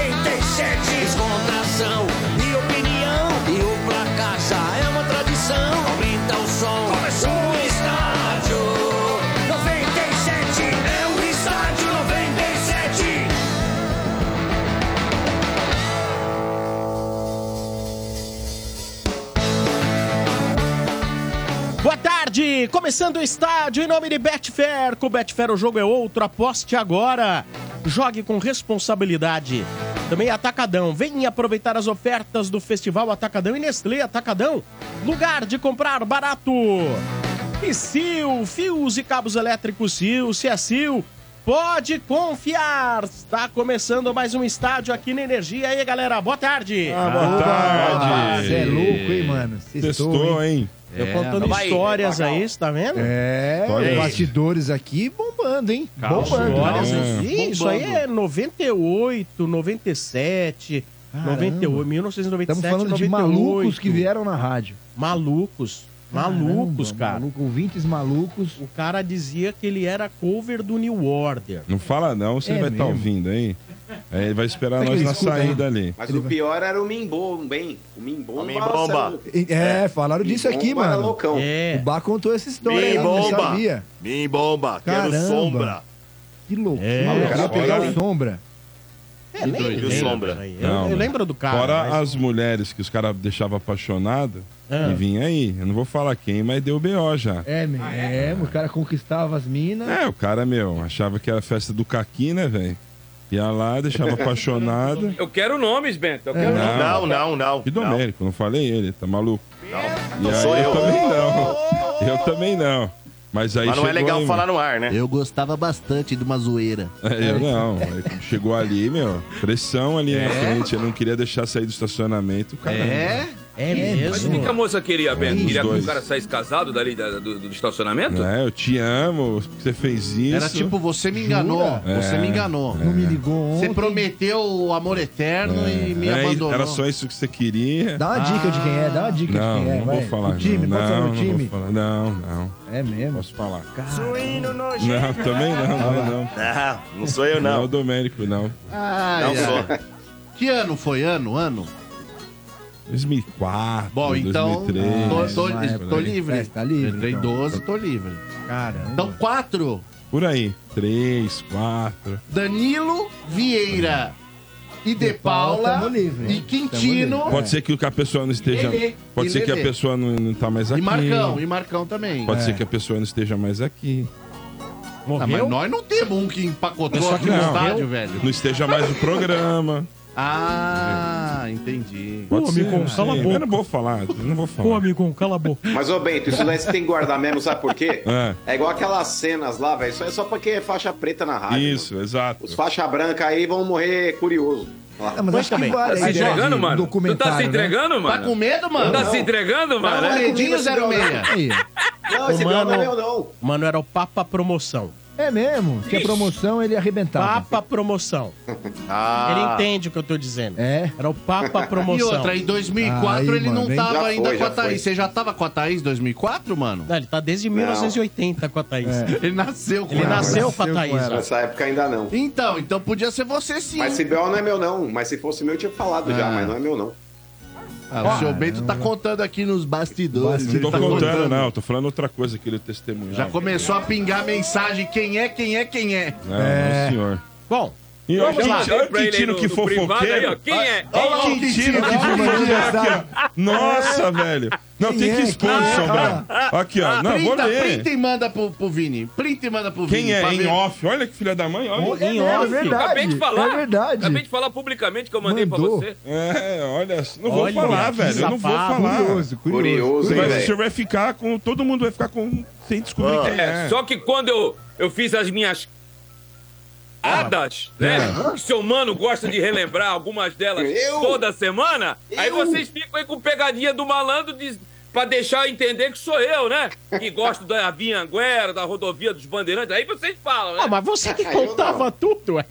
é é começando o estádio em nome de Betfair. Com Betfair o jogo é outro, aposte agora. Jogue com responsabilidade. Também Atacadão. Vem aproveitar as ofertas do Festival Atacadão e Nestlé Atacadão. Lugar de comprar barato. E Sil, fios e cabos elétricos Sil, se é Sil, pode confiar. Está começando mais um estádio aqui na Energia. E aí, galera, boa tarde. Ah, boa tarde. É. Você é louco, hein, mano? Sextou, Testou, hein? Eu contando histórias aí, você tá vendo? É, Olha bastidores aqui bombando, hein? Caos, bombando. Olha, né? É. Ih, isso aí é 98, 97, 98, 1997, Estamos falando 98. de malucos que vieram na rádio. Malucos, malucos, Caramba, cara. Maluco, ouvintes malucos. O cara dizia que ele era cover do New Order. Não fala não, você É vai estar mesmo? ouvindo, hein? Aí ele vai esperar Será nós que ele na escuta, saída ali. né? Mas o pior era o Mimbom, bem. O Mimbom O Mimbomba. É, falaram disso aqui, Era mano. loucão. O É. Bar contou essa história Bem aí, eu não bomba. sabia. Mim bomba, Caramba. quero sombra. Que loucura. É. o cara pegar Olha. o sombra. É, nem doido, lembro, Sombra. velho. Eu, Não, né? eu não. lembro do cara. Fora mas- as mulheres que os caras deixavam apaixonado Ah. e vinha aí. Eu não vou falar quem, mas deu BO já. É, meu. Ah, é? o cara conquistava as minas. É, o cara, meu, achava que era a festa do caqui, né, velho? Ia lá, deixava apaixonado. Eu quero nomes, Bento. Eu quero nomes. É, Não, Não, não, não. e não. Domênico, não falei ele, tá maluco? Não. E aí, sou eu. também não. Eu também não. Mas aí Mas não é chegou legal aí, falar no ar, né? Eu gostava bastante de uma zoeira. É, eu não. Aí Chegou ali, meu, pressão ali É? na frente. Eu não queria deixar sair do estacionamento. Caramba. É Mas o que, que a mesmo? moça queria, Bento? Os Queria que dois. o cara saísse casado dali da- do, do estacionamento? Né? Eu te amo, porque você fez isso. Era tipo, você me enganou, Jura? você É. me enganou. Não me ligou ontem. Você prometeu o amor eterno e me É, abandonou. Era só isso que você queria. Dá uma dica de quem é, dá uma dica de Não, quem é. não vai. vou falar. O time, não, pode falar não, o não time. vou falar. Não, não, É mesmo. posso falar. Não, também não, não, é não. Não, não sou eu, Não é o não. Domênico, não. Ai, Não ai. sou. Que ano foi? Ano? Ano? 2004, Bom, então. 2003. tô, tô- vai, tô por aí. livre. É, tá livre, Entrei então. 12, tô livre. Caramba. Então, quatro. Por aí, 3, 4. Danilo Vieira É. e De, De Paula, Paula, tamo livre. e Quintino Tamo Pode ser que a pessoa não esteja. Lelê. Pode E ser que a Lelê. pessoa não, não tá mais e aqui. Marcão. E Marcão também. Pode É. ser que a pessoa não esteja mais aqui. Ah, mas nós não temos um que empacotou Só aqui que no não. estádio, velho. Não esteja mais no programa. Ah, entendi. Pode Pô, ser. amigão, não cala a sei. boca. Eu não vou falar. eu Não vou Pô, falar. amigão, cala a boca. Mas, ô Bento, isso daí você tem que guardar mesmo, sabe por quê? É. É igual aquelas cenas lá, velho. Isso é só pra quem é faixa preta na rádio. Isso, mano. exato. Os faixa branca aí vão morrer curioso. Olha Ah, lá. Mas mas acho que também, vale tá a Tá se ideia de entregando, um mano? Tu tá documentário, se né? entregando, Tá mano? com medo, mano? Tá Não. se entregando, mano? Tá Não, Redinho comigo esse 06. Aí. Não, esse Mano. mano... não é meu, não. Mano, era o Papa Promoção. É mesmo. Tinha promoção, ele arrebentava. Papa Promoção. Ele Ah, entende o que eu tô dizendo. É. Era o Papa E Promoção. outra, em 2004 Aí, ele mano, não hein? tava Já ainda foi, com a já foi. Thaís. Você já tava com a Thaís em 2004, mano? É. Não, ele tá desde 1980 com a Thaís. É. Ele nasceu com Ele ela. nasceu com a nasceu com Thaís. ela. Nessa época ainda não. Então, então podia ser você sim. Mas esse B.O. não é meu, não. Mas se fosse meu, eu tinha falado já, Ah. mas não é meu, não. Ah, o seu Bento tá contando aqui nos bastidores. Não ele tô tá contando, não. Tô falando outra coisa que ele testemunhou. Já começou a pingar mensagem: quem é, quem é, quem é. Não, É. não, senhor. Bom, E olha o Vamos lá. Quintino- olha o Pra ele aí Quintino no- que no privado aí, ó. fofoqueiro. Quem é? Olha o Olha o Quintino Quintino que de mandou aniversário. aqui, ó. Nossa, velho. Não, Quem tem que é? expor, Quem é? Sombra. Ah, Aqui, ó. Não, vou Printa, printa ler. e manda pro, pro Vini. Printa e manda pro Vini. Quem é? pra Em ver. off. Olha que filha da mãe. Olha. em É off. verdade. Acabei de falar. É verdade. Acabei de falar publicamente que eu mandei Mandou. pra você. É, olha. Não vou Olha, falar, que velho. Eu não vou safado. falar. Curioso, curioso. Curioso, Você hein, vai, velho? o senhor vai ficar com. Todo mundo vai ficar com. Sem descobrir quem É, é. só que quando eu, eu fiz as minhas hadas, né? Que seu mano gosta de relembrar algumas delas Eu? toda semana, aí Eu? vocês ficam aí com pegadinha do malandro de, pra deixar eu entender que sou eu, né? Que gosto da Via Anguera, da rodovia dos Bandeirantes, aí vocês falam, ah, né? mas você que Ah, eu contava tudo, é. ué.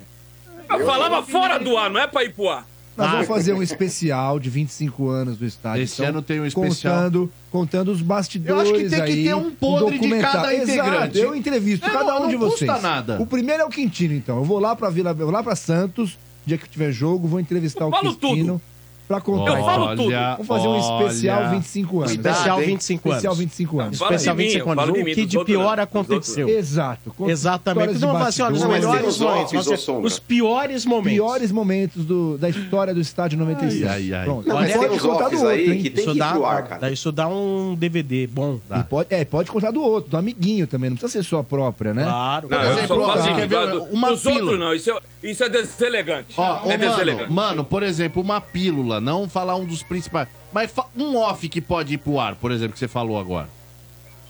Eu falava fora do ar, não é pra ir pro ar. Nós vamos fazer um especial de 25 anos do estádio. então, Esse ano tem um especial. Contando, contando os Eu bastidores acho que tem que aí, ter um podre de documentário. cada integrante. Exato, eu entrevisto É, cada não- um não de vocês. custa nada. O primeiro é o Quintino, então. Eu vou lá pra Vila, eu vou lá pra Santos, dia que tiver jogo, vou entrevistar Eu o falo Quintino. tudo. Pra pra contar. Eu falo Olha, tudo. Vamos fazer um especial olha. 25 anos. Especial 25 anos. Especial 25 anos. Fala Especial de mim, 25 eu anos. falo de O mim, que dos de outros pior não, dos outros aconteceu. Exato. Conta Exatamente. histórias Então de vamos falar assim, olha, os Mas bastidores, melhores temos momentos. off, nós- ou sombra? Os piores momentos. Piores momentos do- da história do estádio 96. Ai, ai, ai. Pronto. Não, mas E pode tem os contar offs do outro, aí hein? que tem que ir pro ar, cara. Isso dá um DVD bom. E Dá. pode, é, pode contar do outro, do amiguinho também. Não precisa ser sua própria, né? Claro. Não, Por eu exemplo, só ó, faço é quer ver individual. uma Os pila. outros não, isso é, isso é deselegante. Ó, ô, é mano, deselegante. mano, por exemplo, uma pílula, não falar um dos principais. Mas fa- um off que pode ir pro ar, por exemplo, que você falou agora.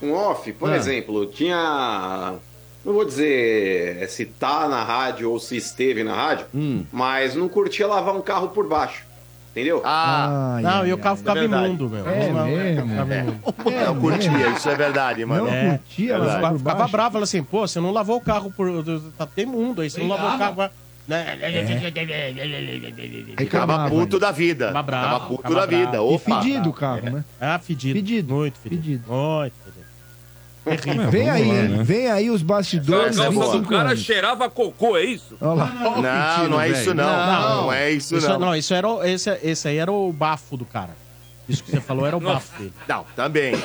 Um off, por Ah. exemplo, tinha. Não vou dizer se tá na rádio ou se esteve na rádio, Hum. mas não curtia lavar um carro por baixo. Entendeu? Ah, Ai, Não, ai, e o carro ai. ficava verdade. imundo, meu. É Não, mesmo? Ficava imundo. É, não curtia, isso é verdade, mano. Não É, curtia, Ela mas ficava, por ficava baixo. brava, falava assim, pô, você não lavou o carro por. Tá tem mundo aí, você não lavou o carro. agora, Né? Tava Reclamava. puto da vida. Tava bravo, Tava puto tava da bravo. vida. E Opa. fedido o carro, né? Ah, fedido. Fedido. Muito fedido. Fedido. Muito fedido. Terrível. Vem vamos aí, lá, hein? né? Vem aí os A bastidores. calça do 25 cara anos. cheirava cocô, é isso? Olha lá. Ó, o Não, não é Quintino, isso velho. não. Não, Não, não. é isso Isso, não. não, isso era, o- esse, esse aí era o bafo do cara. Isso que você falou um era o bafo dele. Não, também.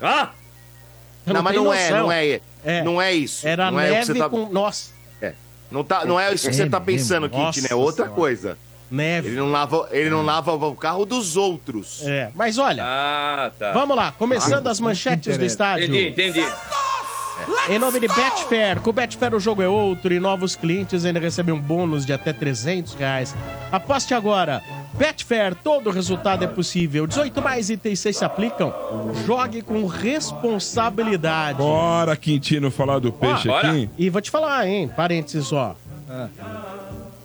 Ah, Eu Não, mas tenho não é, noção. não é, É. não é isso. Era não é o que neve você tá, com. Nossa, não, tá, não é isso que você tá É mesmo. pensando, Nossa Kit, né? É outra Senhora. coisa. Ele neve. não lava, ele não lava o carro dos outros. É. Mas olha, ah tá. vamos lá. Começando as manchetes do estádio. Entendi, entendi. Em nome de Betfair, com Betfair o jogo é outro e novos clientes ainda recebem um bônus de até 300 reais. Aposte agora. Betfair, todo resultado é possível. 18 mais itens 6 se aplicam. Jogue com responsabilidade. Bora, Quintino, falar do peixe bora. aqui. E vou te falar, hein, parênteses só.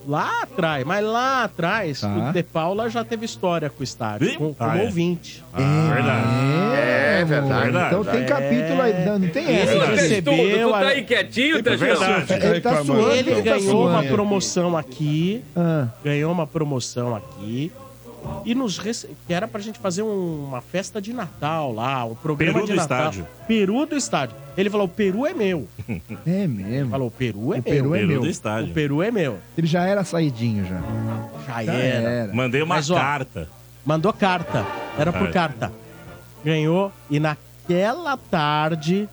Lá atrás, mas lá atrás, Tá. o De Paula já teve história com o estádio, com, como ouvinte. É verdade. Então tem capítulo aí. Não, não tem essa. Ele né? recebeu Testudo, tu a- tá aí É quietinho, tá Ele tá Reclamando. suando. então. Ele não tá ganhou uma suando. promoção aqui. Ah, ganhou uma promoção aqui e nos rece... que era pra gente fazer um- uma festa de Natal lá, um programa Peru de do Natal. estádio. Peru do estádio. Ele falou: "O Peru é meu". é mesmo. Falou: "O Peru é O meu". Peru é Peru meu. do O estádio. Peru é meu. Ele já era saidinho já. Já, Já era. era. Mandei uma Mas, ó, carta. Mandou carta. Era É. por carta. Ganhou e naquela tarde,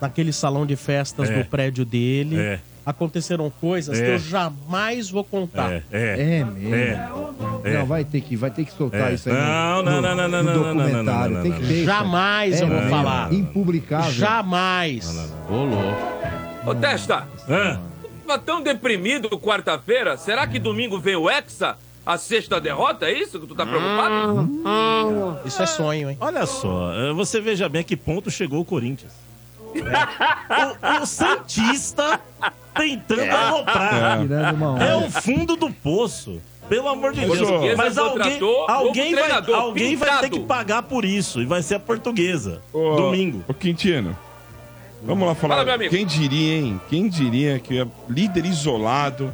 naquele salão de festas É. do prédio dele, É. aconteceram coisas É. que eu jamais vou contar. É, é, É mesmo. é. é. Não, vai ter que, vai ter que soltar É. isso aí. Não, não, não, não, não, não, não, não, documentário. não, não, Tem não, que não. ter isso aí. É Jamais eu vou mesmo. falar. Impublicável. Jamais. Ô, louco. Ô, Testa, Hã? tu tá tão deprimido quarta-feira, será que domingo vem o Hexa? A sexta derrota, é isso que tu tá Hum. preocupado? Isso é sonho, hein? Olha só, eh, você veja bem a que ponto chegou o Corinthians. né? O, o Santista tentando É. É. aloprar. Tirando Tá uma É onda. o fundo do poço. Pelo amor de Deus. Portuguesa Mas é alguém, contratou novo alguém, vai, treinador, alguém vai ter pintado. que pagar por isso. E vai ser a portuguesa. Ô, Domingo. Ô, Quintino. Vamos lá falar. Fala, meu amigo. Quem diria, hein? Quem diria que é líder isolado,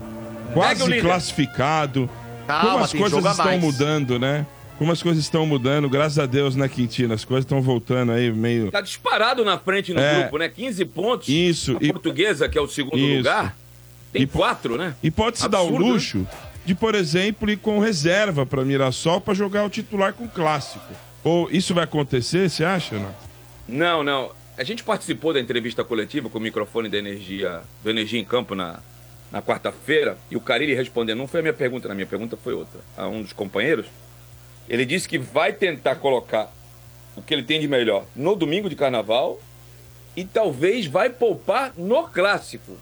o quase líder. classificado. Calma, como as tem coisas jogo a estão mais. mudando, né? Como as coisas estão mudando, graças a Deus, né, Quintino? As coisas estão voltando aí meio. Tá disparado na frente no É. grupo, né? 15 pontos. Isso. A E, portuguesa, que é o segundo Isso. lugar, tem E- quatro, né? e pode se dar o Absurdo, né? luxo de, por exemplo, ir com reserva para Mirassol para jogar o titular com o clássico. Ou isso vai acontecer, você acha, não? Não, não. A gente participou da entrevista coletiva com o microfone da Energia, do Energia em Campo na, na quarta-feira, e o Carilli respondendo, não foi a minha pergunta, na minha pergunta foi outra, a um dos companheiros. Ele disse que vai tentar colocar o que ele tem de melhor no domingo de carnaval e talvez vai poupar no clássico.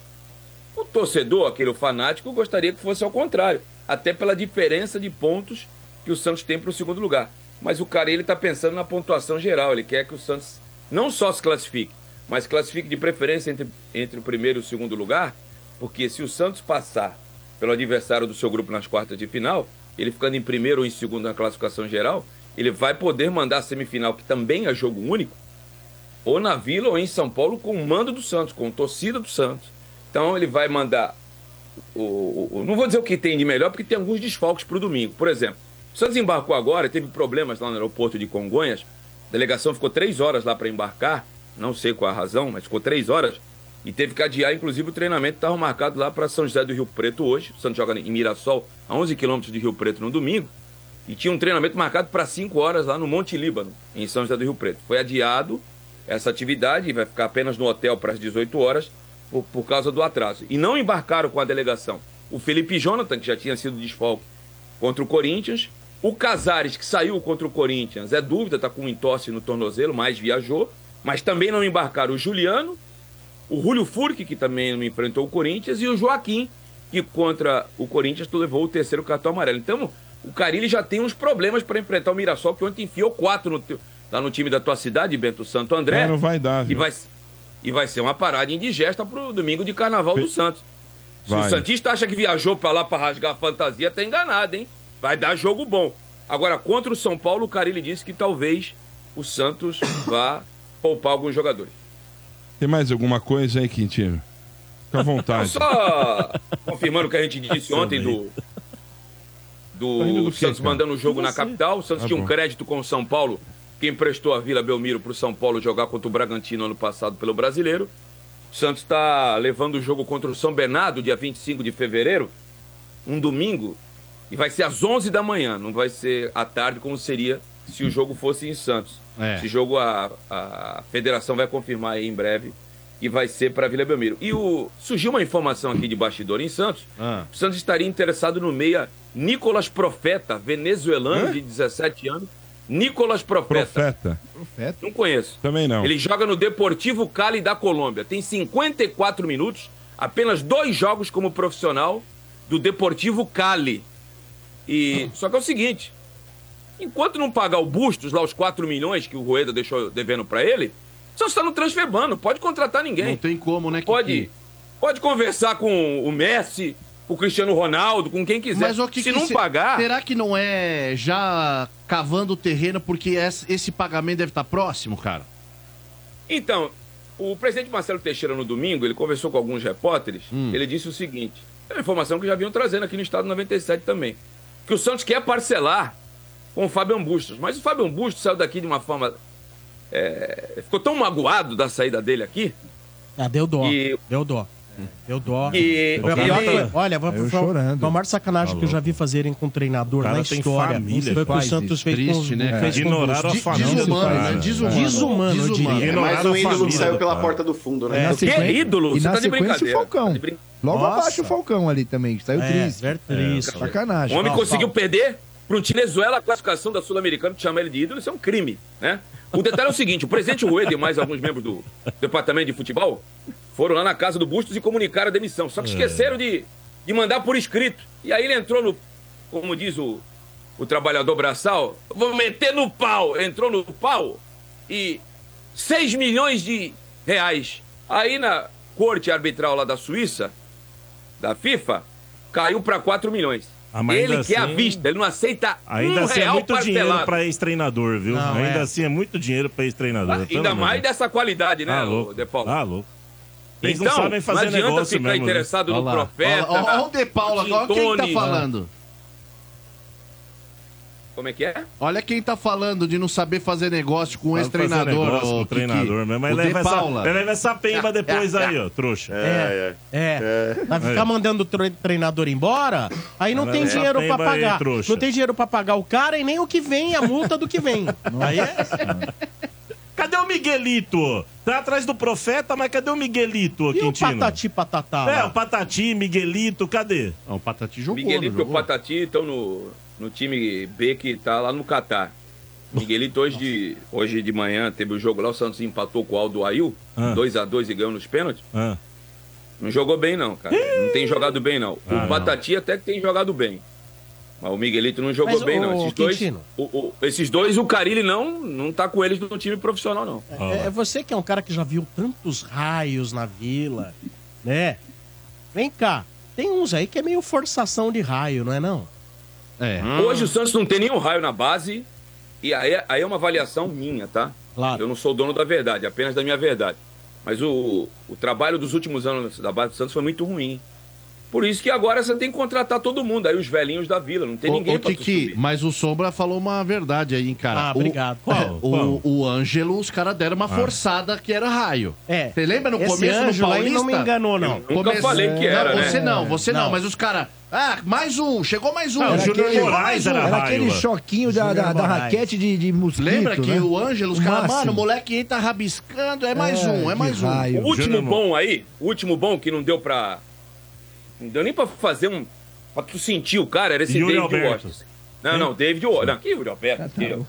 O torcedor, aquele fanático, gostaria que fosse ao contrário, até pela diferença de pontos que o Santos tem para o segundo lugar. Mas o cara ele está pensando na pontuação geral, ele quer que o Santos não só se classifique, mas classifique de preferência entre, entre o primeiro e o segundo lugar, porque se o Santos passar pelo adversário do seu grupo nas quartas de final, ele ficando em primeiro ou em segundo na classificação geral, ele vai poder mandar a semifinal, que também é jogo único, ou na Vila ou em São Paulo com o mando do Santos, com a torcida do Santos. Então ele vai mandar. O, o- o- não vou dizer o que tem de melhor, porque tem alguns desfalques para o domingo. Por exemplo, o Santos embarcou agora, teve problemas lá no aeroporto de Congonhas. A delegação ficou três horas lá para embarcar, não sei qual a razão, mas ficou três horas. E teve que adiar, inclusive, o treinamento estava marcado lá para São José do Rio Preto hoje. O Santos joga em Mirassol, a 11 quilômetros de Rio Preto, no domingo. E tinha um treinamento marcado para 5 horas lá no Monte Líbano, em São José do Rio Preto. Foi adiado essa atividade e vai ficar apenas no hotel para as 18 horas por, por causa do atraso. E não embarcaram com a delegação o Felipe Jonathan, que já tinha sido desfalque contra o Corinthians. O Casares, que saiu contra o Corinthians, é dúvida, está com um entorse no tornozelo, mas viajou. Mas também não embarcaram o Juliano, o Julio Furque, que também não enfrentou o Corinthians, e o Joaquim, que contra o Corinthians levou o terceiro cartão amarelo. Então, o Carilli já tem uns problemas para enfrentar o Mirassol, que ontem enfiou quatro no, teu- lá no time da tua cidade, Bento Santo André. Ah, não vai dar, E viu? vai, e vai ser uma parada indigesta pro domingo de carnaval do Santos. Se Vai. o Santista acha que viajou pra lá pra rasgar a fantasia, tá enganado, hein? Vai dar jogo bom. Agora, contra o São Paulo, o Carilli disse que talvez o Santos vá poupar alguns jogadores. Tem mais alguma coisa aí, Quintino? Fica à vontade. Só confirmando o que a gente disse ontem do. Tá rindo Do, do quê, Santos cara? mandando o jogo na capital. O Santos Tá tinha um bom. crédito com o São Paulo, que emprestou a Vila Belmiro pro São Paulo jogar contra o Bragantino ano passado pelo brasileiro. O Santos está levando o jogo contra o São Bernardo, dia 25 de fevereiro, um domingo, e vai ser às 11 da manhã, não vai ser à tarde como seria se o jogo fosse em Santos. É. Esse jogo a, a federação vai confirmar aí em breve e vai ser para Vila Belmiro. E o, surgiu uma informação aqui de bastidor em Santos, Ah. o Santos estaria interessado no meia Nicolas Profeta, venezuelano de 17 anos. Nicolas Profeta. Profeta. Não conheço. Também não. Ele joga no Deportivo Cali da Colômbia. Tem 54 minutos, apenas dois jogos como profissional do Deportivo Cali. E só que é o seguinte, enquanto não pagar o Bustos lá os 4 milhões que o Rueda deixou devendo pra ele, só está no transferban, não pode contratar ninguém. Não tem como, né, Pode, pode conversar com o Messi, com o Cristiano Ronaldo, com quem quiser. Mas o que se que não se- pagar, Será que não é já cavando o terreno porque es- esse pagamento deve estar próximo, cara? Então, o presidente Marcelo Teixeira, no domingo, ele conversou com alguns repórteres. Ele disse o seguinte: é uma informação que já vinham trazendo aqui no Estado 97 também. Que o Santos quer parcelar com o Fábio Bustos. Mas o Fábio Bustos saiu daqui de uma forma. é, ficou tão magoado da saída dele aqui Ah, deu dó. E- Deu dó. Deu dó. que. Foi a pior ele- coisa- olha, vou, Eu foi, chorando. foi a maior sacanagem que eu já vi fazerem com um treinador cara na tem história. família, foi o que o pais, Santos fez com os triste, né, cara? fez com o Ignoraram Brusque. a família do Desumano, cara. né? Desumano. Desumano, É, assim, eu diria. É mais um a ídolo que família saiu do pela cara. porta do fundo, né? na Que ídolo? E Você na tá de sequência o brincadeira. Falcão. Tá de brin- Logo Nossa. abaixo o Falcão ali também, que saiu triste. É, triste. O Sacanagem. homem Não, conseguiu Paulo. perder para um Venezuela a classificação da Sul-Americana, que chama ele de ídolo, isso é um crime, né? O detalhe é o seguinte, o presidente Rueda e mais alguns membros do departamento de futebol foram lá na casa do Bustos e comunicaram a demissão, só que esqueceram de, de mandar por escrito. E aí ele entrou no, como diz o, o trabalhador braçal, vou meter no pau. Entrou no pau e 6 milhões de reais. Aí na corte arbitral lá da Suíça, da FIFA, caiu para 4 milhões. Ah, mas ele ainda quer a assim- vista, ele não aceita Ainda um assim é real muito dinheiro parcelado. pra ex-treinador, viu? Não, ainda é. assim é muito dinheiro pra ex-treinador. pelo Ah, Ainda amor. mais dessa qualidade, né, Tá ô, louco. De Paulo? Tá louco. Eles então, não sabem fazer adianta negócio ficar mesmo. né? interessado Olha no lá. profeta. Ah. Olha olha o De Paula, no olha quem tá Tintone. falando. Como é que é? Olha quem tá falando de não saber fazer negócio com o Sabe fazer um um ex-treinador. negócio ô, com o Kiki. treinador mesmo. Mas O De leva essa, Paula. É, leva essa pemba depois aí, ó, trouxa. É, é. Vai É. ficar mandando o tre- treinador embora, aí não Mas tem essa dinheiro pemba pra aí, pagar. trouxa. Não tem dinheiro pra pagar o cara e nem o que vem, a multa do que vem. Aí é. Cadê o Miguelito? Tá atrás do profeta, mas cadê o Miguelito, ô, E o Quintino? patati patatá? É, lá? o Patati, Miguelito, cadê? Ah, o Patati jogou, Miguelito não e o jogou? Patati estão no, no time B que tá lá no Catar. Miguelito hoje de, hoje de manhã teve o jogo lá, o Santos empatou com o Aldo Ail, Ah. 2x2 e ganhou nos pênaltis. Ah, Não jogou bem não, cara. Não tem jogado bem não. O Ah, Patati até que tem jogado bem. Mas o Miguelito não jogou Mas, bem não. ô, Esses dois, Quintino. o- o- esses dois o Carilli não, não tá com eles no time profissional não. ó É, lá. é você que é um cara que já viu tantos raios na vila, né? Vem cá, tem uns aí que é meio forçação de raio, não é não? É. Hoje o Santos não tem nenhum raio na base. E aí, aí é uma avaliação minha, tá? Claro. Eu não sou dono da verdade, apenas da minha verdade. Mas o, o trabalho dos últimos anos da base do Santos foi muito ruim. Por isso que agora você tem que contratar todo mundo, aí os velhinhos da vila, não tem Ô, ninguém ô, pra tu Kiki, subir. mas o Sombra falou uma verdade aí, hein, cara. Ah, O- é, obrigado. Qual? O, o Ângelo, os caras deram Ah. uma forçada que era raio. É. Você lembra no Esse começo do Ângelo aí Paulista? não me enganou, não. Eu nunca falei que era, não, né? Você não, você não, Não. mas os caras... Ah, mais um, chegou mais um. Ah, o chegou Júnior mais um. Moraes era Era raio, aquele mano. choquinho da, da, Júnior da Moraes. raquete de, de mosquito, Lembra que né? o Ângelo, os O caras, máximo. mano, o moleque entra rabiscando, é mais É, um, é que mais um. raio. O último Júnior- bom aí, o último bom que não deu pra. Não deu nem pra fazer um. Pra tu sentir o cara, era esse Yuri David Alberto. Washington. Não, não, David Washington. Não, que Yuri Alberto? que-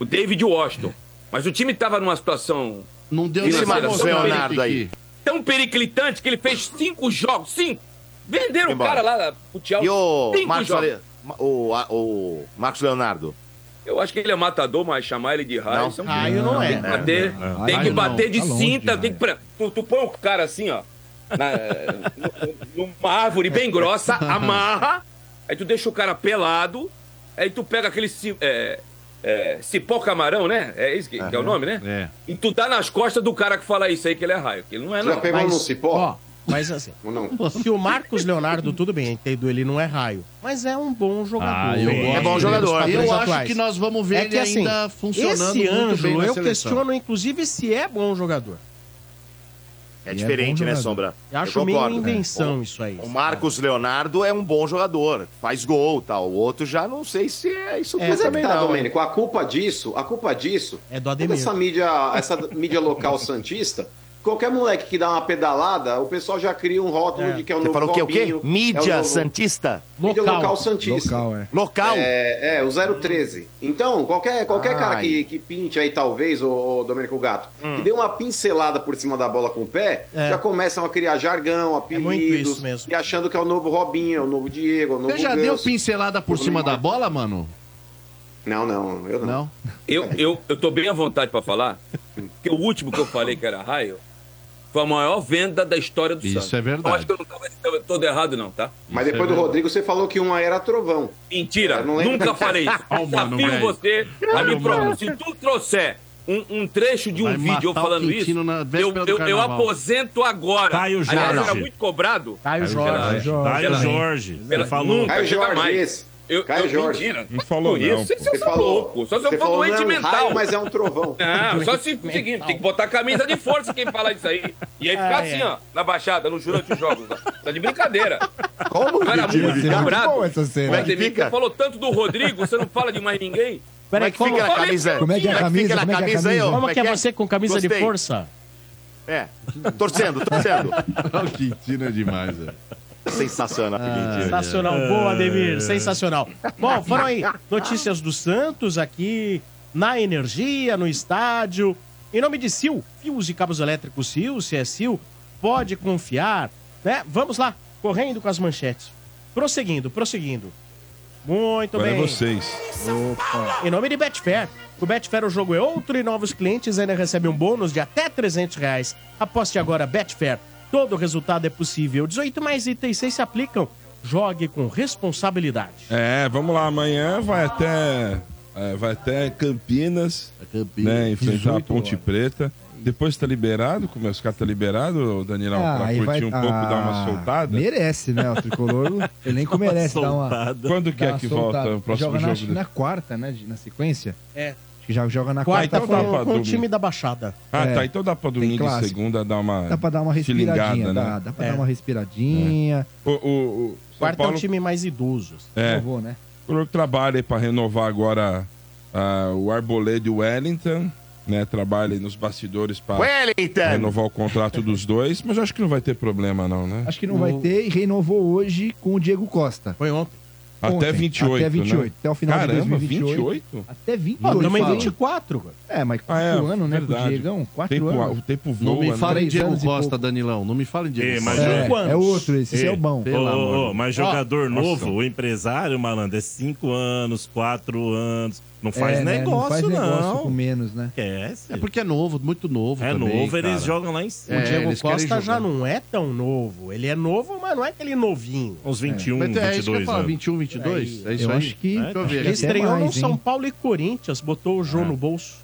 O David Washington. Mas o time tava numa situação Não deu E nem esse pra Marcos mostrar, né, Leonardo Kiki? aí? tão periclitante que ele fez cinco jogos. Cinco! Venderam o Embora. cara lá pro Chelsea. E o cinco Marcos, jogos. Ale... Ma- o, a- o Marcos Leonardo. Eu acho que ele é matador, mas chamar ele de raio. Não. isso é um- Raio não Tem é. que bater, não. tem que Raio não, bater de tá longe cinta, de tem que. pra- Tu, tu põe o cara assim, ó. na- numa árvore bem grossa, amarra, aí tu deixa o cara pelado, aí tu pega aquele ci- é, é, cipó camarão, né? É isso que, que é o nome, né? É. E tu dá nas costas do cara que fala isso aí, que ele é raio. Que ele não é, Já não. pegou no cipó? Ó, mas assim, Ou não? se o Marcos Leonardo, tudo bem, entendo, ele não é raio, mas é um bom jogador. Ah, eu Sim. gosto é bom dele. jogador. Eu acho atuais. que nós vamos ver É ele que, assim, ainda funcionando Esse muito bem Ângelo, na eu seleção. questiono, inclusive, se é bom jogador. É E é diferente, bom né, jogador. Sombra? Eu Eu acho meio concordo. invenção É. O- isso aí. O Marcos Leonardo é um bom jogador, faz gol tal. O outro já não sei se é né? isso É, tudo Mas é que também tá, não. hein? Domênico, a culpa disso, a culpa disso, É do toda Ademir. essa mídia, essa mídia local santista, qualquer moleque que dá uma pedalada, o pessoal já cria um rótulo É. de que é o Você novo falou que é o quê? Robinho, Mídia é o novo- Santista? Mídia local, Local. santista. Local, é. Local? É, é, o 013. Então, qualquer, qualquer Ai. Hum. cara que, que pinte aí, talvez, o, Domênico Gato, que dê uma pincelada por cima da bola com o pé, É. já começam a criar jargão, apelidos, muito isso mesmo. e achando que é o novo Robinho, é o novo Diego, é o novo Você já Ganso. deu pincelada por cima da bola, mano? Não, não, eu não. Não? Eu, eu, eu tô bem à vontade pra falar, porque o último que eu falei que era raio foi a maior venda da história do Isso Santos. é verdade. Eu acho que eu não tava eu- todo errado, não, tá? Mas Isso é depois do verdade. Rodrigo, você falou que uma era trovão. Mentira, Eu não lembro. nunca falei isso. Ó, o mano, Desafio é? velho. você a me provar. Se tu trouxer um, um trecho de um Vai vídeo eu matar o falando isso, Quintino na véspera eu, do eu, eu carnaval. aposento agora. Caio Aliás, Jorge. eu era muito cobrado. Caio Jorge. Jorge. Caio Pela- Jorge. pela- Ele falou. Nunca, Caio nunca Jorge, mais. esse. Eu, Caio eu, Jorge. Mentira. Não falou Por não, isso, pô. você é louco. Só se eu Você for falou, doente não, é um mental. raio, mas é um trovão. Não, só se seguinte, tem que botar a camisa de força quem falar isso aí. E aí ficar Ah, assim, é. ó, na baixada, no Jurante Jogos. ó. Tá de brincadeira. Como? Cara, Didi? muito muito cobrado. boa essa cena. O Ademir, Como é que fica? Você falou tanto do Rodrigo, você não fala de mais ninguém? Como Peraí, é que fica como, na Olha, camisa? Como é que é a Como camisa? fica na Como é que é a camisa aí, camisa? ó? como que é você com camisa de Gostei. força? É, torcendo, torcendo. o Quintino é demais, velho. Ah, é. Sensacional. Sensacional, boa, Ademir, sensacional. Bom, foram aí notícias do Santos aqui, na energia, no estádio. Em nome de Sil, fios e cabos elétricos Sil, se é Sil, pode confiar, né? Vamos lá, correndo com as manchetes. Prosseguindo, prosseguindo. Muito Agora é bem. vocês. Em nome de Betfair. Com Betfair o jogo é outro e novos clientes ainda recebem um bônus de até 300 reais. Aposte agora Betfair. Todo resultado é possível. 18 mais itens 6 se aplicam. Jogue com responsabilidade. É, vamos lá. Amanhã vai até, é, vai até Campinas, Campinas. né? Enfrentar a 18 Ponte É horas. Preta. Depois tá liberado, como é, os caras tá liberado, Danilão, pra aí curtir vai- um pouco, ah, dar uma soltada. Merece, né? O tricolor, o elenco merece dar uma. Soltada. Quando que dar é uma que soltada. volta o próximo joga na, jogo? na quarta, né? de- Na sequência. É. Acho que já joga na Quarta, quarta. então dá pra Com o domingo. time da Baixada. Ah, É. tá. Então dá pra domingo e clássico. segunda dar uma. Dá pra dar uma Filingada, respiradinha. Dá, né? dá pra É. dar uma respiradinha. O, o, o São Quarta é Paulo o time mais idoso. É. Por favor, né? Pelo que trabalha para renovar agora ah, o Arboleda e o Wellington, né? Trabalha aí nos bastidores para Wellington! renovar o contrato dos dois, mas eu acho que não vai ter problema não, né? Acho que não vai ter e renovou hoje com o Diego Costa. Foi ontem. Até Ontem, 28, Até 28. né? Até o final Caramba, de 2028. 28? Até 28. Ó, também fala. 24. cara. É, mas Ah, é, quatro anos, né? Com verdade. o Diegão. Quatro Tempo, a- anos. o tempo voa, Não me né? fala em Três Diego anos e Costa, pouco. Tá, Danilão. Não me fala em Diego É, Costa. mas É. eu- É, é outro, esse, esse é o bom. Pelo Ô, ô, amor. ô, mas jogador Nossa. novo, o empresário, malandro, é 5 anos, 4 anos. Não faz É, né, negócio, não. Não faz negócio com menos, né? Esquece. É porque é novo, muito novo É também, novo, eles cara. jogam lá em cima. O É, Diego eles querem Costa já jogar. não é tão novo. Ele é novo, mas não é aquele novinho. Uns 21, Mas é isso que eu 22 falo, anos. 21, 22? É isso Eu aí? acho que. É, Deixa eu tá. ver Ele Acho que aqui. é estreou mais, no São hein? É. Paulo e Corinthians, botou o Jô no bolso.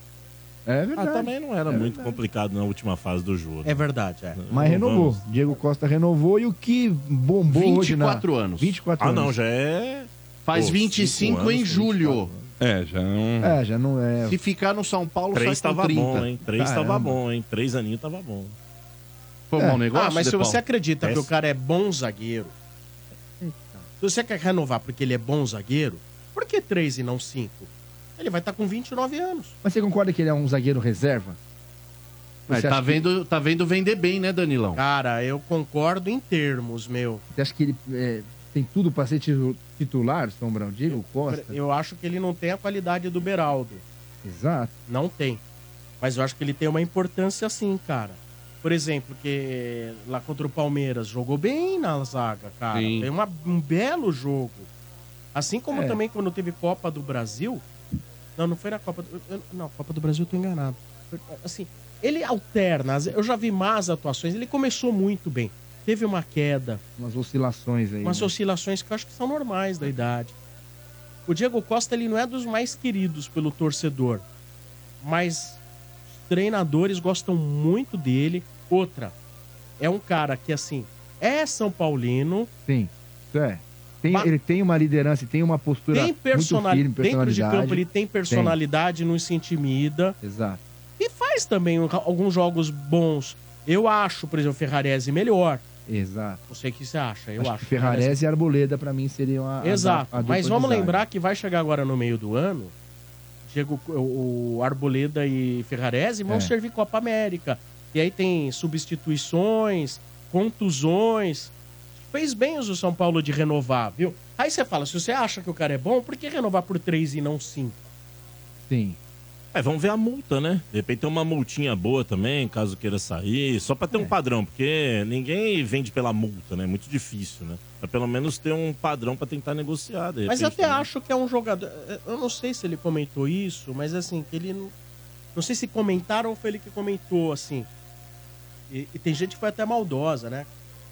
É verdade. Ah, também não era muito complicado na última fase do jogo. né? É verdade, é. Mas renovou. Diego Costa renovou e o que bombou hoje na... 24 anos. 24 Ah, anos. não, já é. Faz Pô, 25 cinco em anos, julho. É, já não. É, já não é... Se ficar no São Paulo, um Três sai com tava 30. bom, hein? Três tava Caramba. bom, hein? Três aninhos tava bom. Foi um É. bom negócio, ah, mas se De você Paulo? acredita que Essa- o cara é bom zagueiro, Então. se você quer renovar porque ele é bom zagueiro, por que 3 e não 5? Ele vai estar com 29 anos. Mas você concorda que ele é um zagueiro reserva? Mas Você tá, acha que- vendo, tá vendo vender bem, né, Danilão? Cara, eu concordo em termos, meu. Você acha que ele é, tem tudo pra ser titu- titular, Sombrão? Diego Costa? Eu acho que ele não tem a qualidade do Beraldo. Exato. Não tem. Mas eu acho que ele tem uma importância sim, cara. Por exemplo, que lá contra o Palmeiras jogou bem na zaga, cara. Sim. Tem uma- um belo jogo. Assim como É. também quando teve Copa do Brasil. Não, não foi na Copa do. eu- Não, Copa do Brasil eu tô enganado. Foi- Assim, ele alterna. Eu já vi más atuações. Ele começou muito bem. Teve uma queda Umas oscilações aí. umas né? oscilações que eu acho que são normais da idade. O Diego Costa ele não é dos mais queridos pelo torcedor, mas os treinadores gostam muito dele. Outra, é um cara que assim é São Paulino, Sim. Isso é. Tem- Ba- ele tem uma liderança, e tem uma postura tem muito firme, personalidade dentro de personalidade. campo ele tem personalidade, não se intimida Exato. e faz também um- alguns jogos bons. Eu acho, por exemplo, o Ferrarese melhor. Exato. Não sei o que você acha, eu acho, acho. que Ferrarese e Arboleda, pra mim, seriam a. a- Exato. a dupla Mas de vamos zaga. lembrar que vai chegar agora no meio do ano. Diego, o o Arboleda e Ferrarese vão É. servir Copa América. E aí tem substituições, contusões. Fez bem os do São Paulo de renovar, viu? Aí você fala, se você acha que o cara é bom, por que renovar por três e não cinco? Sim. É, vamos ver a multa, né? De repente tem uma multinha boa também, caso queira sair, só pra ter É. um padrão, porque ninguém vende pela multa, né? É muito difícil, né? Mas pelo menos ter um padrão pra tentar negociar. de Mas repente, até também. acho que é um jogador. Eu não sei se ele comentou isso, mas assim, que ele. não- Não sei se comentaram ou foi ele que comentou, assim. E, e tem gente que foi até maldosa, né?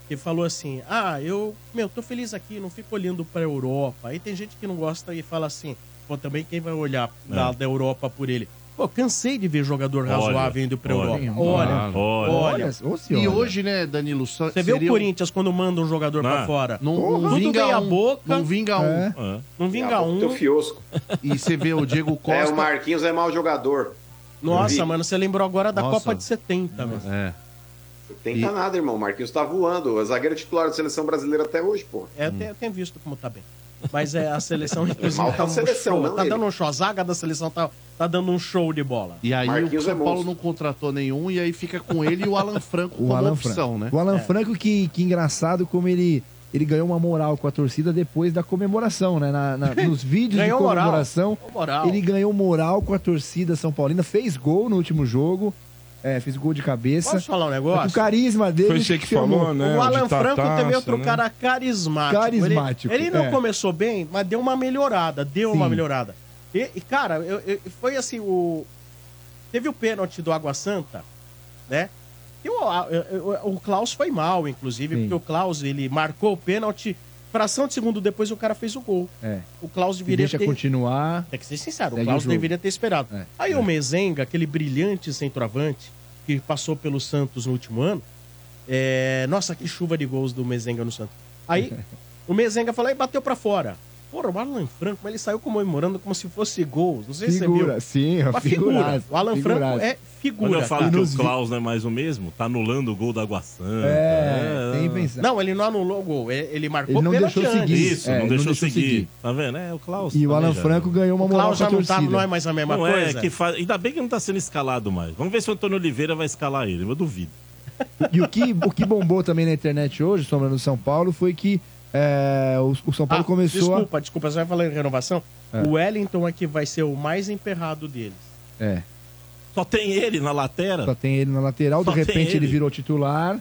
Que falou assim: ah, eu, meu, tô feliz aqui, não fico olhando pra Europa. Aí tem gente que não gosta e fala assim: pô, também quem vai olhar da, da Europa por ele? Pô, cansei de ver jogador Olha, razoável indo pra olha, Europa. Ah, Olha, olha, Olha, olha. ou se E olha. hoje, né, Danilo? só- Você vê o seria um- Corinthians quando manda um jogador pra Ah. fora? Não, Porra. Tudo vinga meia um, boca. Não vinga um. É. Ah, Não vinga Ah, Teu um. fiosco. E você vê o Diego É, o Costa. Marquinhos é mau jogador. Nossa, Vi. mano, você lembrou agora da Nossa. Copa de 70, mano. É. Tenta E- nada, irmão. O Marquinhos tá voando. É zagueiro titular da seleção brasileira até hoje, pô. É, eu, tenho, eu tenho visto como tá bem. Mas é, a seleção, inclusive, Mal tá tá, a seleção, um show, não tá ele. dando um show. A zaga da seleção tá, tá dando um show de bola. E aí Marquinhos o São é Paulo monstro. não contratou nenhum e aí fica com ele e o Alan Franco O como Alan opção, Franco. né? O É. Alan Franco, que, que engraçado como ele, ele ganhou uma moral com a torcida depois da comemoração, né? Na- na- nos vídeos Ganhou de moral. comemoração. Ô, moral. Ele ganhou moral com a torcida São Paulina, fez gol no último jogo, é, fez gol de cabeça. Posso falar um Só É que negócio? o carisma dele. Foi você que chamou. falou, né? o Alan de tá a Franco também é outro taça, cara carismático. Carismático, Ele, ele não é. começou bem, mas deu uma melhorada. Deu Sim. uma melhorada. E, e, cara, eu- eu- foi assim, o... Teve o pênalti do Água Santa, né? E o, a- eu- eu- o Klaus foi mal, inclusive, Sim. porque o Klaus, ele marcou o pênalti. Fração de segundo depois, o cara fez o gol. É. O Klaus E deveria deixa ter... continuar. Tem É que ser sincero, Segue o Klaus o jogo. deveria ter esperado. É, Aí o Mezenga, aquele brilhante centroavante que passou pelo Santos no último ano, é, nossa, que chuva de gols do Mezenga no Santos. Aí o Mezenga falou e bateu pra fora. Porra, o Alan Franco, mas ele saiu comemorando como se fosse gols. Não sei Figura, se você sim, viu. é Uma figura. figuraça, O Alan Franco figuraça. é Quando figura. eu cara. falar que nos o vi- Klaus não é mais o mesmo, tá anulando o gol da Água Santa. É, sem pensar. Não, ele não anulou o gol. Ele, ele marcou Ele não pênalti deixou antes. seguir. Isso, É, não não deixou deixou seguir. seguir. Tá vendo? É, o Klaus. E o também Alan já- Franco ganhou uma O moral Klaus com a já não, tá, torcida. não é mais a mesma Não é, coisa. que faz... Ainda bem que não tá sendo escalado mais. Vamos ver se o Antônio Oliveira vai escalar ele, eu duvido. E o que, o que bombou também na internet hoje, Sombra no São Paulo, foi que é, o, o São Paulo Ah, começou É. Desculpa, desculpa, você vai falar em renovação? O Wellington aqui vai ser o mais emperrado deles. a. É, Só tem ele na latera. só tem ele na lateral, Só de tem repente ele. ele. virou titular.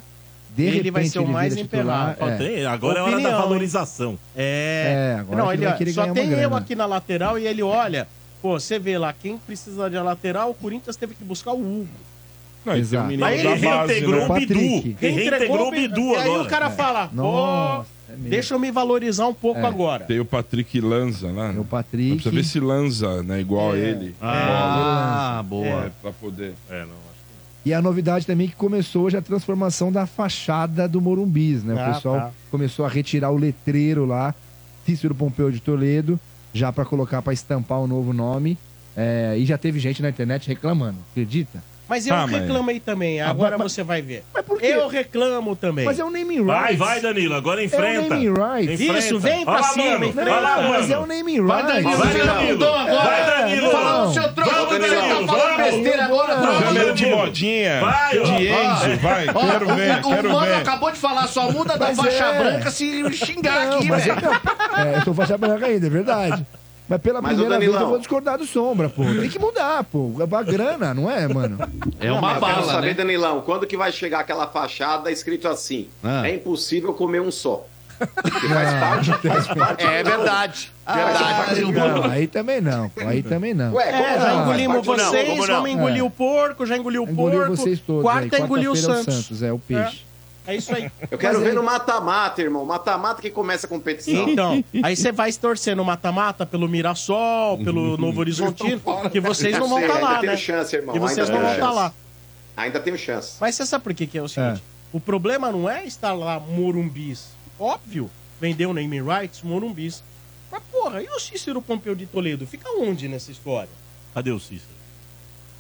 De Ele repente vai ser o ele mais vira titular. empenado. Só tem ele. Agora é hora Opinião, da hein? valorização. É. É, agora não, que ele, vai querer só ganhar uma tem eu grana. aqui na lateral e ele olha. Pô, você vê lá, quem precisa de lateral, o Corinthians teve que buscar o Hugo. Não, e tem Exato. o Aí menino ele da Tá base, reintegrou né? o Bidu. Patrick. Reintegrou o Bi- Bidu E aí agora. o cara fala, É. Nossa, é pô, Deixa eu me valorizar um pouco agora. Tem o Patrick Lanza lá. É. Tem o Patrick. Precisa ver se Lanza, né? Igual ele. Ah, É, boa. É, pra poder. É, não. E a novidade também é que começou hoje a transformação da fachada do Morumbis, né? Ah, o pessoal tá. começou a retirar o letreiro lá, Cícero Pompeu de Toledo, já para colocar, para estampar o novo nome. É, e já teve gente na internet reclamando, acredita? Mas Tá, eu reclamei também, agora tá- você vai ver. Mas por quê? Eu reclamo também. Mas é o naming Vai, rights. vai, Danilo, agora É o enfrenta. naming rights. Enfrenta. Isso, vem pra Vai lá, cima, mano. enfrenta. Vai lá, Não, mas mano. é o naming Vai, rights. Danilo, vai, Vai, Danilo. Danilo. Vai, É, Danilo. fala o seu troco, Vamos, que você tá Danilo, falando vamos. besteira agora, troca. Cabelo de modinha. Vai, ó. de Enzo, vai. Ó, Quero o- ver, o, quero mano ver. acabou de falar, só muda um da Mas faixa é. branca se xingar aqui, mas velho. É, eu sou faixa branca ainda, é verdade. Mas pela Mas, ô, primeira vez Danilão. eu vou discordar do Sombra, pô. Tem que mudar, pô. A grana, não é, mano? É uma eu bala, quero saber, né? Danilão, quando que vai chegar aquela fachada escrito assim? Ah. É impossível comer um só. É verdade. Verdade. não, aí também não, pô. Aí também não. Ué, como É, já engolimos vocês, vamos engolir É. o porco, já engoliu o Engoliu porco. vocês todos. aí. quarta engoliu o Quarta-feira é Santos. É o peixe. É isso aí. Eu quero Mas ver aí- no mata-mata, irmão. Mata-mata que começa a competição. Então, aí você vai se torcer no mata-mata pelo Mirassol, Uhum. pelo Novo Horizontino, que vocês não vão Sei, estar ainda lá, tenho né? chance, irmão. Que vocês ainda não vão tenho estar chance. lá. Ainda tenho chance. Mas você sabe por que que é o seguinte? O problema não é estar lá morumbis. Óbvio, vendeu naming rights, morumbis. Mas, porra, e o Cícero Pompeu de Toledo? Fica onde nessa história? Cadê o Cícero?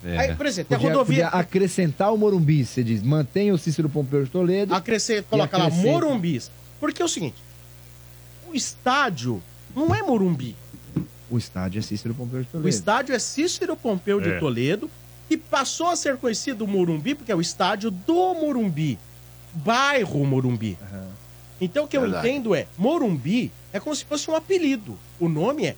Aí, por exemplo, tem a Podia- rodovia... podia acrescentar o Morumbi, você diz. Mantenha o Cícero Pompeu de Toledo. Acrescenta, e coloca lá acrescenta. morumbis. Porque é o seguinte, o estádio não é morumbi. O estádio é Cícero Pompeu de Toledo. O estádio é Cícero Pompeu de É. Toledo e passou a ser conhecido o Morumbi porque é o estádio do Morumbi, bairro Morumbi. Então o que Verdade. eu entendo é, Morumbi é como se fosse um apelido. O nome é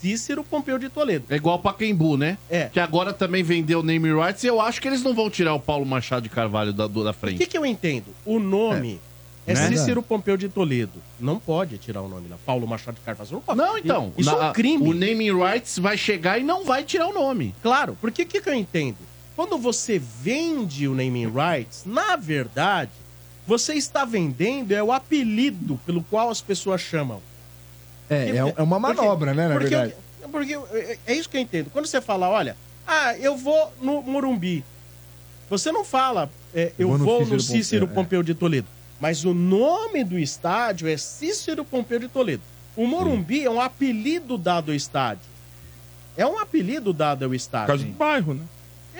Cícero Pompeu de Toledo. É igual o Pacaembu, né? É. Que agora também vendeu name rights e eu acho que eles não vão tirar o Paulo Machado de Carvalho da, do- da O frente. que, que eu entendo? O nome é, É. Né? Cícero Pompeu de Toledo. Não pode tirar o nome da Paulo Machado de Carvalho. Não, pode. Não, então. Isso na- é um crime. O naming rights vai chegar e não vai tirar o nome. Claro, porque o que, que eu entendo? Quando você vende o naming rights, na verdade, você está vendendo é o apelido pelo qual as pessoas chamam. É, é, é uma manobra, né, na porque verdade. eu- porque eu- é- é isso que eu entendo. Quando você fala, olha, ah, eu vou no Morumbi. Você não fala, é, eu vou no Cícero, Pompeu, é. de Toledo. Mas o nome do estádio é Cícero Pompeu de Toledo. O Morumbi é um apelido dado ao estádio. É um apelido dado ao estádio. causa do bairro, né?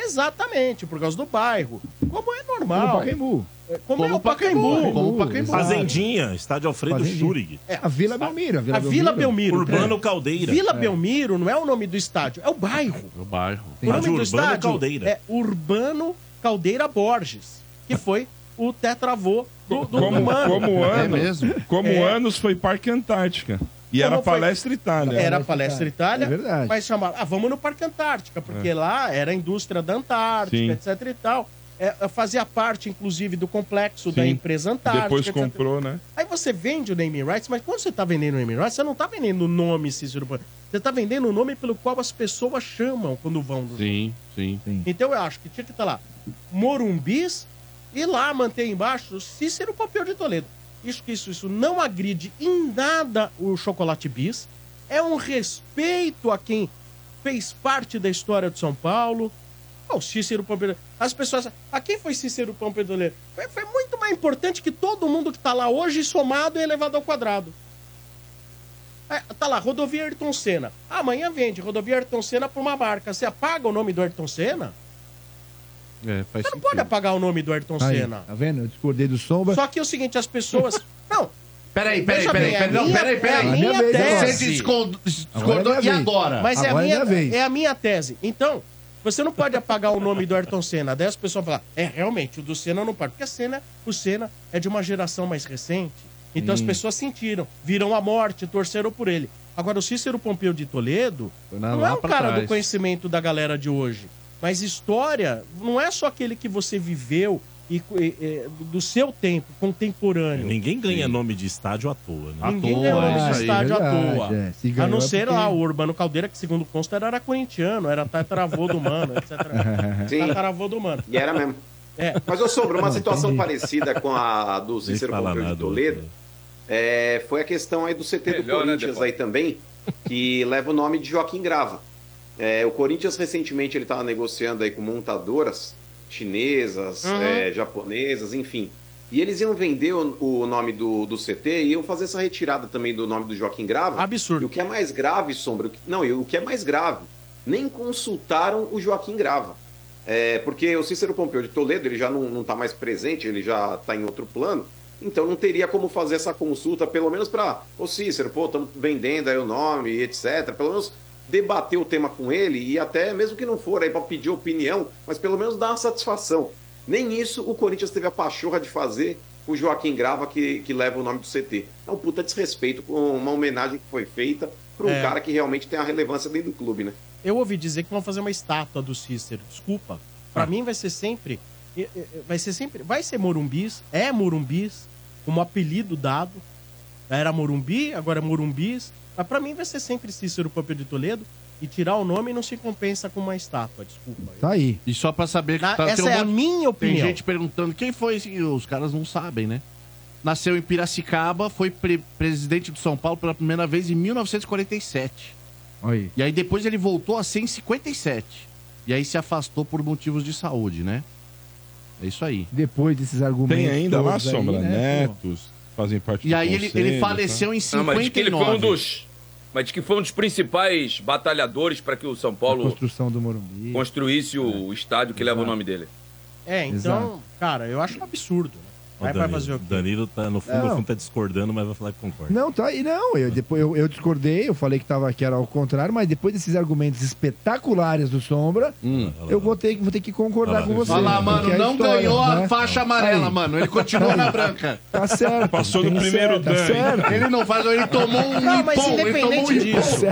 Exatamente, por causa do bairro. Como é normal. Como o Pacaembu. É, Como, é Como o o Pacaembu, Pacaembu. como o Pacaembu. Fazendinha, estádio Alfredo Fazendinha. Schurig. É, a Vila Belmiro. A Vila Belmiro. Urbano É. Caldeira. Vila É. Belmiro não é o nome do estádio, é o bairro. No bairro. O nome Rádio do Urbano estádio Caldeira. é Urbano Caldeira Borges, que foi o tetravô do, do Como, Urbano. como É ano, Como É. anos foi Parque Antártica. E Como era foi- Palestra Itália. Era Palestra Itália. É verdade. Mas chamaram, ah, vamos no Parque Antártica, porque É. lá era a indústria da Antártica, Sim. etc e tal. É, fazia parte, inclusive, do complexo da Sim. empresa Antártica. Depois etc. comprou, né? Aí você vende o naming rights, mas quando você tá vendendo o naming rights, você não tá vendendo o nome Cícero Pompeu. Você tá vendendo o nome pelo qual as pessoas chamam quando vão. Sim, sim. Então eu acho que tinha que estar lá Morumbis e lá manter embaixo Cícero Pompeu de Toledo. Isso que isso, isso não agride em nada o Chocolate Bis. É um respeito a quem fez parte da história de São Paulo. Ah, O Cícero Pompeu. As pessoas. A quem foi Cícero Pompeu de Toledo? Foi, foi muito mais importante que todo mundo que tá lá hoje somado e elevado ao quadrado. É, tá lá, rodovia Ayrton Senna. Amanhã vende rodovia Ayrton Senna pra uma marca. Você apaga o nome do Ayrton Senna? É, faz Você não pode apagar o nome do Ayrton Aí, Senna. tá vendo? Eu discordei do Sombra. Só que é o seguinte, as pessoas. Não. Peraí, peraí, Veja peraí, bem, peraí, é não, minha- peraí, peraí. é a minha tese. Você se discon- Agora discordou é minha e vez. agora? Mas é, a Agora minha, minha vez. é a minha tese. Então, você não pode apagar o nome do Ayrton Senna. Daí as pessoas falam, é, realmente, o do Senna não pode. Porque a Senna, o Senna é de uma geração mais recente. Então as Sim. pessoas sentiram, viram a morte, torceram por ele. Agora, o Cícero Pompeu de Toledo na- não é lá um pra cara do trás. conhecimento da galera de hoje. Mas história não é só aquele que você viveu e, e- e- do seu tempo, contemporâneo. Ninguém ganha nome de estádio à toa, né? Ninguém é ganhou nesse estádio à é, toa. a não ser lá o Urbano Caldeira, que segundo consta era corintiano, era tataravô do mano, etc. Sim. Tataravô do mano. E era mesmo. É. Mas, ô Sombra, uma Não, situação entendi. parecida com a do Cícero falar Pompeu de nada, Toledo é, foi a questão aí do CT do Melhor, né, Corinthians Depó? aí também, que leva o nome de Joaquim Grava. É, o Corinthians recentemente ele estava negociando aí com montadoras chinesas, Uhum. é, japonesas, enfim. E eles iam vender o, o nome do, do CT e iam fazer essa retirada também do nome do Joaquim Grava. Absurdo. E o que é mais grave, Sombra, o que- não, e o que é mais grave, nem consultaram o Joaquim Grava. É, porque o Cícero Pompeu de Toledo ele já não está mais presente, ele já está em outro plano. Então não teria como fazer essa consulta, pelo menos para o Cícero, pô, estamos vendendo aí o nome, e etc. Pelo menos debater o tema com ele e até, mesmo que não for aí para pedir opinião, mas pelo menos dar uma satisfação. Nem isso o Corinthians teve a pachorra de fazer o Joaquim Grava, que, que leva o nome do CT. É um puta desrespeito com uma homenagem que foi feita para um É. cara que realmente tem a relevância dentro do clube, né? Eu ouvi dizer que vão fazer uma estátua do Cícero. Desculpa. Pra mim vai ser sempre. e- e- Vai ser sempre. Vai ser Morumbis. É Morumbis. Como apelido dado. Era Morumbi, agora é Morumbis. Mas pra mim vai ser sempre Cícero Pompeu de Toledo. E tirar o nome não se compensa com uma estátua, desculpa. Tá aí. E só pra saber que Na- tá- tem um essa é a monte- minha opinião. Tem gente perguntando quem foi, esse- os caras não sabem, né? Nasceu em Piracicaba, foi pre- presidente do São Paulo pela primeira vez em 1947. Aí. E aí depois ele voltou a ser em 57. E aí se afastou por motivos de saúde, né? É isso aí. Depois desses argumentos. Tem ainda lá, todos aí, Sombra? né, pô? Netos fazem parte E do aí ele, conselho, tá? ele faleceu em Não, 59. mas diz que ele foi um dos. Mas diz que foi um dos principais batalhadores para que o São A Paulo construção do Morumbi. construísse o estádio que leva o nome dele. É, então, Exato. cara, eu acho um absurdo. Né? Ó, Aí vai Danilo, fazer o quê? Danilo tá, no fundo, Não. no fundo tá discordando, mas vai falar que concorda. Não, tá aí, não. Eu, depois, eu, eu discordei, eu falei que, tava, que era ao contrário, mas depois desses argumentos espetaculares do Sombra, eu vou ter, vou ter que Hum. concordar Olha lá. com você. Olha lá, porque mano, é não história, ganhou a né? faixa amarela, Aí. mano. Ele continua na branca. Tá certo. Passou tem do que primeiro ser, tá dano. certo. Ele não faz, ele tomou um Não, mas ipom, ele tomou um independente ipom. disso.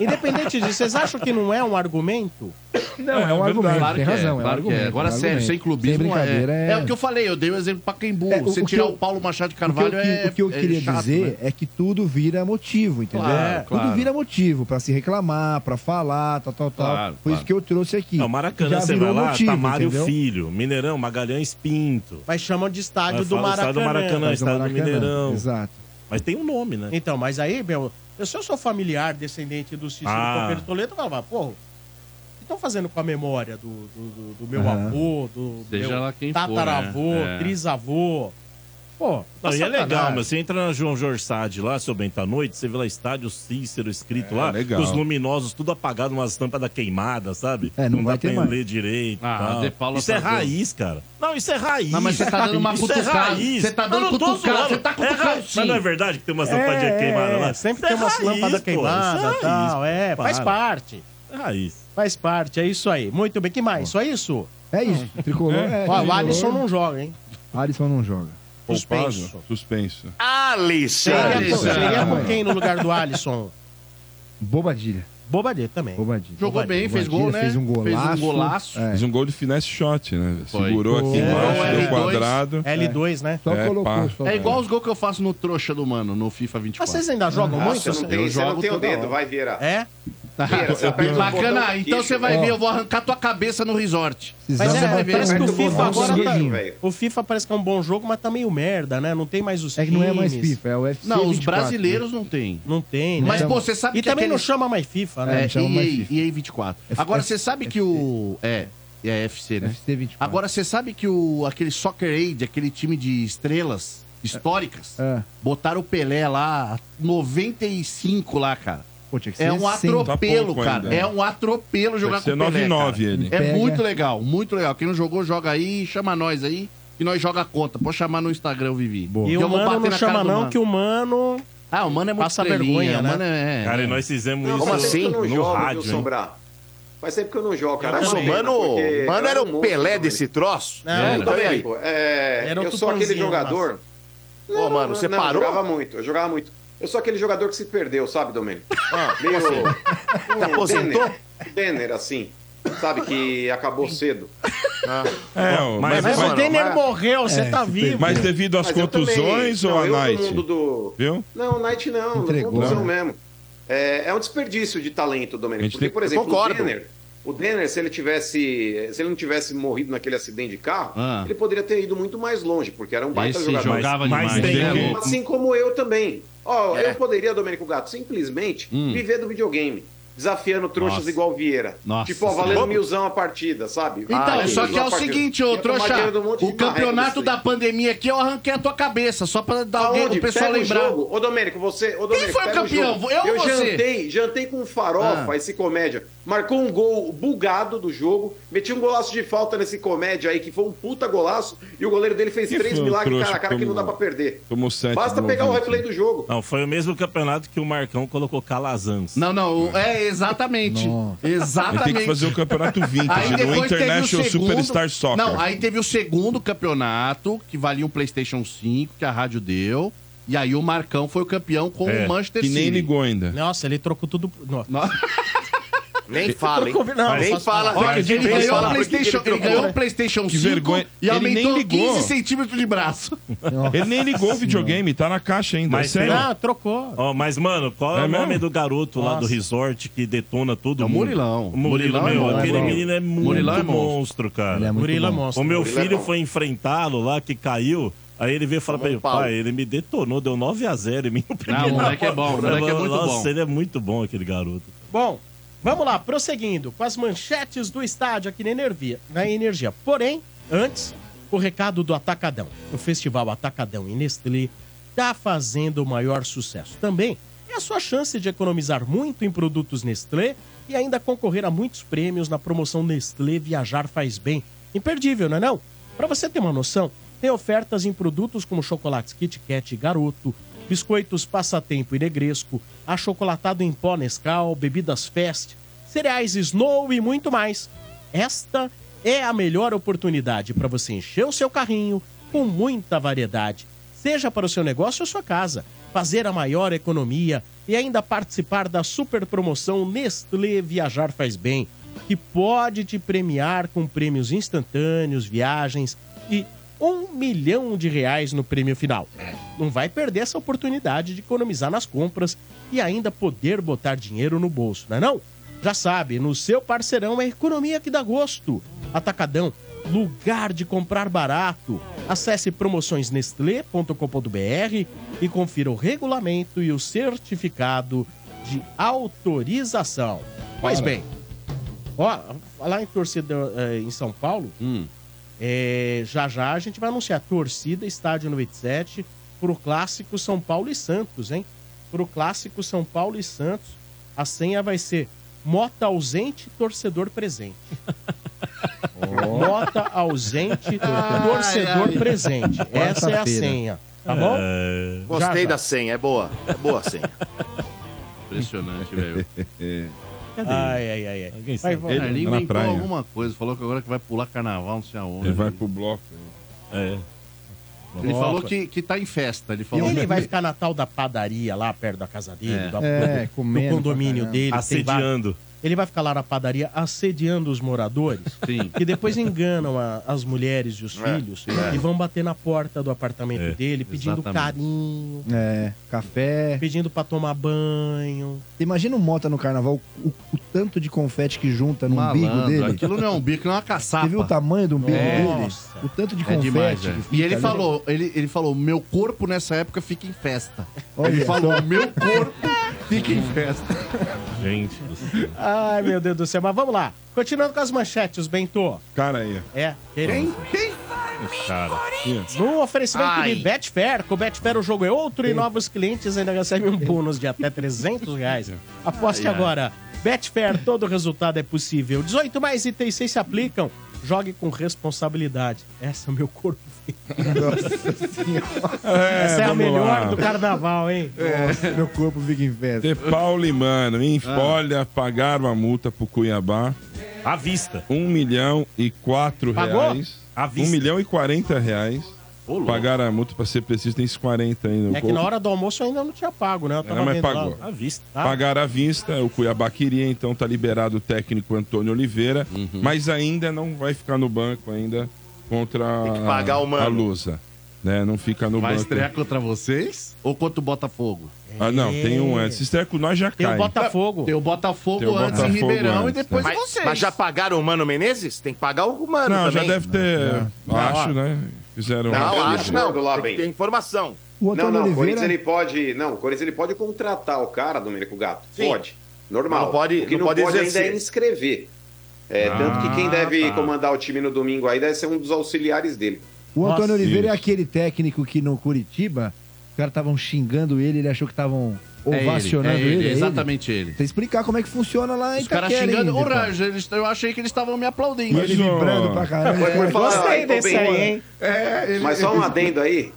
Independente disso, vocês acham que não é um argumento? Não, é, verdade. um argumento. Claro tem que é, razão. claro é um que é. argumento, Agora, é um sério, argumento. sem clubismo Sem brincadeira, é... é. é o que eu falei, eu dei o exemplo pra Caimbu. É, o- Você o que tirar eu- o Paulo Machado de O que eu, Carvalho que- é o que eu é queria chato, dizer né? é que tudo vira motivo, entendeu? Claro, claro. Tudo vira motivo pra se reclamar, pra falar, tal, tal, tal. Claro, Por isso claro. que eu trouxe aqui. Não, Maracanã, Já você vai virou lá, motivo, tá Mário entendeu? Filho, Mineirão, Magalhães Pinto. Mas chamam de estádio Mas do fala o Maracanã. estádio do Maracanã. Mas Estado do Maracanã, Mineirão. Exato. Mas tem um nome, né? Então, mas aí, meu, se eu sou familiar, descendente do Cícero Ah. Pompeu de Toledo, eu falava, porra, o que estão fazendo com a memória do, do, do- do meu Aham. avô, do Seja meu lá quem for, tataravô, né? É. trisavô? Pô, Não, tá e é sacanagem. legal, mas você entra na João Jorsade lá, seu Bento, à noite, você vê lá estádio Cícero É, escrito lá, legal. com os luminosos tudo apagado, umas tampas da queimada, sabe? É, não vai dá pra ter mais. ler direito. Ah, tal. De Paula Isso é atrasou. raiz, cara. Não, isso é raiz. Não, mas você tá dando uma Isso é cutucada. raiz. Você tá dando Eu não tô cutucada, zoando. você tá cutucando É raiz. sim. Mas não é verdade que tem umas tampadinhas É, queimadas lá? é, sempre Isso tem é umas raiz, lâmpadas pô. Isso é queimadas raiz, e tal. pô. É, faz Para. parte. É raiz. Faz parte, é isso aí. Muito bem, que mais? Só isso? É isso. Tricolor. É, Ó, o tricolor. Alisson não joga, hein? Alisson não joga. Suspenso. Poupado? Suspenso. Alisson! Seria, Alisson. seria com quem no lugar do Alisson? Bobadilha. Bobadeira também. Bobadilha. Jogou bem, fez Bobadilha gol, né? Fez um golaço. Fez um golaço. É. Fez um gol de finesse shot, né? Foi. Segurou aqui Foi. embaixo, É, deu L2. quadrado. L2, né? Só É, pá. colocou. Só É igual os gols que eu faço no trouxa do mano, no FIFA 24. Mas vocês ainda jogam Ah, muito? você não tem, você não tem o dedo, vai, Vieira. É? Vieira, você um aperta o botão Bacana, do então queixo, você vai Ó. ver, eu vou arrancar tua cabeça no resort. Então Mas Precisamos é, levantar parece que o um pouco FIFA o agora tá. joguinho. velho. O FIFA parece que é um bom jogo, mas tá meio merda, né? Não tem mais os É que não é mais times, FIFA, é o UFC. Não, os né? 24, brasileiros não tem. Não tem, né? né? Mas, pô, você sabe e que também não aqueles- chama mais FIFA, né? É, não chama mais EA, FIFA. EA 24. Agora, F- você sabe que o... É, é FC, Né? né? FC 24. Agora, você sabe que o, aquele Soccer Aid, aquele time de estrelas históricas, É. botaram o Pelé lá, 95 lá, cara. Pô, tinha que ser É um 100. atropelo, Tá pouco cara. ainda. É um atropelo jogar Deve com ser o Pelé, 9,9 cara. ele. É Pega. muito legal, muito legal. Quem não jogou, joga aí, chama nós aí, que nós joga a conta. Pode chamar no Instagram, Vivi. E Que o eu vou Mano bater não na cara chama do não, Mano. que o Mano... Ah, o Mano é muito passa estrelinha, vergonha, o né? Mano é... Cara, e nós fizemos Não, isso faz tempo que eu no não jogo, rádio, viu, hein? Sombra? Faz tempo que eu não jogo, cara. Mas É o uma pena, mano, porque mano eu era um o monstro, Pelé mano. desse troço? Não, É, ele eu também. também, pô. É, Era um eu sou aquele tupanzinho, jogador. Ô, mano, você parou? Eu jogava muito, eu jogava muito. Eu sou aquele jogador que se perdeu, sabe, Domênico? Meio. Um Ah, aposentou? Denner, Denner, assim. Sabe, que acabou cedo. É, ó, Mas- mas, Ah. Mas o mano, Denner Ah. mas- assim, morreu, você É, tá se vivo. mas devido às Mas eu também- contusões não, ou a eu no night? mundo do- Viu? Não, Knight não, Entregou, não né? mesmo. É, é um desperdício de talento, A Domênico. gente Porque, tem- por exemplo, o concordo. Denner, O Denner, se ele tivesse. Se ele não tivesse morrido naquele acidente de carro, Ah. ele poderia ter ido muito mais longe, porque era um baita Esse jogador. jogava Mas- mas demais, tem né? que- Assim como eu também. Ó, É. eu poderia, Domênico Gato, simplesmente Hum. viver do videogame. Desafiando trouxas Nossa. igual Vieira. Nossa tipo, ó, valendo Senhora. milzão a partida, sabe? Então, Valendo só que milzão é a o partida. seguinte, ô Ia tomar trouxa, dinheiro de um monte o de marreco campeonato desse da pandemia aqui eu arranquei a tua cabeça, só pra dar alguém, Aonde? o pessoal Pega o lembrar. jogo. Ô, Domênico, você. Ô, Domênico, foi o pega campeão? jogo. Eu ou você? jantei, jantei com farofa, Ah. esse comédia. Marcou um gol bugado do jogo, meti um golaço de falta nesse comédia aí, que foi um puta golaço, e o goleiro dele fez Que três foi um milagres trouxa cara a cara que não como- dá pra perder. Tomou sete. Basta do pegar o Wolverhampton. replay do jogo. Não, foi o mesmo campeonato que o Marcão colocou Calazans. Não, não, o- é exatamente. Exatamente. Ele tem que fazer o campeonato vintage, Aí no depois teve o International segundo- Superstar Soccer. Não, aí teve o segundo campeonato, que valia um PlayStation 5, que a rádio deu. E aí o Marcão foi o campeão com o Manchester City. ainda. Nossa, ele trocou tudo. Nem fala, hein? nem fala. Olha, ele nem ganhou fala o por que que ele PlayStation, ele trocou, ganhou né? o PlayStation 5 vergonha. e Ele nem aumentou ligou. 15 centímetros de braço. Ele nem ligou o videogame, tá na caixa ainda. Mas sério. tem- Ah, trocou. Ó, mas, mano, qual é, É o nome mesmo? do garoto lá do Nossa. resort que detona todo É o mundo? Murilão. O Murilo, Murilão é meu, monstro. aquele menino é muito Murilão é monstro. monstro, cara. Ele é muito Murilo é bom. monstro. O meu Murilo é filho bom. foi enfrentá-lo lá, que caiu. Aí ele veio e falou pra ele, pau. pai, ele me detonou, deu 9x0 em mim. no primeiro moleque é jogo." bom, o moleque é muito Nossa, bom. ele é muito bom, aquele garoto. Bom, vamos lá, prosseguindo com as manchetes do estádio aqui na Energia. Na energia. Porém, antes, o recado do Atacadão. O Festival Atacadão em Nestlé está fazendo o maior sucesso. Também é a sua chance de economizar muito em produtos Nestlé e ainda concorrer a muitos prêmios na promoção Nestlé Viajar Faz Bem. Imperdível, não é não? Para você ter uma noção, tem ofertas em produtos como chocolates Kit Kat e Garoto, biscoitos Passatempo e Negresco, achocolatado em pó Nescau, bebidas Fest, cereais Snow e muito mais. Esta é a melhor oportunidade para você encher o seu carrinho com muita variedade, seja para o seu negócio ou sua casa, fazer a maior economia e ainda participar da super promoção Nestlé Viajar Faz Bem, que pode te premiar com prêmios instantâneos, viagens e um milhão de reais no prêmio final. Não vai perder essa oportunidade de economizar nas compras e ainda poder botar dinheiro no bolso, não é não? Já sabe, no seu parceirão é a economia que dá gosto. Atacadão, lugar de comprar barato. Acesse promoçõesnestlé.com.br e confira o regulamento e o certificado de autorização. Pois bem, Ó, falar em torcida eh, em São Paulo, eh, já já a gente vai anunciar torcida estádio 97 pro clássico São Paulo e Santos, hein? Pro clássico São Paulo e Santos, a senha vai ser Mota ausente, torcedor presente. Mota ausente, Ai, torcedor ai. presente. Essa é a Quarta-feira. senha, tá bom? É. Gostei Já, já. da senha, é boa. É boa a senha. Impressionante, velho. Cadê? Ai, ai, ai, ai. Alguém sabe? Vai, vai. Ele Tá na então. inventou praia. alguma coisa, falou que agora que vai pular carnaval, não sei aonde. Ele vai pro bloco. né? É. Ele Opa. falou que, que tá em festa. Ele falou Ele vai ficar na tal da padaria lá perto da casa dele, É. da- É, do, comendo do condomínio pra caramba. dele. tem vários- Assediando. Ele vai ficar lá na padaria assediando os moradores, Sim. que depois enganam a- as mulheres e os filhos É. e vão bater na porta do apartamento dele pedindo exatamente. carinho, É, café. pedindo pra tomar banho. Imagina o Mota no carnaval, o, o tanto de confete que junta no umbigo Malandro, dele. aquilo não é um bico, é uma caçapa. Você viu o tamanho do umbigo Nossa. dele? O tanto de É confete. demais, que velho. fica E ele ali. falou, ele, ele falou, meu corpo nessa época fica em festa. Olha ele só. falou, meu corpo fica em festa. Gente do céu. Ai, meu Deus do céu, mas vamos lá. Continuando com as manchetes, Bento. Cara aí. É, querendo. Cara. No oferecimento de Betfair, com o Betfair o jogo é outro e novos clientes ainda recebem um bônus de até 300 reais. Aposte Ai, ai. agora. Betfair, todo resultado é possível. 18 mais itens 6 se aplicam. Jogue com responsabilidade. Essa, meu corpo. Essa é a vamos melhor lá. do carnaval, hein? Nossa, É, meu corpo fica em festa. De Pauli, mano, em Ah. Folha, pagaram a multa pro Cuiabá. À vista. Um milhão e quatro Pagou? reais. À Um vista. milhão e quarenta reais. Pagaram a multa, pra ser preciso, tem esses 40 ainda. um É que na hora do almoço eu ainda não tinha pago, né? Eu tava Não, mas vendo pagou. lá. À vista. tá? Pagaram à vista, o Cuiabá queria, então tá liberado o técnico Antônio Oliveira, mas ainda não vai ficar no banco ainda contra que pagar o a, mano. a Lusa. né? Não fica no Vai banco. estrear contra vocês ou contra o Botafogo? É. Ah, não, tem um antes. Se estreia com nós, já cai. Tá Tem o Botafogo Tem o antes Botafogo em Ribeirão antes, e depois né? vocês. Mas já pagaram o Mano Menezes? Tem que pagar o Mano Não, já também. deve ter. Acho, né? Fizeram. Não, acho não. Lá Tem bem. que ter informação. não, não, o Corinthians ele pode. Não, o Corinthians ele pode contratar o cara, Domênico Gato. Sim. Pode. Normal. Não pode- o que não não, pode pode, exercer. ainda é inscrever. É, Ah, tanto que quem deve tá. comandar o time no domingo aí deve ser um dos auxiliares dele. O Antônio Oliveira é aquele técnico que no Curitiba, os caras estavam xingando ele, ele achou que estavam É ele, ovacionando é ele, ele, é exatamente ele. Você explicar como é que funciona lá em Os caras Itaquera xingando. ainda, Ô, cara. Raja, eles- eu achei que eles estavam me aplaudindo. E ele vibrando pra caramba. Foi por falar, Gostei ah, desse Rubem, aí, hein? É, ele- Mas só um ele- adendo aí.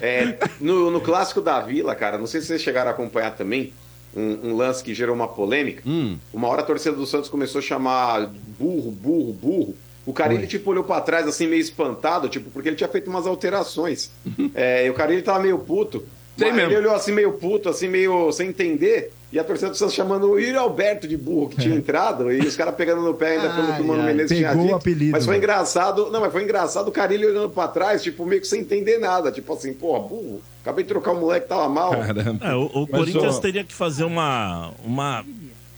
É, no, no clássico da Vila, cara, não sei se vocês chegaram a acompanhar também. Um, um lance que gerou uma polêmica. Hum. Uma hora a torcida do Santos começou a chamar burro, burro, burro. O cara ele tipo olhou pra trás assim meio espantado, tipo porque ele tinha feito umas alterações. É, e o cara ele tava meio puto. Mas Ele olhou assim meio puto, assim meio sem entender. E a torcida do Santos chamando o Yuri Alberto de burro que tinha entrado e os caras pegando no pé ainda pelo que o Mano É. Ai, ai. Menezes tinha Pegou o dito. apelido, né? mas foi mano. engraçado, não, mas foi engraçado o Carilho olhando pra trás, tipo, meio que sem entender nada. Tipo assim, porra, burro, acabei de trocar o moleque que tava mal. É, o, o Corinthians teria que fazer uma, uma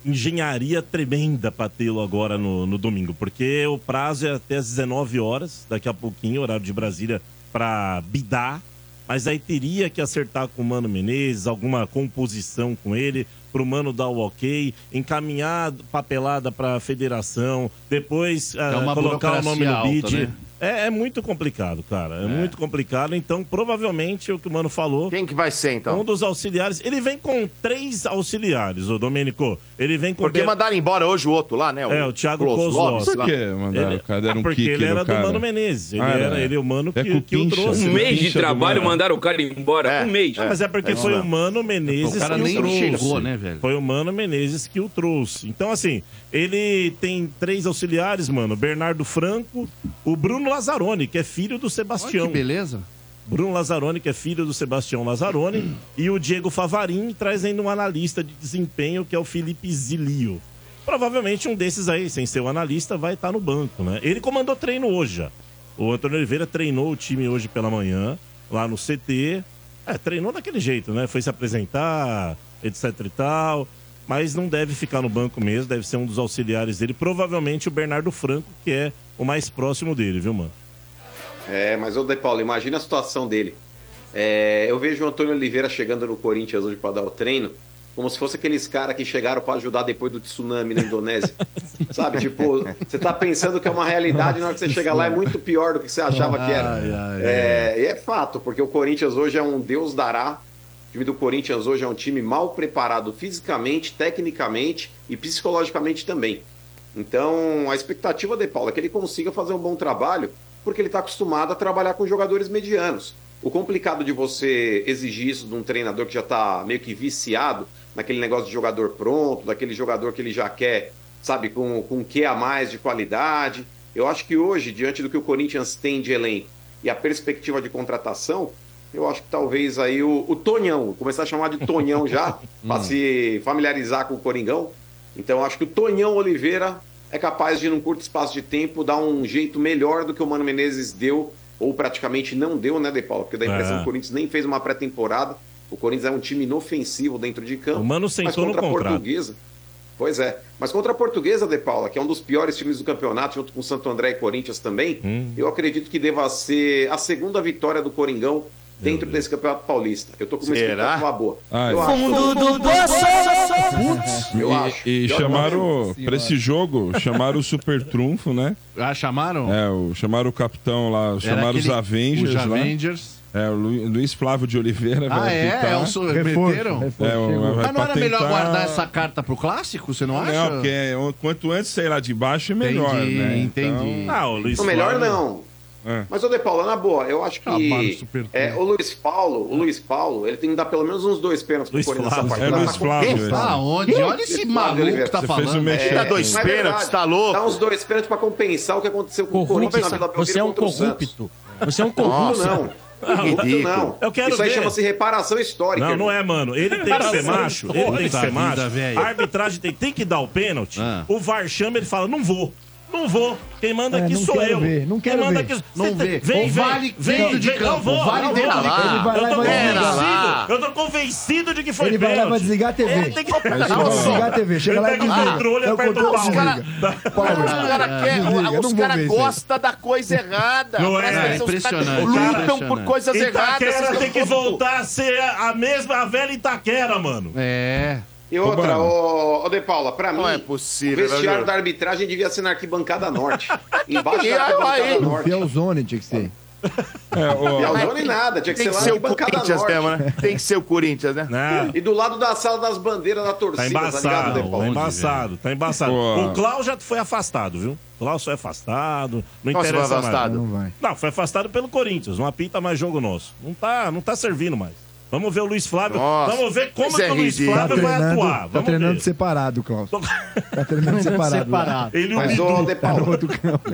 engenharia tremenda para tê-lo agora no, no domingo, porque o prazo é até as 19 horas, daqui a pouquinho, horário de Brasília, para bidar. Mas aí teria que acertar com o Mano Menezes, alguma composição com ele, pro Mano dar o ok, encaminhar papelada para a federação, depois ah, É uma colocar o nome no burocracia bid. alta, né? É, é muito complicado, cara. É, muito complicado. Então, provavelmente, o que o Mano falou. Quem que vai ser, então? Um dos auxiliares. Ele vem com três auxiliares, o Domênico. Ele vem com. Porque Be- mandaram embora hoje o outro lá, né? É, o Thiago Kozlov, Kozlov. sei lá. Por quê, mandaram? Cara, deram um é, porque kick ele no era do cara. Mano Menezes. Ele Ah, era é. ele, o Mano, É que, com que o pincha, trouxe. com Um mês de pincha do trabalho Mano. mandaram o cara embora. Um mês. Ah, Mas é porque É, foi não. o Mano Menezes O cara que o nem trouxe. chegou, né, velho? Foi o Mano Menezes que o trouxe. Então, assim, ele tem três auxiliares, mano. Bernardo Franco, o Bruno Lazzaroni, que é filho do Sebastião. que beleza. Bruno Lazzaroni, que é filho do Sebastião Lazzaroni. e o Diego Favarin, trazendo um analista de desempenho, que é o Felipe Zilio. Provavelmente um desses aí, sem ser o analista, vai estar no banco, né? Ele comandou treino hoje, já. O Antônio Oliveira treinou o time hoje pela manhã, lá no CT. É, treinou daquele jeito, né? Foi se apresentar, etc e tal. Mas não deve ficar no banco mesmo, deve ser um dos auxiliares dele. Provavelmente o Bernardo Franco, que é o mais próximo dele, viu, mano? É, mas ô De Paulo, imagina a situação dele. É, eu vejo o Antônio Oliveira chegando no Corinthians hoje para dar o treino, como se fosse aqueles caras que chegaram para ajudar depois do tsunami na Indonésia. Sabe, tipo, você tá pensando que é uma realidade, na hora que você chega lá é muito pior do que você achava que era. Ai, ai, é, e é fato, porque o Corinthians hoje é um Deus dará. O time do Corinthians hoje é um time mal preparado fisicamente, tecnicamente e psicologicamente também. Então, a expectativa de Paulo é que ele consiga fazer um bom trabalho, porque ele está acostumado a trabalhar com jogadores medianos. O complicado de você exigir isso de um treinador que já está meio que viciado naquele negócio de jogador pronto, daquele jogador que ele já quer, sabe, com, com que a mais de qualidade. Eu acho que hoje, diante do que o Corinthians tem de elenco e a perspectiva de contratação, eu acho que talvez aí o, o Tonhão, começar a chamar de Tonhão já, para se familiarizar com o Coringão. Então eu acho que o Tonhão Oliveira é capaz de, num curto espaço de tempo, dar um jeito melhor do que o Mano Menezes deu, ou praticamente não deu, né, De Paulo? Porque dá a impressão É. que o Corinthians nem fez uma pré-temporada. O Corinthians é um time inofensivo dentro de campo. O Mano mas sentou no contra a contrato. Portuguesa. Pois é. Mas contra a Portuguesa, De Paula, que é um dos piores times do campeonato, junto com o Santo André e Corinthians também, Hum. eu acredito que deva ser a segunda vitória do Coringão dentro desse campeonato paulista. Eu tô com uma Será? expectativa boa. Ai. Ah, eu é. acho. Fundo do poço. Eu e, acho. e Pior é chamaram, momento. pra esse jogo, chamaram o Super Trunfo, né? Ah, chamaram? É, o, chamaram o capitão lá, chamaram os aquele- Avengers os lá. Avengers. É, o Lu- Luiz Flávio de Oliveira Ah, vai é? pitar. É o su- Reforço, meteram? reforço, É, o- chegou. vai Mas não era patentar- melhor guardar essa carta pro clássico? Você não acha? Não, porque é, o- quanto antes sair lá de baixo é melhor, Entendi, né? entendi. Ah, o Luiz Não, melhor Flávio- não. É. Mas, ô De Paula, na boa, eu acho Chamaram o que Super é, o Luiz Paulo, o Luiz Paulo, ele tem que dar pelo menos uns dois pênaltis pro Luiz Corinthians nessa Flávio. partida. É Tá Luiz com- Flávio. Tá esse. onde? Olha esse maluco que tá Você fez falando. o mexer. Dá dois Não é pênaltis, verdade. tá louco? Dá uns dois pênaltis pra compensar o que aconteceu com o Corrupto, Corinthians na Vila você é Belmiro um contra o Santos. corrupto. Você é um Corrupto corrupto. não. Corrupto ridículo. não. Eu quero Isso aí ver. chama-se reparação histórica. Não, não irmão. é, mano. Ele Tá tem que ser macho. Ele tem que Puta ser macho. vida, velho. a arbitragem tem, tem que dar o pênalti. Ah. O VAR chama, ele fala, não vou. Não vou. Quem manda É, aqui não sou quero eu. ver, não quero Quem manda ver. aqui... Não Cê- tá- vê. Vem, vem, O vale vem, dentro de vem. campo, Não vou. o vale não dentro vou. de campo. Ele vai Eu lá e tô vai desligar. convencido. Eu tô convencido de que foi Ele vai lá e vai pênalti. desligar a TV. Ele tem que Ele vai desligar a TV. Chega lá e Ele pega o desliga. controle e Eu aperta o pau. controle, Tá. Mas desliga. né? os Ah, caras quer, desliga, eu não é os vou ver caras isso aí. gostam da coisa errada. Não Presta é, é atenção, os caras impressionante, Lutam impressionante. por coisas erradas. Itaquera vocês estão tem que todo- voltar a ser a a mesma a velha Itaquera, mano. É. E outra, ô, ô De Paula, pra mim, é o possível, vestiário né, da arbitragem devia ser na arquibancada norte. Embaixo Tá E da aí, arquibancada aí? tá norte. No Pielzone é tinha que ser. É, Piauzão nem nada, tinha que Tem ser que lá ser na o arquibancada Corinthians norte. mesmo, né? Tem que ser o Corinthians, né? Ah. E do lado da sala das bandeiras da torcida, Tá tá ligado, embaçado, De né? Paula? tá embaçado, tá embaçado. Pô. O Klaus já foi afastado, viu? O Klaus foi afastado, não Nossa, interessa foi mais. afastado? Não vai. Não, foi afastado pelo Corinthians, não apita mais jogo nosso. Não tá, não tá servindo mais. Vamos ver o Luiz Flávio, Nossa, vamos ver como isso é que o Luiz ridículo. Flávio vai atuar. Tá Vamos treinando ver. separado, Klaus. Tá treinando separado. Separado. Ele e o Mas, Bidu. ô, De Paulo. Tá no outro campo.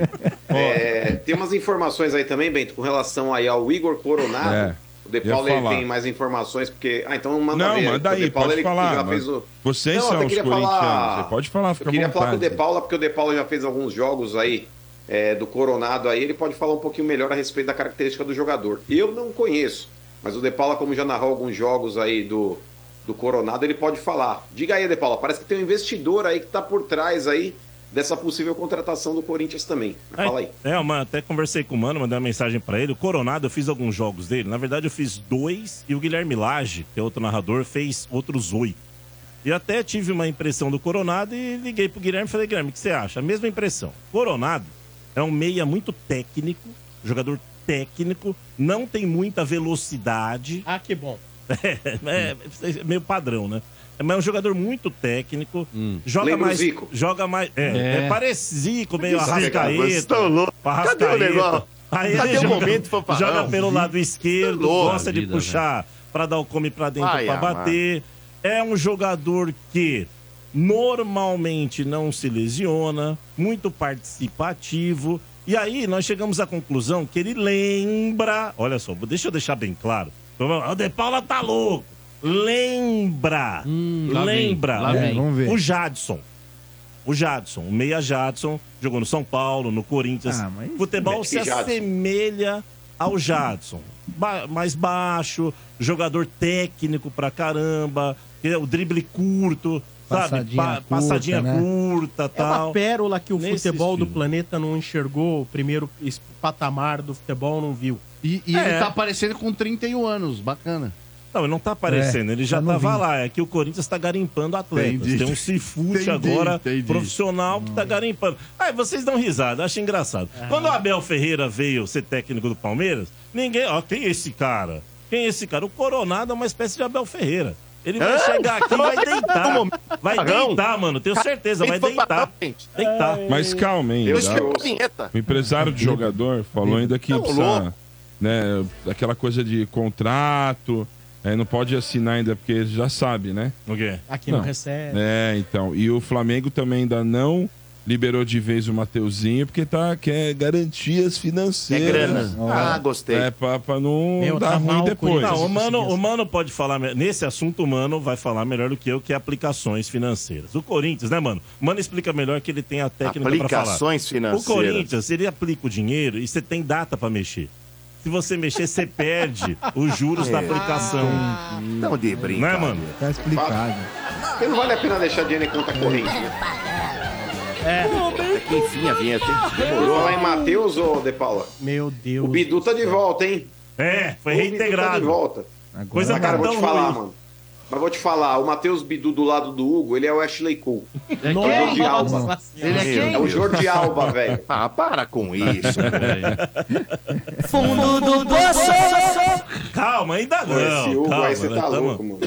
É, tem umas informações aí também, Bento, com relação aí ao Igor Coronado. É, O De ia Paula ele falar. tem mais informações, porque. Ah, então manda Não, ver. manda O De aí, Paula, pode ele já falar. fez mas o- Vocês Não, são eu os queria corintianos. falar- Você pode falar, fica Eu à queria falar com o De vontade. Paula, porque o De Paula já fez alguns jogos aí é, do Coronado aí. Ele pode falar um pouquinho melhor a respeito da característica do jogador. Eu não conheço, mas o De Paula, como já narrou alguns jogos aí do, do Coronado, ele pode falar. Diga aí, De Paula, parece que tem um investidor aí que tá por trás aí dessa possível contratação do Corinthians também. É, Fala aí. É, uma, até conversei com o Mano, mandei uma mensagem pra ele. O Coronado, eu fiz alguns jogos dele. Na verdade, eu fiz dois e o Guilherme Lage, que é outro narrador, fez outros oito. E até tive uma impressão do Coronado e liguei pro Guilherme e falei, Guilherme, o que você acha? A mesma impressão. Coronado é um meia muito técnico, jogador técnico, não tem muita velocidade. Ah, que bom. É, é, é meio padrão, né? Mas é um jogador muito técnico, joga Hum. Lembra o mais. Zico. Joga mais. É, É. é parece Zico, meio Zico, cara, arrascaeta. vocês tão loucos. arrascaeta. Cadê o negócio? Aí Cadê ele o joga, momento fanfarrão? tá Joga pelo lado esquerdo, louco. gosta de Vida, né? puxar pra dar o come pra dentro Ai, pra amado. bater. É um jogador que normalmente não se lesiona, muito participativo. E aí nós chegamos à conclusão que ele lembra. Olha só, deixa eu deixar bem claro. O De Paula tá louco. Lembra. Hum, lá vem, lembra. lá vem. É, vamos ver. O Jadson. O Jadson, o meia Jadson, jogou no São Paulo, no Corinthians. Ah, mas- Futebol se Que Jadson? assemelha ao Jadson. Ba- mais baixo, jogador técnico pra caramba, que é o drible curto, sabe? Passadinha curta, passadinha né? curta, É tal. uma pérola que o Nesse futebol do estilo. planeta não enxergou, o primeiro es- patamar do futebol não viu. E, E É. ele tá aparecendo com 31 anos, bacana. Não, ele não tá aparecendo, ele já tava lá. É que o Corinthians tá garimpando atletas. Entendi. Tem um Cifute Entendi, agora, entendi. profissional, que tá garimpando. Aí vocês dão risada, acho engraçado. Quando o Abel Ferreira veio ser técnico do Palmeiras, ninguém. Ó, quem é esse cara? Quem é esse cara? O Coronado é uma espécie de Abel Ferreira. Ele vai Ah? chegar aqui e vai deitar. Vai Pagão. deitar, mano, tenho certeza, Quem vai foi deitar. pagão, Deitar. Mas calma, hein? Eu já. escrevo O empresário do jogador falou ainda que Tá precisa, louco. né, aquela coisa de contrato, é, não pode assinar ainda, porque ele já sabe, né? O quê? Aqui não recebe. É, então. E o Flamengo também ainda não liberou de vez o Mateuzinho, porque tá, quer garantias financeiras. Quer grana. Ah, gostei. É, pra, pra não Meu, dar tá ruim mal, depois. Não, o mano, o mano pode falar. me- Nesse assunto, o mano vai falar melhor do que eu, que é aplicações financeiras. O Corinthians, né, mano? O mano explica melhor que ele tem a técnica pra falar. Aplicações O financeiras. Corinthians, ele aplica o dinheiro e você tem data pra mexer. Se você mexer, você perde os juros da É. aplicação. Não de Né, mano? Tá explicado. Porque não vale a pena deixar dinheiro em conta corrente. né? É. Enfim, a vinheta. Demorou. Falar em Matheus ou De Paula? Meu Deus. O Bidu tá de volta, hein? É, foi O Bidu reintegrado. Tá de volta. Coisa Mas, cara, tá vou te tão falar, ruim. mano. Mas vou te falar, o Matheus Bidu do lado do Hugo, ele é o Ashley Cole. É o quem? Jordi Alba. Nossa Ele é quem? É o Jordi Alba, velho. Ah, para com isso. Fundo do poço. Calma, ainda não. Esse Hugo calma, aí, você nós tá tamo- louco,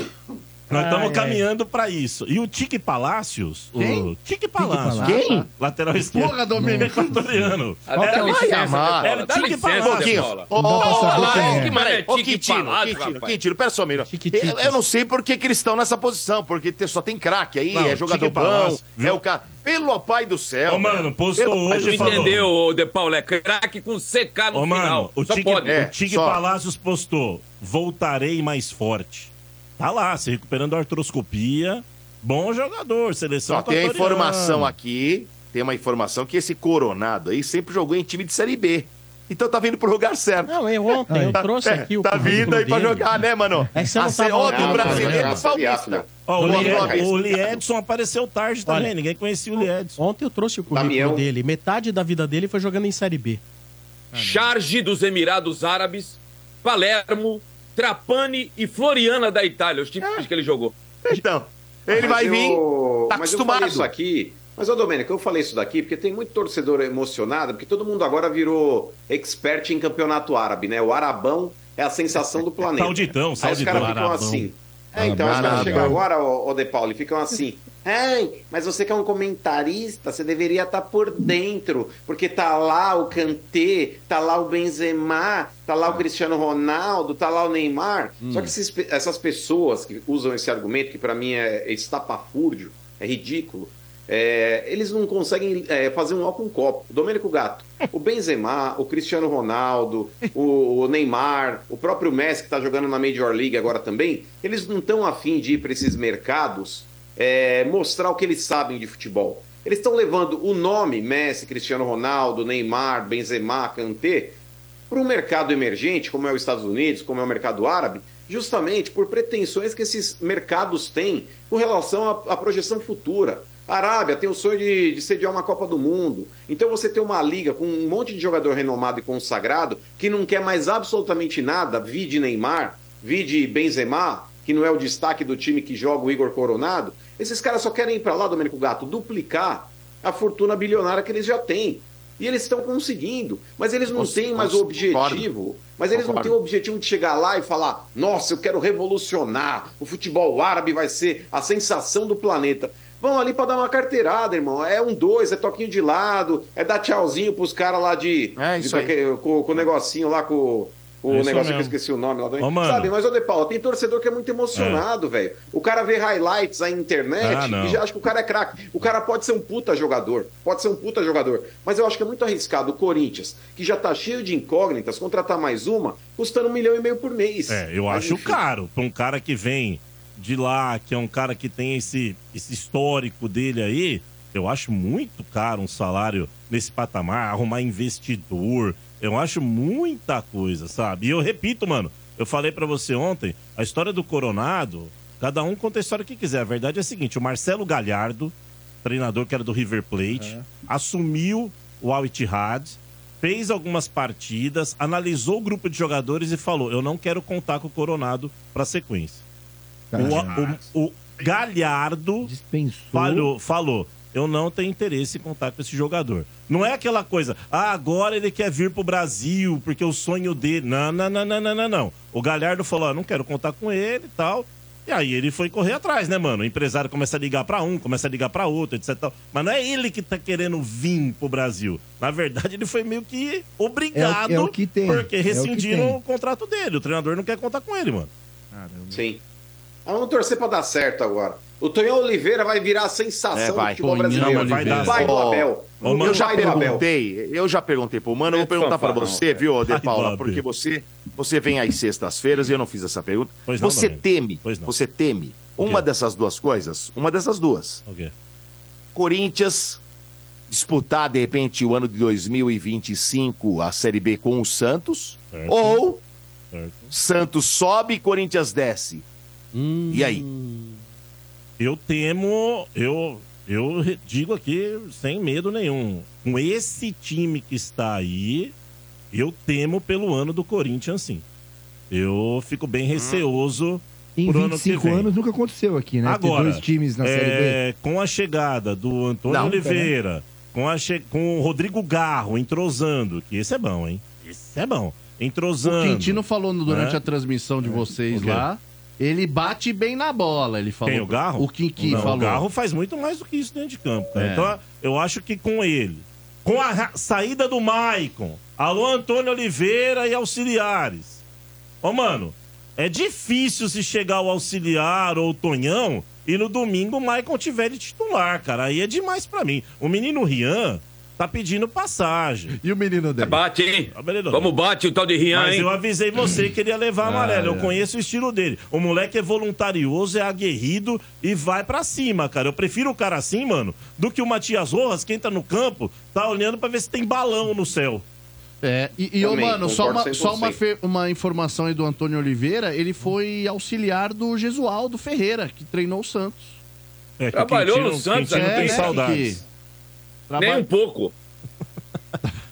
Nós Ai, estamos ai. caminhando pra isso. E o Tique Palácios? Quem? O Tique Palácios. Palácios. Quem? Lateral esquerdo. Porra, Domênico. Equatoriano. Qual que é o Tique- Ai, amado. Era o Dá Tique licença, Palácios. Decola. Não dá pra Ô, saber quem Alex, é. que mané- Ô, Tique Quintino, Ah, Palácio, Quintino, rapaz. Quintino, pera só, melhor. Eu, eu não sei por que, que eles estão nessa posição, porque te- só tem craque aí, Não, é jogador Tique bom, Palácio, é o cara. Pelo pai do céu. Ô, mano, postou Pelo pai hoje do e Mas não céu. entendeu, ô, De Paulo, é craque com CK no Ô, final. mano, o Só Tig, pode. o É, Tig Palácios postou: voltarei mais forte. Tá lá, se recuperando da artroscopia. Bom jogador, seleção Só tem a equatoriana. informação aqui tem uma informação que esse coronado aí sempre jogou em time de Série B. Então tá vindo pro lugar certo. Não, eu ontem, eu trouxe aqui o Tá vindo aí pra currículo jogar, dele. né, mano? É que você não A tava CO lá, do né? brasileiro Não, é não. paulista. Ó, o, Boa Lie- noite. o Liedson apareceu tarde também, ninguém conhecia o Liedson. Ontem eu trouxe o currículo Damião. dele. Metade da vida dele foi jogando em Série B. Charge dos Emirados Árabes, Palermo, Trapani e Floriana da Itália, os times que ele jogou. Então, Mas eu- Tá mas Eu falei isso aqui. Mas, ô Domênico, eu falei isso daqui porque tem muito torcedor emocionado, porque todo mundo agora virou expert em campeonato árabe, né? O arabão é a sensação do planeta. Sauditão, Aí os sauditão, caras ficam arabão. assim. É, Ah, então, os caras Arabão. chegam agora, ô, ô De Paulo, e ficam assim. Ai, mas você que é um comentarista, você deveria estar por dentro, porque tá lá o Kanté, tá lá o Benzema, tá lá o Cristiano Ronaldo, tá lá o Neymar. Só que esses pe- essas pessoas que usam esse argumento, que pra mim é estapafúrdio, é ridículo, é, eles não conseguem é, fazer um álcool com um copo. Domênico Gato, o Benzema, o Cristiano Ronaldo, o, o Neymar, o próprio Messi que tá jogando na Major League agora também, eles não estão afim de ir pra esses mercados é, mostrar o que eles sabem de futebol. Eles estão levando o nome Messi, Cristiano Ronaldo, Neymar, Benzema, Kanté para um mercado emergente, como é os Estados Unidos, como é o mercado árabe, justamente por pretensões que esses mercados têm com relação à, à projeção futura. A Arábia tem o sonho de, de sediar uma Copa do Mundo. Então você tem uma liga com um monte de jogador renomado e consagrado que não quer mais absolutamente nada, vi de Neymar, vi de Benzema, que não é o destaque do time que joga o Igor Coronado. Esses caras só querem ir para lá, Domênico Gato, duplicar a fortuna bilionária que eles já têm. E eles estão conseguindo, mas eles não Cons- têm mais o cons- objetivo. Mas eles não têm o objetivo de chegar lá e falar: nossa, eu quero revolucionar, o futebol árabe vai ser a sensação do planeta. Vão ali pra dar uma carteirada, irmão. É um dois, é toquinho de lado, é dar tchauzinho pros caras lá de. É de isso aí. daque- com, com o negocinho lá com. O É isso negócio que eu mesmo. esqueci o nome lá do. Ô, mano. Sabe, mas, ô De Paulo, tem torcedor que é muito emocionado, velho. O cara vê highlights aí na internet Ah, não. e já acha que o cara é craque. O cara pode ser um puta jogador, pode ser um puta jogador, mas eu acho que é muito arriscado o Corinthians, que já tá cheio de incógnitas, contratar mais uma, custando um milhão e meio por mês. É, eu Mas, acho enfim. caro pra um cara que vem de lá, que é um cara que tem esse, esse histórico dele aí. Eu acho muito caro um salário nesse patamar, arrumar investidor. Eu acho muita coisa, sabe? E eu repito, mano, eu falei pra você ontem, a história do Coronado, cada um conta a história que quiser. A verdade é a seguinte, o Marcelo Galhardo, treinador que era do River Plate, assumiu o Al Ittihad, fez algumas partidas, analisou o grupo de jogadores e falou: Eu não quero contar com o Coronado para sequência. O, o- o Galhardo falou, falou: Eu não tenho interesse em contar com esse jogador. Não é aquela coisa, ah, agora ele quer vir pro Brasil, porque é o sonho dele. Não, não, não, não, não, não, não. O Galhardo falou: ah, não quero contar com ele e tal. E aí ele foi correr atrás, né, mano? O empresário começa a ligar pra um, começa a ligar pra outro, etc. tal. Mas não é ele que tá querendo vir pro Brasil. Na verdade, ele foi meio que obrigado, É o- é o que tem, porque é o que rescindiram tem. o contrato dele. O treinador não quer contar com é ele, mano. Sim. Ah, vamos torcer pra dar certo agora. O Tonhão Oliveira vai virar a sensação É, vai. do futebol Tonhão brasileiro. Oliveira. O pai do Ô, Abel. ô, mano, eu já pai do Abel. perguntei, eu já perguntei pro mano, eu vou Não é perguntar pra fanfarrão, você, cara. viu, Ai, De Paula, Bob. porque você, você vem às sextas-feiras e eu não fiz essa pergunta. Pois não, você Domênico. teme, Pois não. você teme O quê? uma dessas duas coisas, uma dessas duas. Ok. Corinthians disputar de repente o ano de 2025 a Série B com o Santos Certo. ou Certo. Santos sobe e Corinthians desce. E aí? Hum. Eu temo, eu, eu re- digo aqui sem medo nenhum. Com esse time que está aí, eu temo pelo ano do Corinthians, sim. Eu fico Hum. bem receoso Em pro ano que 25 vem. anos nunca aconteceu aqui, né? Agora, Ter dois times é, na Série B. com a chegada do Antônio Não, Oliveira, com, a che- com o Rodrigo Garro entrosando, que esse é bom, hein? Esse é bom. O Entrosando. Quintino falou no- durante né? a transmissão de vocês O quê? lá. Ele bate bem na bola, ele falou. Quem, o Garro? O Kinki Não, falou. O Garro faz muito mais do que isso dentro de campo. cara. É. Então, eu acho que com ele, com a ra- saída do Maicon, alô Antônio Oliveira e auxiliares. Ô, mano, é difícil se chegar o auxiliar ou o Tonhão e no domingo o Maicon tiver de titular, cara. Aí é demais pra mim. O menino Rian tá pedindo passagem. E o menino dele? É, Bate, hein? Vamos bate o tal de Rian, Tá Mas hein? eu avisei você que ele ia Ah, levar amarelo. é. Eu conheço o estilo dele. O moleque é voluntarioso, é aguerrido e vai pra cima, cara. Eu prefiro o cara assim, mano, do que o Matias Rojas, que entra no campo, tá olhando pra ver se tem balão no céu. É, E, e ô, mano, só, uma, só uma, fe- uma informação aí do Antônio Oliveira, ele foi auxiliar do Gesualdo Ferreira, que treinou o Santos. É, que Trabalhou Quintino- no Santos, Quintino é, aqui. tem saudades. Nem um pouco.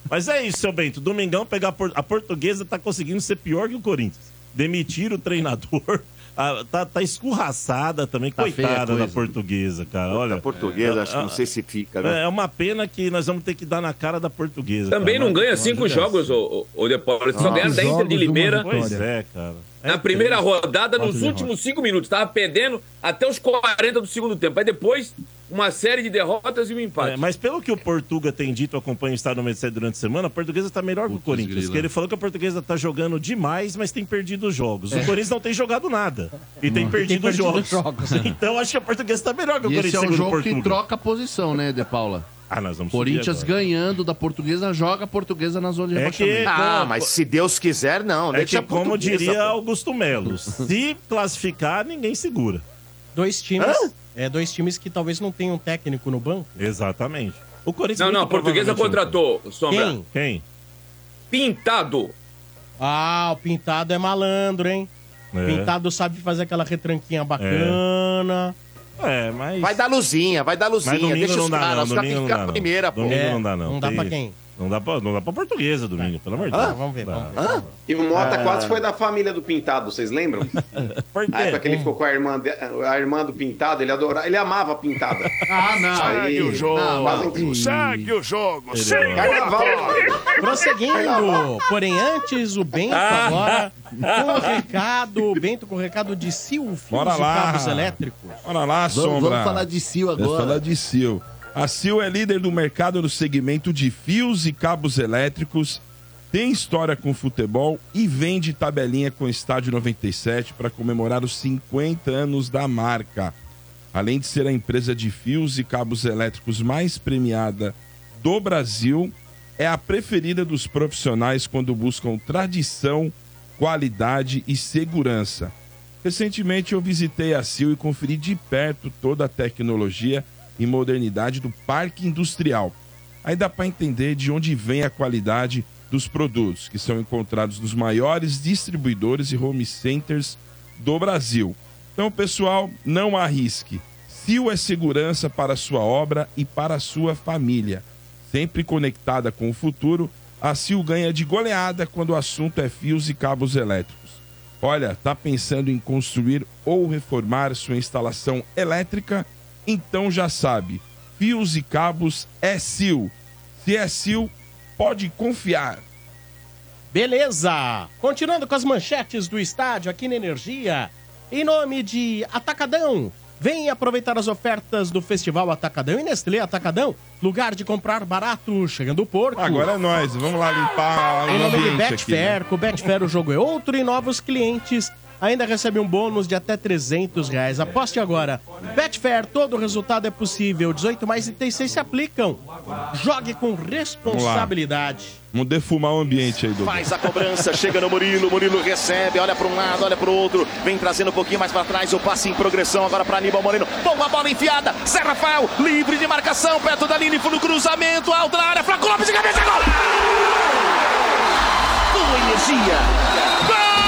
Mas é isso, seu Bento. Domingão pegar por- a portuguesa tá conseguindo ser pior que o Corinthians. Demitir o treinador. Ah, tá, tá escurraçada também, Tá feia a coitada da coisa. portuguesa, Tá cara. Olha, A portuguesa, acho que não sei se fica, né? É uma pena que nós vamos ter que dar na cara da portuguesa. Também cara. não ganha Mas- cinco mas- jogos, ô, ô, ô De Paula. Eles só é. Ah, ganharam da Inter de jogos, uma Limeira. vitória. Pois é, cara. Na primeira três. rodada, Quatro nos derrotas. últimos cinco minutos. Tava perdendo até os 40 do segundo tempo. Aí depois, uma série de derrotas e um empate. É, mas pelo que o Portuga tem dito, acompanha o Estado do Medicina durante a semana, a portuguesa tá melhor que o Corinthians. grila. Que ele falou que a portuguesa tá jogando demais, mas tem perdido os jogos. O É. Corinthians não tem jogado nada. E tem Não. perdido, Tem os perdido jogos. os jogos. então acho que a portuguesa tá melhor que o E esse é Corinthians. um segundo jogo Portuga. que troca a posição, né, De Paula? Ah, nós vamos Corinthians subir ganhando da portuguesa, joga a portuguesa na zona de rebaixamento. Então, Ah, mas se Deus quiser, não. É Deixa que, a como portuguesa, diria pô. Augusto Melo, se classificar, ninguém segura. Dois times, é, dois times que talvez não tenham técnico no banco. Exatamente. O Corinthians Não, muito não, a é portuguesa provavelmente contratou, Sombra. Quem? Quem? Pintado. Ah, o Pintado é malandro, hein? É. Pintado sabe fazer aquela retranquinha bacana. É, mas. Vai dar luzinha, vai dar luzinha. Mas domingo Deixa não os dá, não. caras, os Domingo caras têm que não ficar dá, na não. primeira, pô. Domingo não dá, não. É, não dá Tem- pra quem? Não dá pra, não dá pra portuguesa, Domingo, pelo amor de Deus. Ah, vamos ver, Dá. E o Mota Ah. quase foi da família do Pintado, vocês lembram? Por Hum. A época que ele ficou com a irmã, de- a irmã do Pintado, ele adorava, ele amava a Pintada. Ah, não. Segue o jogo. Ah, Não, Segue o jogo. Ele Segue vai. a bola. Prosseguindo, porém antes, o Bento Ah. agora com o recado, o Bento com o recado de Sil, fios Bora e lá. cabos elétricos. Bora lá, Vamos- Sombra. vamos falar de Sil Vamos agora. falar de Sil. A Sil é líder do mercado no segmento de fios e cabos elétricos, tem história com futebol e vende tabelinha com o Estádio 97 para comemorar os 50 anos da marca. Além de ser a empresa de fios e cabos elétricos mais premiada do Brasil, é a preferida dos profissionais quando buscam tradição, qualidade e segurança. Recentemente eu visitei a CIL e conferi de perto toda a tecnologia e modernidade do parque industrial. Aí dá para entender de onde vem a qualidade dos produtos, que são encontrados nos maiores distribuidores e home centers do Brasil. Então, pessoal, não arrisque. CIL é segurança para a sua obra e para a sua família. Sempre conectada com o futuro, a Sil ganha de goleada quando o assunto é fios e cabos elétricos. Olha, tá pensando em construir ou reformar sua instalação elétrica? Então já sabe, fios e cabos é Sil. Se é Sil, pode confiar. Beleza! Continuando com as manchetes do estádio aqui na Energia, em nome de Atacadão, vem aproveitar as ofertas do Festival Atacadão e Nestlé Atacadão, lugar de comprar barato, chegando o porco. Agora é nós, vamos lá limpar o Em nome de ambiente aqui, né? Betfair, com Betfair o jogo é outro e novos clientes ainda recebem um bônus de até 300 reais. Aposte agora. Betfair, todo resultado é possível. 18 mais e 36 se aplicam. Jogue com responsabilidade. Vamos defumar o ambiente aí, Dudu. Faz a cobrança, chega no Murilo, Murilo recebe, olha para um lado, olha para o outro, vem trazendo um pouquinho mais para trás, o passe em progressão agora para Aníbal Moreno. Boa bola enfiada, Zé Rafael, livre de marcação, perto da linha, no cruzamento, alto na área, Flávio Lopes de cabeça, gol! Boa energia!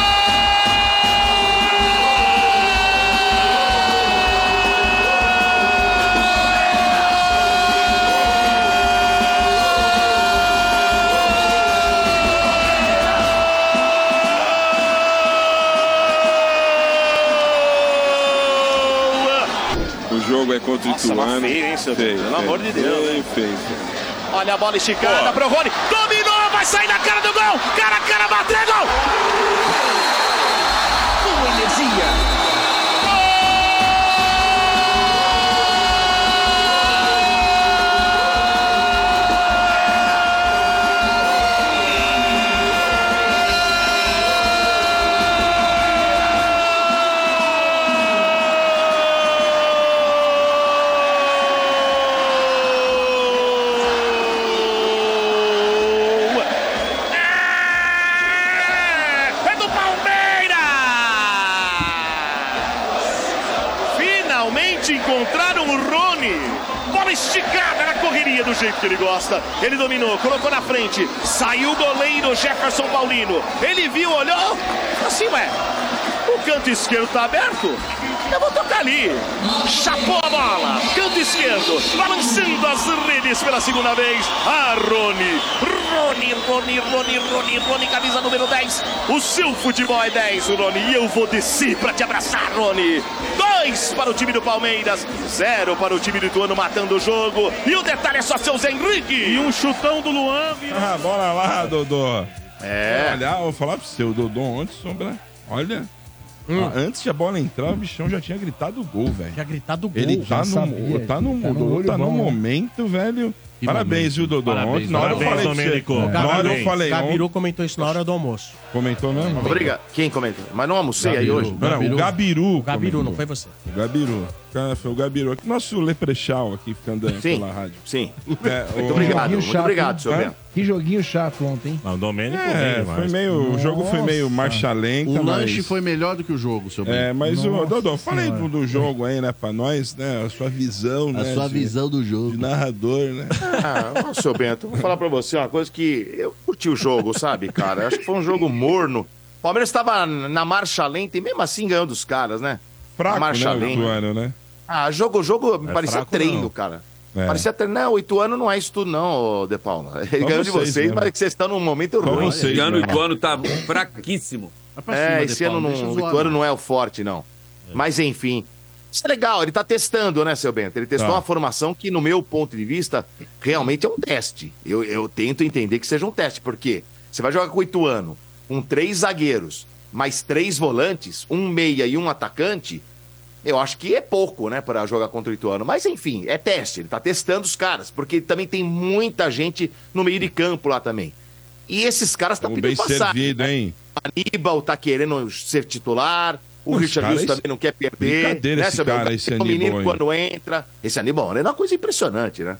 O jogo é contra o Nossa, mas Ituano. feio, hein, seu Feio, Dudu? Pelo feio. amor de Deus. Feio, Olha a bola esticada pro Rony, dominou, vai sair na cara do gol, cara a cara, bateu, gol! Boa energia! É finalmente encontraram o Rony. Bola esticada na correria do jeito que ele gosta. Ele dominou, colocou na frente. Saiu o goleiro Jefferson Paulino. Ele viu, olhou. Assim, ué. O canto esquerdo tá aberto. Eu vou tocar ali. Chapou a bola. Canto esquerdo. Balançando as redes pela segunda vez. Ah, Rony. Rony, Rony, Rony, Rony, Rony, camisa número 10. O seu futebol é 10, Rony. E eu vou descer pra te abraçar, Rony. Dois para o time do Palmeiras. Zero para o time do Ituano matando o jogo. E o detalhe é só seu Zé Henrique. E um chutão do Luan. Ah, bora lá, Dodô. É. Olha, eu vou falar pro seu, o Dodô ontem, Sombra. Olha. Ah, antes de a bola entrar, o bichão já tinha gritado gol, velho. Já gritado gol. Ele já tá, no, sabia, tá, no, tá no Dodô olho tá no bom, né? momento, velho. Que parabéns, momento. viu, Dodô? Parabéns, Ontem, na hora eu parabéns, falei pra você. Domênico. Na hora eu Parabéns. falei. Gabiru ontem- comentou isso na hora do almoço. Comentou mesmo? Obrigado. Quem comentou? Mas não almocei aí Gabiru. hoje? Não, não, o Gabiru. Gabiru, comentou. não foi você. O Gabiru. Cara, Foi o Gabiru. Nosso leprechal aqui fica andando Sim, pela rádio. É, Sim. É, Muito obrigado, muito obrigado, seu seu Bento. Bento. Que joguinho chato ontem, hein? Não, o Domênico É, foi meio, o jogo foi meio marcha lenta, Então, O mas... lanche foi melhor do que o jogo, seu Bento. É, mas o Dodô, fala aí do, do jogo aí, né, pra nós, né? A sua visão, A né? sua visão do jogo. De narrador, né? Ah, ô, seu Bento, vou falar pra você uma coisa que eu curti o jogo, sabe, cara? Acho que foi um jogo morno. O Palmeiras tava na marcha lenta e mesmo assim ganhou dos caras, né? Fraco, na marcha né, o lenta. Ituano, né? Ah, jogo, jogo Não é parecia fraco, treino, não. cara. É. Parecia treino. Não, oito anos não é isso tudo, não, ô, De Paula. Ele Só ganhou de vocês, vocês, né? mas que vocês estão num momento ruim. Esse né? ano o Ituano tá fraquíssimo. É, esse ano não, o Ituano né? não é o forte, não. Mas enfim. Isso é legal, ele tá testando, né, seu Bento? Ele testou Tá. uma formação que, no meu ponto de vista, realmente é um teste. Eu, eu tento entender que seja um teste, porque você vai jogar com o Ituano, com três zagueiros, mais três volantes, um meia e um atacante, eu acho que é pouco, né, para jogar contra o Ituano. Mas enfim, é teste, ele tá testando os caras, porque também tem muita gente no meio de campo lá também. E esses caras estão Tamo pedindo bem passagem. servido, hein? Aníbal tá querendo ser titular. O Pô, esse Richard cara, Wilson esse- também não quer perder. né, Brincadeira esse seu Bento? cara, esse O menino Aníbal aí. quando entra. Esse Aníbal ele é uma coisa impressionante, né?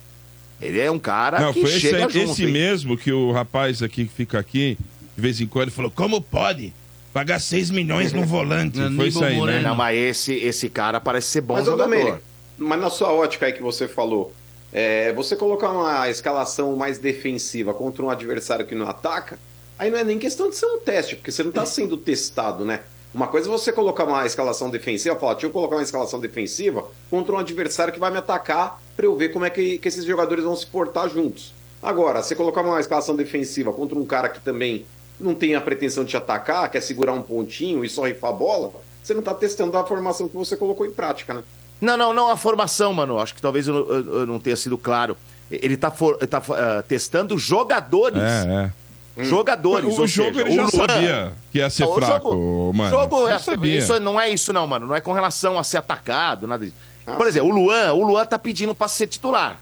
Ele é um cara Não, que foi esse, chega junto. esse hein? mesmo que o rapaz aqui que fica aqui, de vez em quando, ele falou: como pode pagar 6 milhões no volante? foi isso aí, né? Não, mas esse, esse cara parece ser bom Mas, ô jogador. Domênico, mas na sua ótica aí que você falou, é, você colocar uma escalação mais defensiva contra um adversário que não ataca, aí não é nem questão de ser um teste, porque você não está sendo testado, né? Uma coisa é você colocar uma escalação defensiva, falar, deixa eu colocar uma escalação defensiva contra um adversário que vai me atacar para eu ver como é que, que esses jogadores vão se portar juntos. Agora, você colocar uma escalação defensiva contra um cara que também não tem a pretensão de te atacar, quer segurar um pontinho e só rifar a bola, você não está testando a formação que você colocou em prática, né? Não, não, não a formação, mano. Acho que talvez eu, eu- eu não tenha sido claro. Ele tá, for- tá, ah, testando jogadores. Hum. É, é. Jogadores. O ou jogo seja, ele já o Luan- sabia que ia ser Não, o fraco, jogo- mano. Jogo, Já é- sabia. isso não é isso, não, mano. Não é com relação a ser atacado, nada disso. Por exemplo, o Luan, o Luan tá pedindo pra ser titular.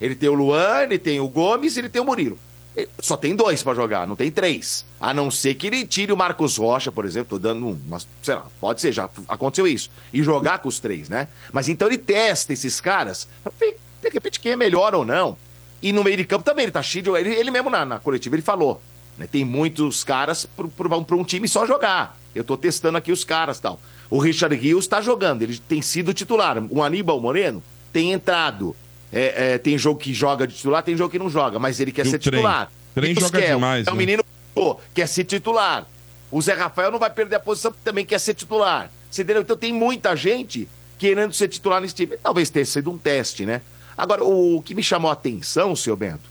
Ele tem o Luan, ele tem o Gomes ele tem o Murilo. Ele- Só tem dois pra jogar, não tem três. A não ser que ele tire o Marcos Rocha, por exemplo, tô dando um, mas, sei lá, pode ser, já aconteceu isso. E jogar com os três, né? Mas então ele testa esses caras, pra ver, de repente quem é melhor ou não. E no meio de campo também, ele tá cheio de. Ele, ele mesmo na, na coletiva ele falou, né? Tem muitos caras para um time só jogar. Eu tô testando aqui os caras tal. O Richard Rios tá jogando, ele tem sido titular. O Aníbal Moreno tem entrado. É, é, tem jogo que joga de titular, tem jogo que não joga, mas ele quer E o ser trem? titular. Trem Rios joga quer, demais, É um né? menino pô, quer ser titular. O Zé Rafael não vai perder a posição porque também quer ser titular. Você entendeu? Então tem muita gente querendo ser titular nesse time. Talvez tenha sido um teste, né? Agora, o que me chamou a atenção, seu Bento,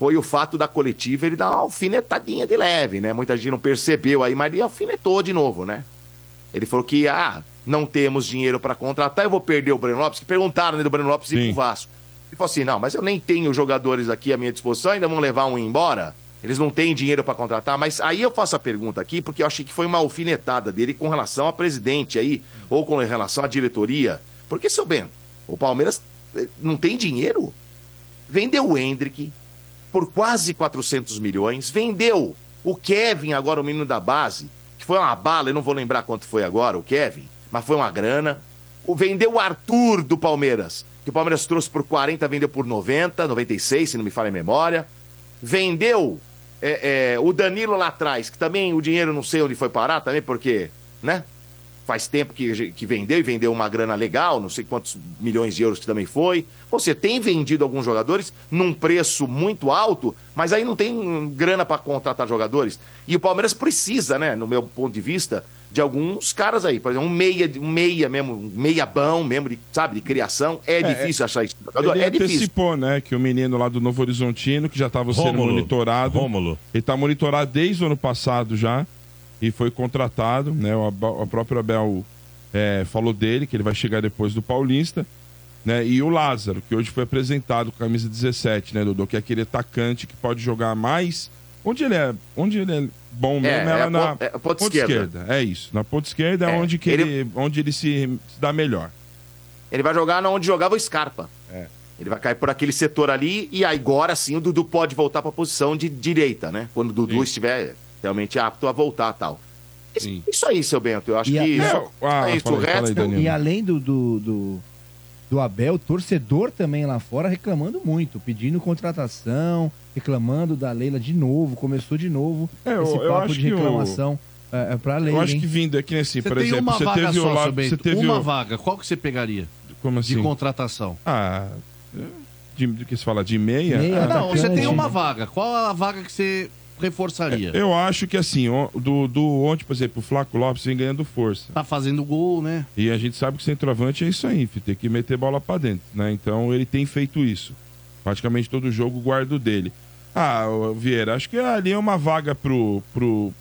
foi o fato da coletiva ele dar uma alfinetadinha de leve, né? Muita gente não percebeu aí, mas ele alfinetou de novo, né? Ele falou que, ah, não temos dinheiro para contratar, eu vou perder o Breno Lopes, que perguntaram né, do Breno Lopes e pro Vasco. Ele falou assim, não, mas eu nem tenho jogadores aqui à minha disposição, ainda vão levar um embora? Eles não têm dinheiro para contratar, mas aí eu faço a pergunta aqui, porque eu achei que foi uma alfinetada dele com relação a presidente aí, ou com relação à diretoria. Porque, seu Bento, o Palmeiras eh, não tem dinheiro? vendeu o Hendrick por quase 400 milhões, vendeu o Kevin, agora o menino da base, que foi uma bala, eu não vou lembrar quanto foi agora o Kevin, mas foi uma grana. O, vendeu o Arthur do Palmeiras, que o Palmeiras trouxe por 40, vendeu por 90, 96, se não me falha a memória. Vendeu é, é, o Danilo lá atrás, que também o dinheiro não sei onde foi parar, também porque, né? faz tempo que, que vendeu e vendeu uma grana legal, não sei quantos milhões de euros que também foi. Ou seja, tem vendido alguns jogadores num preço muito alto, mas aí não tem hum, grana para contratar jogadores. E o Palmeiras precisa, né, no meu ponto de vista, de alguns caras aí. Por exemplo, um meia, um meia mesmo, um meia bão mesmo, de, sabe, de criação. É, É, difícil achar esse jogador, Ele é difícil. antecipou, né, que o menino lá do Novo Horizontino, que já estava sendo Rômulo. monitorado. Ele está monitorado desde o ano passado já e foi contratado, né? O, Aba- o próprio Abel é, falou dele, que ele vai chegar depois do Paulista. Né? E o Lázaro, que hoje foi apresentado com a camisa 17, né, Dodô? Que é aquele atacante que pode jogar mais. Onde ele é, onde ele é bom mesmo é, é a na ponta- é a ponta esquerda. É isso. Na ponta esquerda é, É, onde, que ele... ele- onde ele se, se dá melhor. Ele vai jogar onde jogava o Scarpa. É. Ele vai cair por aquele setor ali e aí agora sim o Dudu pode voltar para a posição de direita, né? Quando o Dudu estiver realmente apto a voltar tal. Isso, isso aí, seu Bento. Eu acho E que a- isso, Não, ah, é isso. falei, o resto. falei, Danilo. E além do, do, do, do Abel, torcedor também lá fora reclamando muito, pedindo contratação, reclamando da Leila de novo, começou de novo É, eu- esse eu papo acho de que o- reclamação é, é pra Leila. Eu acho hein? que vindo aqui, né, assim, Você por tem exemplo, uma você vaga teve só, o lado. seu Bento, Você teve uma o... vaga, qual que você pegaria? Como assim? De contratação. Ah, de, do que se fala? De meia? Ah, Ah, não, você tem uma vaga. Qual a vaga que você reforçaria? Eu acho que assim, o- do, do ontem, por exemplo, o Flaco Lopes vem ganhando força. Tá fazendo gol, né? E a gente sabe que centroavante é isso aí, filho, tem que meter bola pra dentro, né? Então ele tem feito isso. Praticamente todo jogo guardo dele. Ah, o Vieira, acho que ali é uma vaga pro, pro,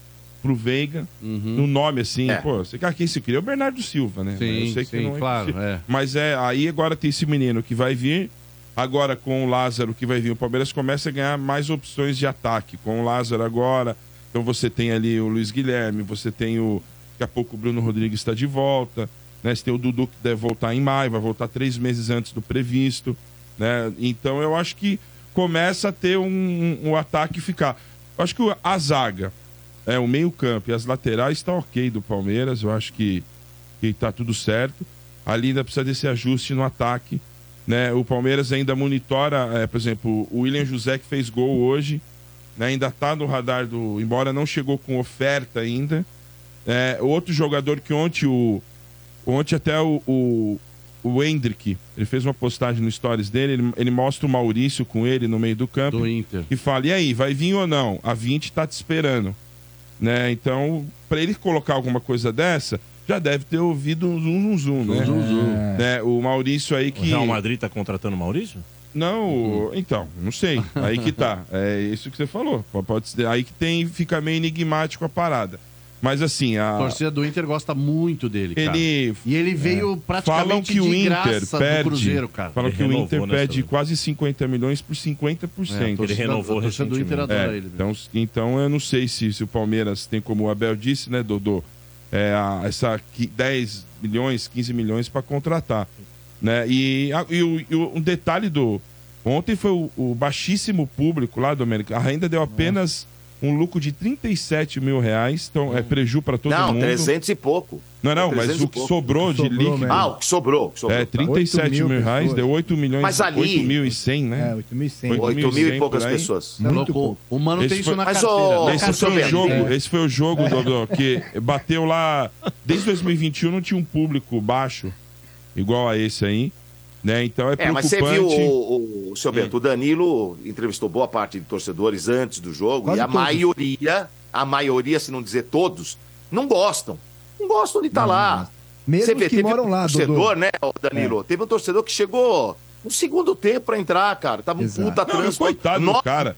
pro Veiga. No nome, assim, É. pô, você cara, quem se cria? É o Bernardo Silva, né? Sim, Eu sei que sim, não é claro, possível. é. Mas é, aí agora tem esse menino que vai vir. Agora com o Lázaro que vai vir, o Palmeiras começa a ganhar mais opções de ataque. Com o Lázaro agora, então você tem ali o Luiz Guilherme, você tem o. Daqui a pouco o Bruno Rodrigues está de volta, né? Você tem o Dudu que deve voltar em maio, vai voltar três meses antes do previsto, né? Então eu acho que começa a ter um, um, um ataque ficar. Eu acho que o- a zaga, é, o meio-campo e as laterais está ok do Palmeiras, eu acho que que tá tudo certo. Ali ainda precisa desse ajuste no ataque. Né? O Palmeiras ainda monitora, eh, por exemplo, o William José que fez gol hoje, né? ainda está no radar do. Embora não chegou com oferta ainda. É, outro jogador que ontem o. Ontem até o, o, o Hendrick, ele fez uma postagem no stories dele, ele, ele mostra o Maurício com ele no meio do campo. E fala, e aí, vai vir ou não? A 20 tá te esperando. Né? Então, para ele colocar alguma coisa dessa, já deve ter ouvido um zum zum zum, né? Né? O Maurício aí O que... Real Madrid tá contratando o Maurício? Não, o- então, não sei. Aí que tá. É isso que você falou. P- Pode ser. Aí que tem, fica meio enigmático a parada. Mas assim, A a. torcida do Inter gosta muito dele, cara. Ele- E ele veio É. praticamente É. falam que de o Inter graça perde, do Cruzeiro, cara. Falam que o Inter perde quase 50 milhões por 50%. É, a torcida- né, Ele renovou a torcida do Inter recentemente. adora É, ele, né? então, então eu não sei se, se o Palmeiras tem, como o Abel disse, né, Dodô, é, a- essa qui- 10 milhões, 15 milhões para contratar. Né? E, a- e o- e o- um detalhe do. Ontem foi o, o baixíssimo público lá, Domênico. A renda deu apenas um lucro de 37 mil reais. Então, Hum. é preju para todo não, mundo. 300 e pouco. Não, não, É mas 300 o e que pouco. sobrou de líquido. Ah, o que sobrou. o que sobrou, É, tá. 37 mil, reais, deu 8 milhões, Mas ali- 8 mil e 100, né? É, 8.100. 8.100 8 mil e Tá por poucas aí. pessoas. Muito Louco. pouco. O Mano Esse tem isso foi- na Mas, carteira. ô, né? Esse foi, o Carteira. jogo, É. esse foi o jogo, Dodô, que bateu lá. Desde 2021 não tinha um público baixo igual a esse aí. Né? Então é, É, mas preocupante. você viu o, o, o seu Bento, o Danilo entrevistou boa parte de torcedores antes do jogo Quase e a todos. maioria, a maioria, se não dizer todos, não gostam. Não gostam de estar lá. Mesmo os que teve moram um lá, Dudu. torcedor, né, ô É. Danilo? Teve um torcedor que chegou no segundo tempo pra entrar, cara. Tava um puta Não, e trânsito. coitado do Nós- cara.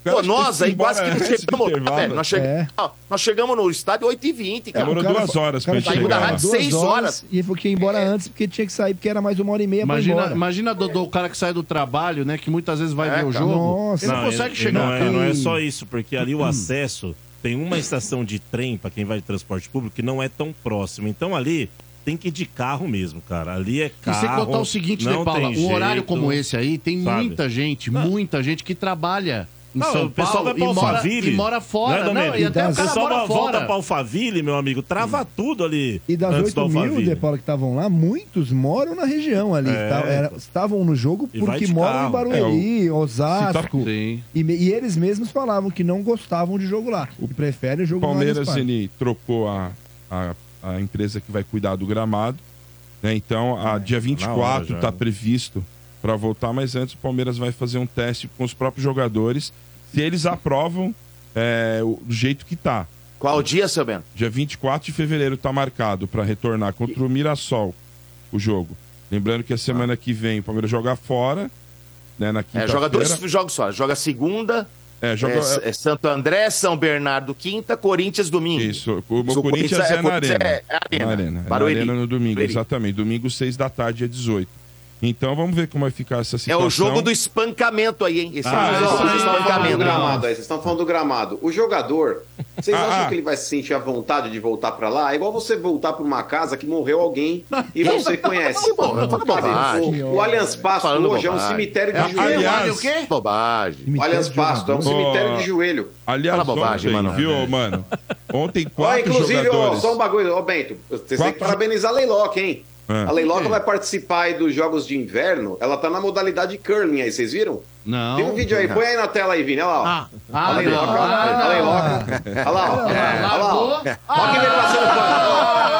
O cara Pô, acho que nós tem aí quase que embora não antes do chegamos. lá, intervalo. É. velho. Nós, chegamos, nós chegamos no estádio 8h20, cara. Demorou duas horas pra Nós gente saímos da chegar lá. rádio 6 horas. E eu fiquei embora É. antes porque tinha que sair, porque era mais uma hora e meia pra ir Imagina, embora. imagina Dodô, o cara que sai do trabalho, né? Que muitas vezes vai ver o jogo. Ele não, consegue e- e chegar. Tá, Hum. Não é, cara. não é só isso, porque ali o acesso tem uma estação de trem para quem vai de transporte público que não é tão próximo. Então ali tem que ir de carro mesmo, cara. Ali é E carro. sem contar o seguinte, não né, Paula? Um tem horário jeito, como esse aí, tem sabe? muita gente, muita gente que trabalha em Não, São o pessoal Paulo vai pra e mora, Alphaville. e mora fora. Não, Não, é, Domênico? e até o o cara pessoal mora volta fora. Hum. pra Alphaville, meu amigo. Trava tudo ali. E das antes do 8 mil, Alphaville. de Paulo, que estavam lá, muitos moram na região ali. É. Tá- era- estavam no jogo E vai porque de moram carro. em Barueri, É, o- Osasco. se tá- E, Sim. me- e eles mesmos falavam que não gostavam de jogo lá. e preferem o O jogo lá na assim, Palmeiras Espanha. ele trocou a, a, a a empresa que vai cuidar do gramado. né? Então, a dia É, tá hora 24 já, está né? tá previsto para voltar, mas antes o Palmeiras vai fazer um teste com os próprios jogadores. Se eles aprovam é, o- do jeito que tá. Qual dia, seu Bento? Dia 24 de fevereiro está marcado para retornar contra o Mirassol o jogo. Lembrando que a semana que vem o Palmeiras joga fora, né, na É, quinta-feira. joga dois jogos só. Joga segunda. É, joga- é- é Santo André, São Bernardo, quinta, Corinthians, domingo. Isso, o meu Corinthians é, na Arena. Na Arena, é na Barueri. Arena no domingo, Barueri. exatamente. Domingo, 6 da tarde, é 18. Então vamos ver como vai ficar essa É situação. o jogo do espancamento aí, hein? Esse Ah, é o esse jogo do aí. falando do espancamento. gramado aí, vocês estão falando do gramado. O jogador, Ah, vocês acham que ele vai se sentir à vontade de voltar pra lá? É igual você voltar pra uma casa que morreu alguém e você Tá conhece. Bom, fala bobagem. O, o Allianz Pasto Falando hoje é um bobagem. cemitério de É, joelho. aliás, Bobagem. O Allianz Pasto é um cemitério de joelho. Aliás, Fala bobagem, ontem, mano. viu, mano? Ontem, Ó, quatro inclusive, ó, jogadores... só um bagulho, ó, Bento. Vocês têm que Quatro- parabenizar a Leiloca, hein? É. A Leiloca vai participar aí dos Jogos de Inverno. Ela tá na modalidade curling aí, vocês viram? Não. Tem um vídeo aí, põe aí na tela aí, Vini. Olha lá. ó. Ah, a Leiloca. ah, a Leiloca. Olha lá, ó. É. Olha lá, ó. Olha quem vem passando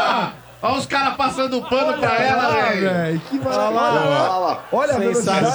Olha os caras passando pano pra ela, velho. Que Olha lá, olha lá. Olha a velocidade.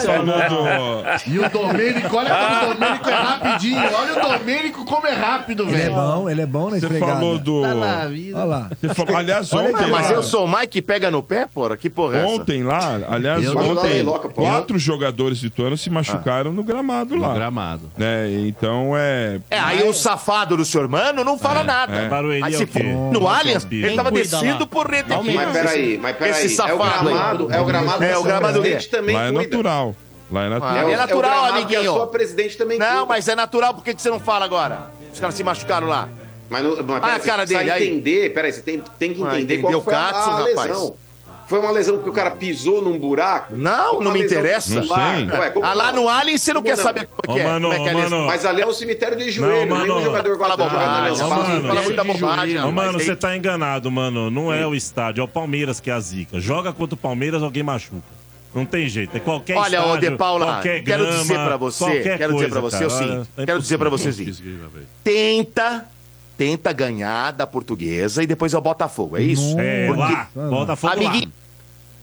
E o Domênico, olha como o Domênico é rapidinho. Olha o Domênico como é rápido, Ele é velho. bom, ele é bom na Você esfregada. falou do... Tá na vida. Olha lá. Você falou- Aliás, Olha, ontem... cara, mas lá- eu sou o Mike que pega no pé, porra? Que porra é essa? Ontem lá, aliás, Eu- ontem, Eu- Loca, pô. quatro jogadores lituanos se machucaram no gramado lá. gramado. Né? Então é. É, aí o safado do senhor mano não fala nada. é. Barueri Aí é se o for quê? no Allianz, ele tava cuida descido lá? por rede. Palmeiras. Mas peraí, mas peraí. Esse é o safado aí. gramado, é o gramado É, que o a sua gramado dele. presidente também lá é cuida. natural. Lá é É, natural. o- natural, gramado que amiguinho. a sua presidente também Não, cuida. mas é natural, por que que você não fala agora? Os caras se machucaram lá. Mas, não, mas Ah, a você cara precisa dele, aí. entender, peraí, você tem, tem que Ah, entender entendeu, qual foi a, Katsu, a rapaz. lesão. Foi uma lesão porque o cara pisou num buraco? Não, Uma não me lesão interessa. muscular? Não sei. Ué, como Ah, lá não? no Allianz você não quer Não. saber como Ô, é que é. mano, Como é que é ô, isso? mano. Mas ali é um cemitério de joelho, Não, nenhum mano. jogador Fala gosta de jogar bobagem, na Ah, lesão. ô, mano, fala deixa muita de bobagem. Ô, mano, rapaz. você tá enganado, mano. Não é o estádio, é o Palmeiras que é a zica. Joga contra o Palmeiras, alguém machuca. Não tem jeito, é qualquer Olha, ô estádio, De Paula, qualquer quero grama, dizer pra você, qualquer quero dizer coisa, pra você cara. o seguinte, Olha, é quero dizer pra você o impossível. seguinte, tenta, tenta ganhar da portuguesa e depois é o Botafogo, é isso? É, lá, volta fogo lá. Amiguinho,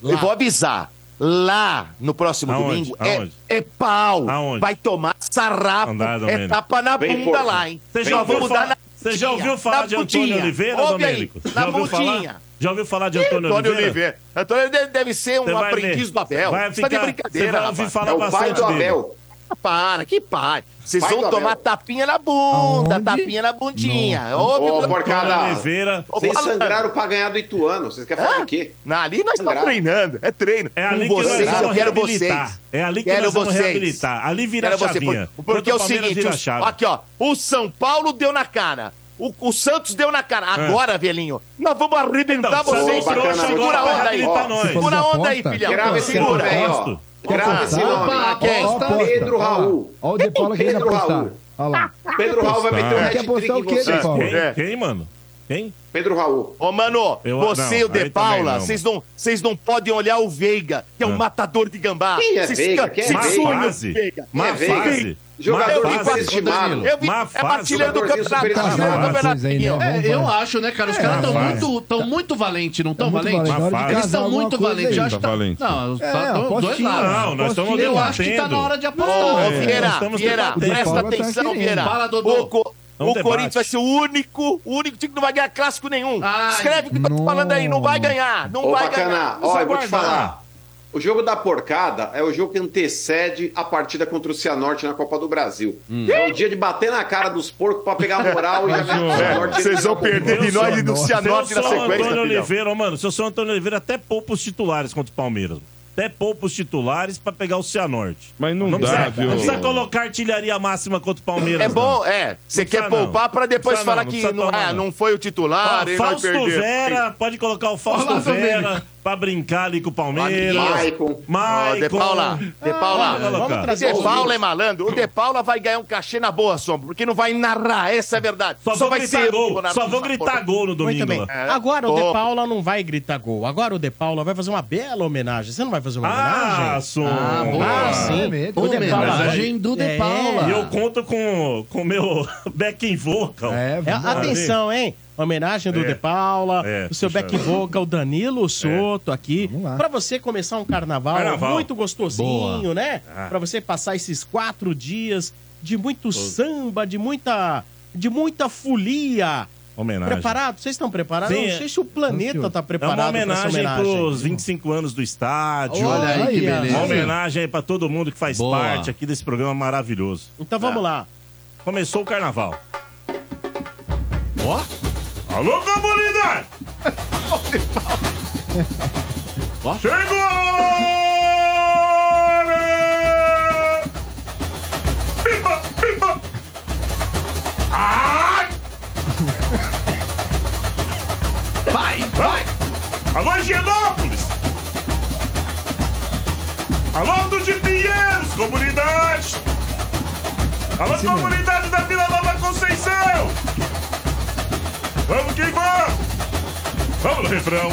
eu vou avisar. Lá no próximo Aonde? domingo Aonde? É, é pau. Aonde? Vai tomar sarrafo. Não dá, é Domênico. tapa na Vem, bunda porco. lá, hein? Você já, Vamos ouviu dar falar, na você já ouviu pontinha, falar na de pontinha. Antônio Oliveira, Ouve aí, Domênico? na Já ouviu pontinha. falar? Já ouviu falar Tá de Antônio, Antônio Oliveira? Oliveira. Antônio Oliveira deve ser Você um vai aprendiz ler. do Abel. Vai Você tá de ficar- brincadeira, você vai rapaz. ouvir falar É o pai bastante do dele. Abel. Ah, Para, que para. Vocês Vai, vão Abel. tomar tapinha na bunda, Aonde? tapinha na bundinha. Ouve, Ô, Bruno. Antônio porcada, Oliveira. vocês Fala. sangraram pra ganhar do Ituano. Vocês querem falar Hã? do quê? É? Não, ali nós estamos Sangrado. treinando. É treino. É ali Com que nós vocês, eu vamos quero reabilitar. vocês. É ali que Quero nós vamos vocês. reabilitar. Ali vira Era a você, chavinha. por- Quando porque é o Palmeiras seguinte, vira a os- chave. aqui ó, o São Paulo deu na cara. O, o Santos deu na cara. Agora, velhinho, nós vamos É. Então, arrebentar vocês. Santos bacana, trouxa bacana. segura agora a vai onda aí. habilitar Ó, nós. Segura a Falando onda da aí, aposta? filhão. Grava esse Segura. nome aí, ó. Aposto. Grava esse nome. Opa, é? Aqui, aposta. Pedro Olha lá. Raul. Olha o De Paula Quem é querendo Pedro apostar. Raul? Olha lá. Pedro Raul vai meter um Quer hat-trick apostar em o quê, vocês. De Paula? Quem, quem, mano? Quem? Pedro Raul. Ô, mano, Eu- você não, e o aí De também Paula, não. Ah. vocês não, vocês não podem olhar o Veiga, que é um matador de gambá. Quem é Vocês Veiga? ficam- Quem é vocês Má Veiga? sonham fase. com o Veiga. Má É, vem. fase. Jogador Má fase. superestimado. Eu vi, Má é fase. partilha do Jogador campeonato. do superestimado. Tá campeonato, vocês aí, né? ó. Vamos, É, eu vamos. acho, né, cara? Os caras estão rapaz. muito, tão muito valentes, não Tá estão muito valentes? valente, na hora de Uma Eles casar estão alguma muito coisa valentes. Eu aí. Tá acho que tá... valentes. Não, É, tá, apostinha. dois lados. Não, nós estamos Eu debatendo. acho que tá na hora de Ô, apostar. velho. Vieira, né, estamos Vieira, tentando- presta O Paulo tá atenção, querendo. Vieira. Fala, Dodô. O, co- É um o debate. Corinthians vai ser o único, o único time que não vai ganhar clássico nenhum. Ai. Escreve o que eu tô Não. falando aí, não vai ganhar, não Ô, vai bacana, ganhar. ó, Só eu vou te guarda. falar. O jogo da porcada é o jogo que antecede a partida contra o Cianorte na Copa do Brasil. É o dia de bater na cara dos porcos pra pegar moral e já Mas, ô, Cianorte, ele Vocês vão fica com- perder de Eu sou- nós e do Se eu Cianorte se na eu sou o sequência, Antônio filhão. Oliveira, ó, mano, se eu sou o Antônio Oliveira, até poupa os titulares contra o Palmeiras. Até poupa os titulares pra pegar o Cianorte. Mas não, dá, precisa, viu? não precisa colocar artilharia máxima contra o Palmeiras. É não. bom, é. Você precisa quer não. poupar pra Não precisa depois falar não, não que precisa não, tomar, ah, não. não foi o titular, Ó, ele vai Fausto perder. Vera, pode colocar o Fausto Olá, Vera Domênico. pra brincar ali com o Palmeiras. Maicon. Ó, Maicon. De Ah, Paula, De Paula. Vamos colocar. O De Paula é malandro. O De Paula vai ganhar um cachê na boa, Sombra, porque não vai narrar, essa é a verdade. Só, vou vai gritar gol. na- Só vou gritar gol Muito no domingo. bem. lá. Agora o De Opa. Paula não vai gritar gol. Agora o De Paula vai fazer uma bela homenagem. Você não vai fazer uma Ah, homenagem? Sum. Ah, boa. Ah, sim. mesmo. O De Paula. Homenagem do De É. Paula. E eu conto com o meu back in vocal. É, É, vamos lá. atenção, hein? homenagem do É. De Paula, É, o seu puxa back vida. É, vocal, Danilo Soto aqui. Pra você começar um carnaval, Carnaval. muito gostosinho, Boa. né? Ah. Pra você passar esses quatro dias de muito samba, de muita, de muita folia. Homenagem. Preparado? Vocês estão preparados? Sim, Não é. sei se o planeta tá preparado É uma pra essa homenagem, pros 25 anos do estádio. Olha aí, que beleza. Uma homenagem aí pra todo mundo que faz Boa. parte aqui desse programa maravilhoso. Tá. Então vamos lá. Começou o carnaval. Ó. Alô, comunidade! Chegou a hora! Pipa, pipa! Ai! Vai, vai! Alô, Higienópolis! Alô, do de Pinheiros, comunidade! Alô, comunidade da Vila Nova Conceição! Vamos que vamos! Vamos no refrão!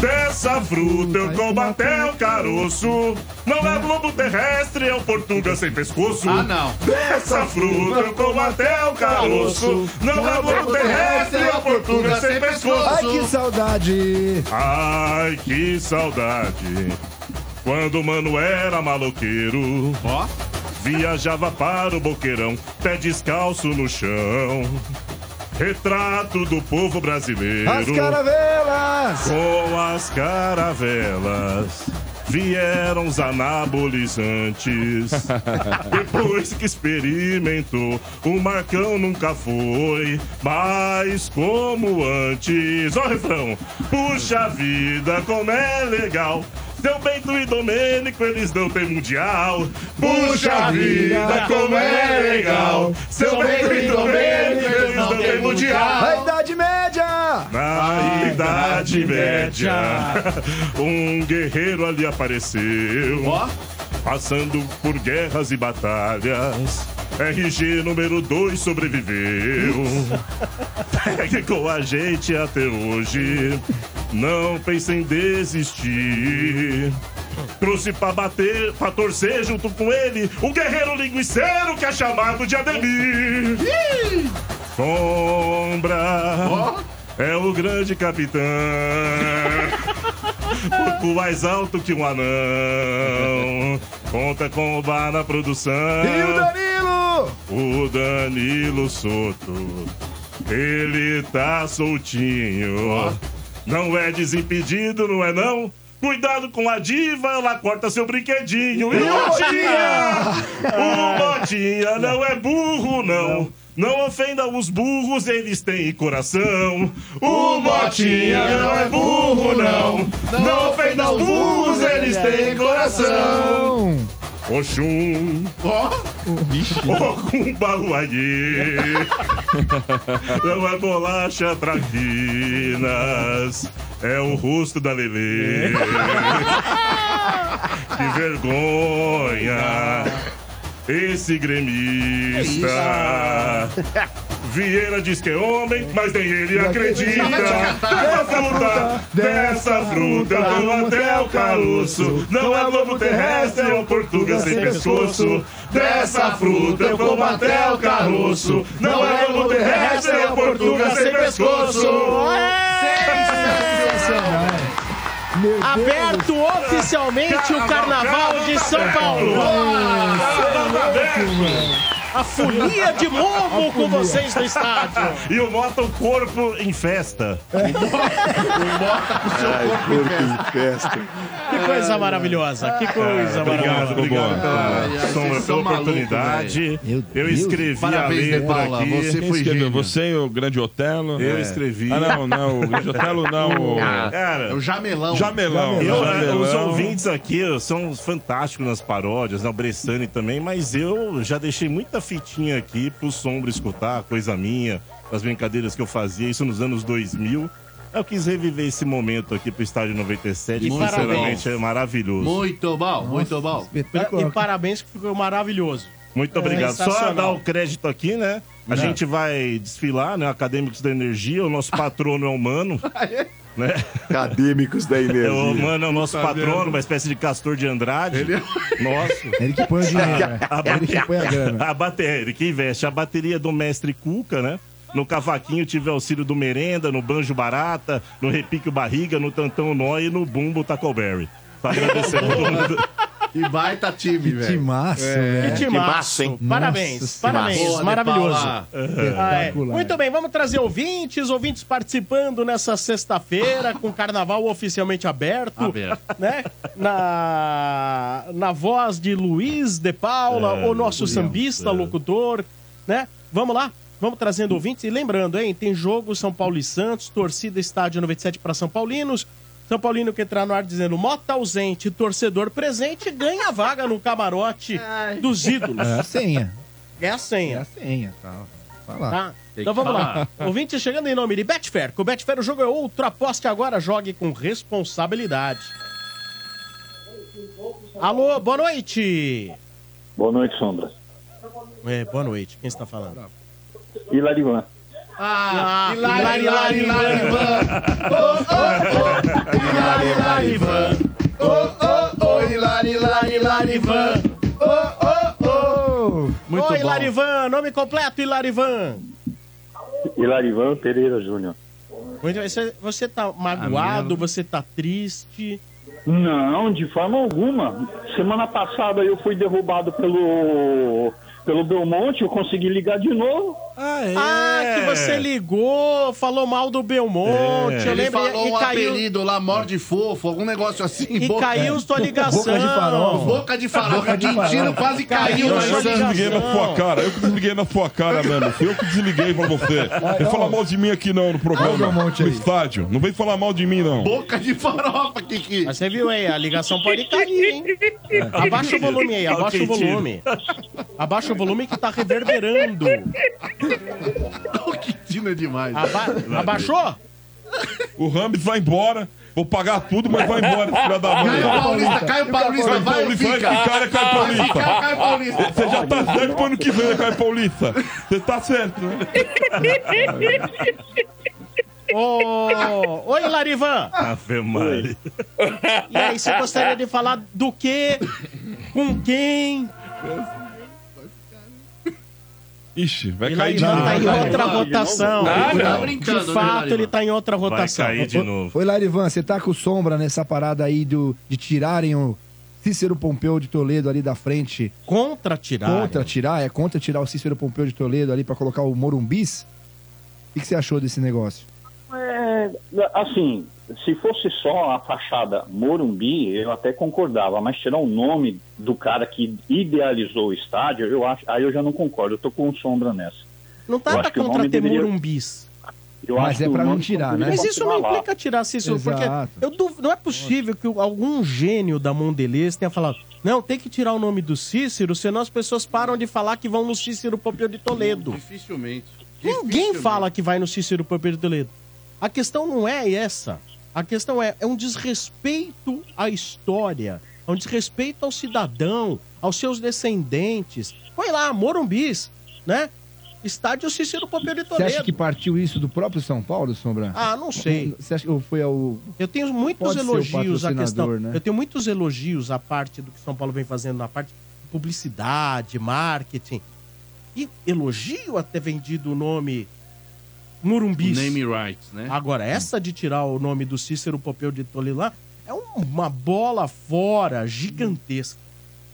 Dessa fruta eu como até o caroço. Não é globo terrestre, é o Portuga sem pescoço. Ah, não. Dessa fruta eu como até o caroço. Não é globo terrestre, é o Portuga sem pescoço. Ai, que saudade! Ai, que saudade. Quando o mano era maloqueiro, ó, viajava para o boqueirão, pé descalço no chão. Retrato do povo brasileiro. As caravelas! Com as caravelas vieram os anabolizantes. Depois que experimentou, o Marcão nunca foi mais como antes. Ó, refrão! Puxa vida, como é legal! Seu Bento e Domênico, eles não têm mundial. Puxa vida, como é legal! Seu Bento e Domênico, eles não têm mundial. A Idade Média! Na Idade Média, um guerreiro ali apareceu, passando por guerras e batalhas. RG número 2 sobreviveu. Segue com a gente até hoje. Não pense em desistir. Trouxe pra bater, pra torcer junto com ele, o guerreiro linguiceiro que é chamado de Ademir. Sombra é o grande capitão. Pouco mais alto que um anão. Conta com o bar na produção. E o Danilo! O Danilo Soto, ele tá soltinho. Não é desimpedido, não é não? Cuidado com a diva, ela corta seu brinquedinho. E o Botinha? O Botinha não é burro, não. Não ofenda os burros, eles têm coração. O Botinha não é burro, não. Não ofenda os burros, eles têm coração. Oxum. Ó. Ogum Baluagê. Não é bolacha traquinas. É o rosto da Lelê. Que vergonha. Esse gremista. Vieira diz que é homem, mas nem ele acredita. Dessa fruta, dessa fruta, vamos até o caroço. Não é globo terrestre, é o Portuga sem pescoço. Dessa fruta, eu como até o caroço. Não é globo terrestre, é o Portuga sem pescoço. Aberto oficialmente o Carnaval de São Então, Paulo. A folia de A Momo com folia. vocês no estádio. E o Mota o corpo em festa. Ai, corpo em festa. Que coisa maravilhosa, Ah, que coisa obrigado, maravilhosa. Obrigado pela, Ai, ai, Sombra, é vocês pela são malucos, oportunidade. velho. Meu eu Deus. escrevi a letra aqui. Quem escreveu? Você e o Grande Otelo? Eu escrevi. Ah, não, não. O Grande Otelo não. o- Cara, é o Jamelão. Jamelão. Eu, eh, Jamelão. Os um ouvintes aqui eh, são fantásticos nas paródias, na Bressani também, mas eu já deixei muita fitinha aqui pro Sombra escutar, coisa minha, as brincadeiras que eu fazia, isso nos anos 2000. Eu quis reviver esse momento aqui pro Estádio 97, E que, parabéns. sinceramente é maravilhoso. Muito bom, muito bom. E parabéns que ficou maravilhoso. É, Muito obrigado. Só Sensacional. dar o crédito aqui, né? Não. A gente vai desfilar, né? Acadêmicos da Energia, o nosso patrono é humano. Né? Acadêmicos da Energia. o mano é o nosso Tá patrono, vendo? uma espécie de castor de Andrade. Nosso. Ele que põe o dinheiro, né? A, Ele que põe a grana. a bateria, ele que investe. A bateria do mestre Cuca, né? no cavaquinho tive auxílio do merenda, no banjo barata, no repique barriga, no tantão nó e no bumbo tacoberry. Tá agradecendo todo mundo. E baita time, velho. É. timaço, velho. É, Que timaço, hein? Parabéns, Nossa parabéns. Senhora. Boa, maravilhoso. Ah, Paula. é. Espetacular. Muito bem, vamos trazer ouvintes, ouvintes participando nessa sexta-feira, com o carnaval oficialmente aberto. Aberto. Né? Na, na voz de Luiz de Paula, É, o nosso Luiz, sambista, locutor, né? Vamos lá? Vamos trazendo ouvintes. E lembrando, hein? Tem jogo São Paulo e Santos, torcida estádio 97 para São Paulinos. São Paulino que entrar no ar dizendo mota ausente, torcedor presente, ganha a vaga no camarote dos ídolos. É a senha. É a senha. É a senha, tá. Tá? Então vamos lá. Ouvinte chegando em nome de Betfair. Com Betfair o jogo é outro. Aposte agora, jogue com responsabilidade. Alô, boa noite. Boa noite, Sombra. É, boa noite. Quem está falando? E Larivan. Ah, Hilari, Hilari, Hilari, Hilarivan. Oh, oh, oh, Hilari, Hilari, Hilarivan. Oh, oh, oh. Muito Oi, bom. Larivan. Nome completo, Ilarivan. Ilarivan Pereira Júnior. Você, você tá magoado, você tá triste. Não, de forma alguma. Semana passada eu fui derrubado pelo pelo Belmonte, eu consegui ligar de novo. Então, Ah, É. que você ligou, falou mal do Belmonte. Eu Ele lembro falou e um caiu- apelido lá, morde fofo, algum negócio assim. E caiu sua ligação. Boca de farofa. Boca de farofa. Boca de farofa. Quintino quase caiu. Não, lá em eu que Santos. desliguei na tua cara. Eu que desliguei na tua cara mesmo. Fui eu que desliguei pra você. Não um fala mal de mim aqui não no programa. No estádio. Não vem falar mal de mim não. Boca de farofa, Kiki. Mas você viu aí, a ligação pode cair, hein? Abaixa o volume aí, abaixa o volume. Abaixa o volume que tá reverberando. Quintino é demais. Aba- abaixou? O Rams vai embora. Vou pagar tudo, mas vai embora, filha da mãe. Caio Paulista, Caio Paulista, Caio vai ou Paulista, fica? vai ficar, é Caio Vai Paulista. ficar, Caio Paulista. Você já tá certo pro ano que vem, né, Caio Paulista? Você tá certo, né? Ô, Oi, Larivan. Ave Maria. E aí, você gostaria de falar do quê? Com quem? Ixi, vai Ele cair de tá novo. em outra rotação. Ah, não. De fato, ele tá em outra rotação. Oi, Larivan, você tá com sombra nessa parada aí do, de tirarem o Cícero Pompeu de Toledo ali da frente. Contra tirar. Contra tirar? É contra tirar o Cícero Pompeu de Toledo ali pra colocar o Morumbis? O que, que você achou desse negócio? É, assim, se fosse só a fachada Morumbi, eu até concordava, mas tirar o nome do cara que idealizou o estádio, eu acho, aí eu já não concordo, eu tô com sombra nessa. Não Eu tá acho pra que o contra nome ter deveria- morumbis. Eu acho que o nome deveria Mas isso não continuar lá. implica tirar Cícero, Exato. porque eu duv- não é possível que algum gênio da Mondelez tenha falado não, tem que tirar o nome do Cícero, senão as pessoas param de falar que vão no Cícero Pompeu de Toledo. Dificilmente. né? Ninguém fala que vai no Cícero Pompeu de Toledo. A questão não é essa. A questão é, é um desrespeito à história, é um desrespeito ao cidadão, aos seus descendentes. Foi lá, Morumbis, né? Estádio Cícero Pompeu de Você Toledo. acha que partiu isso do próprio São Paulo, Sombra? Ah, não sei. Você acha que foi ao. Eu tenho muitos Pode ser o elogios à questão. patrocinador, né? Eu tenho muitos elogios à parte do que São Paulo vem fazendo na parte de publicidade, marketing. E elogio a ter vendido o nome Murumbis. Name rights, É. né? Agora, essa de tirar o nome do Cícero Popeu de Toledo lá é uma bola fora gigantesca.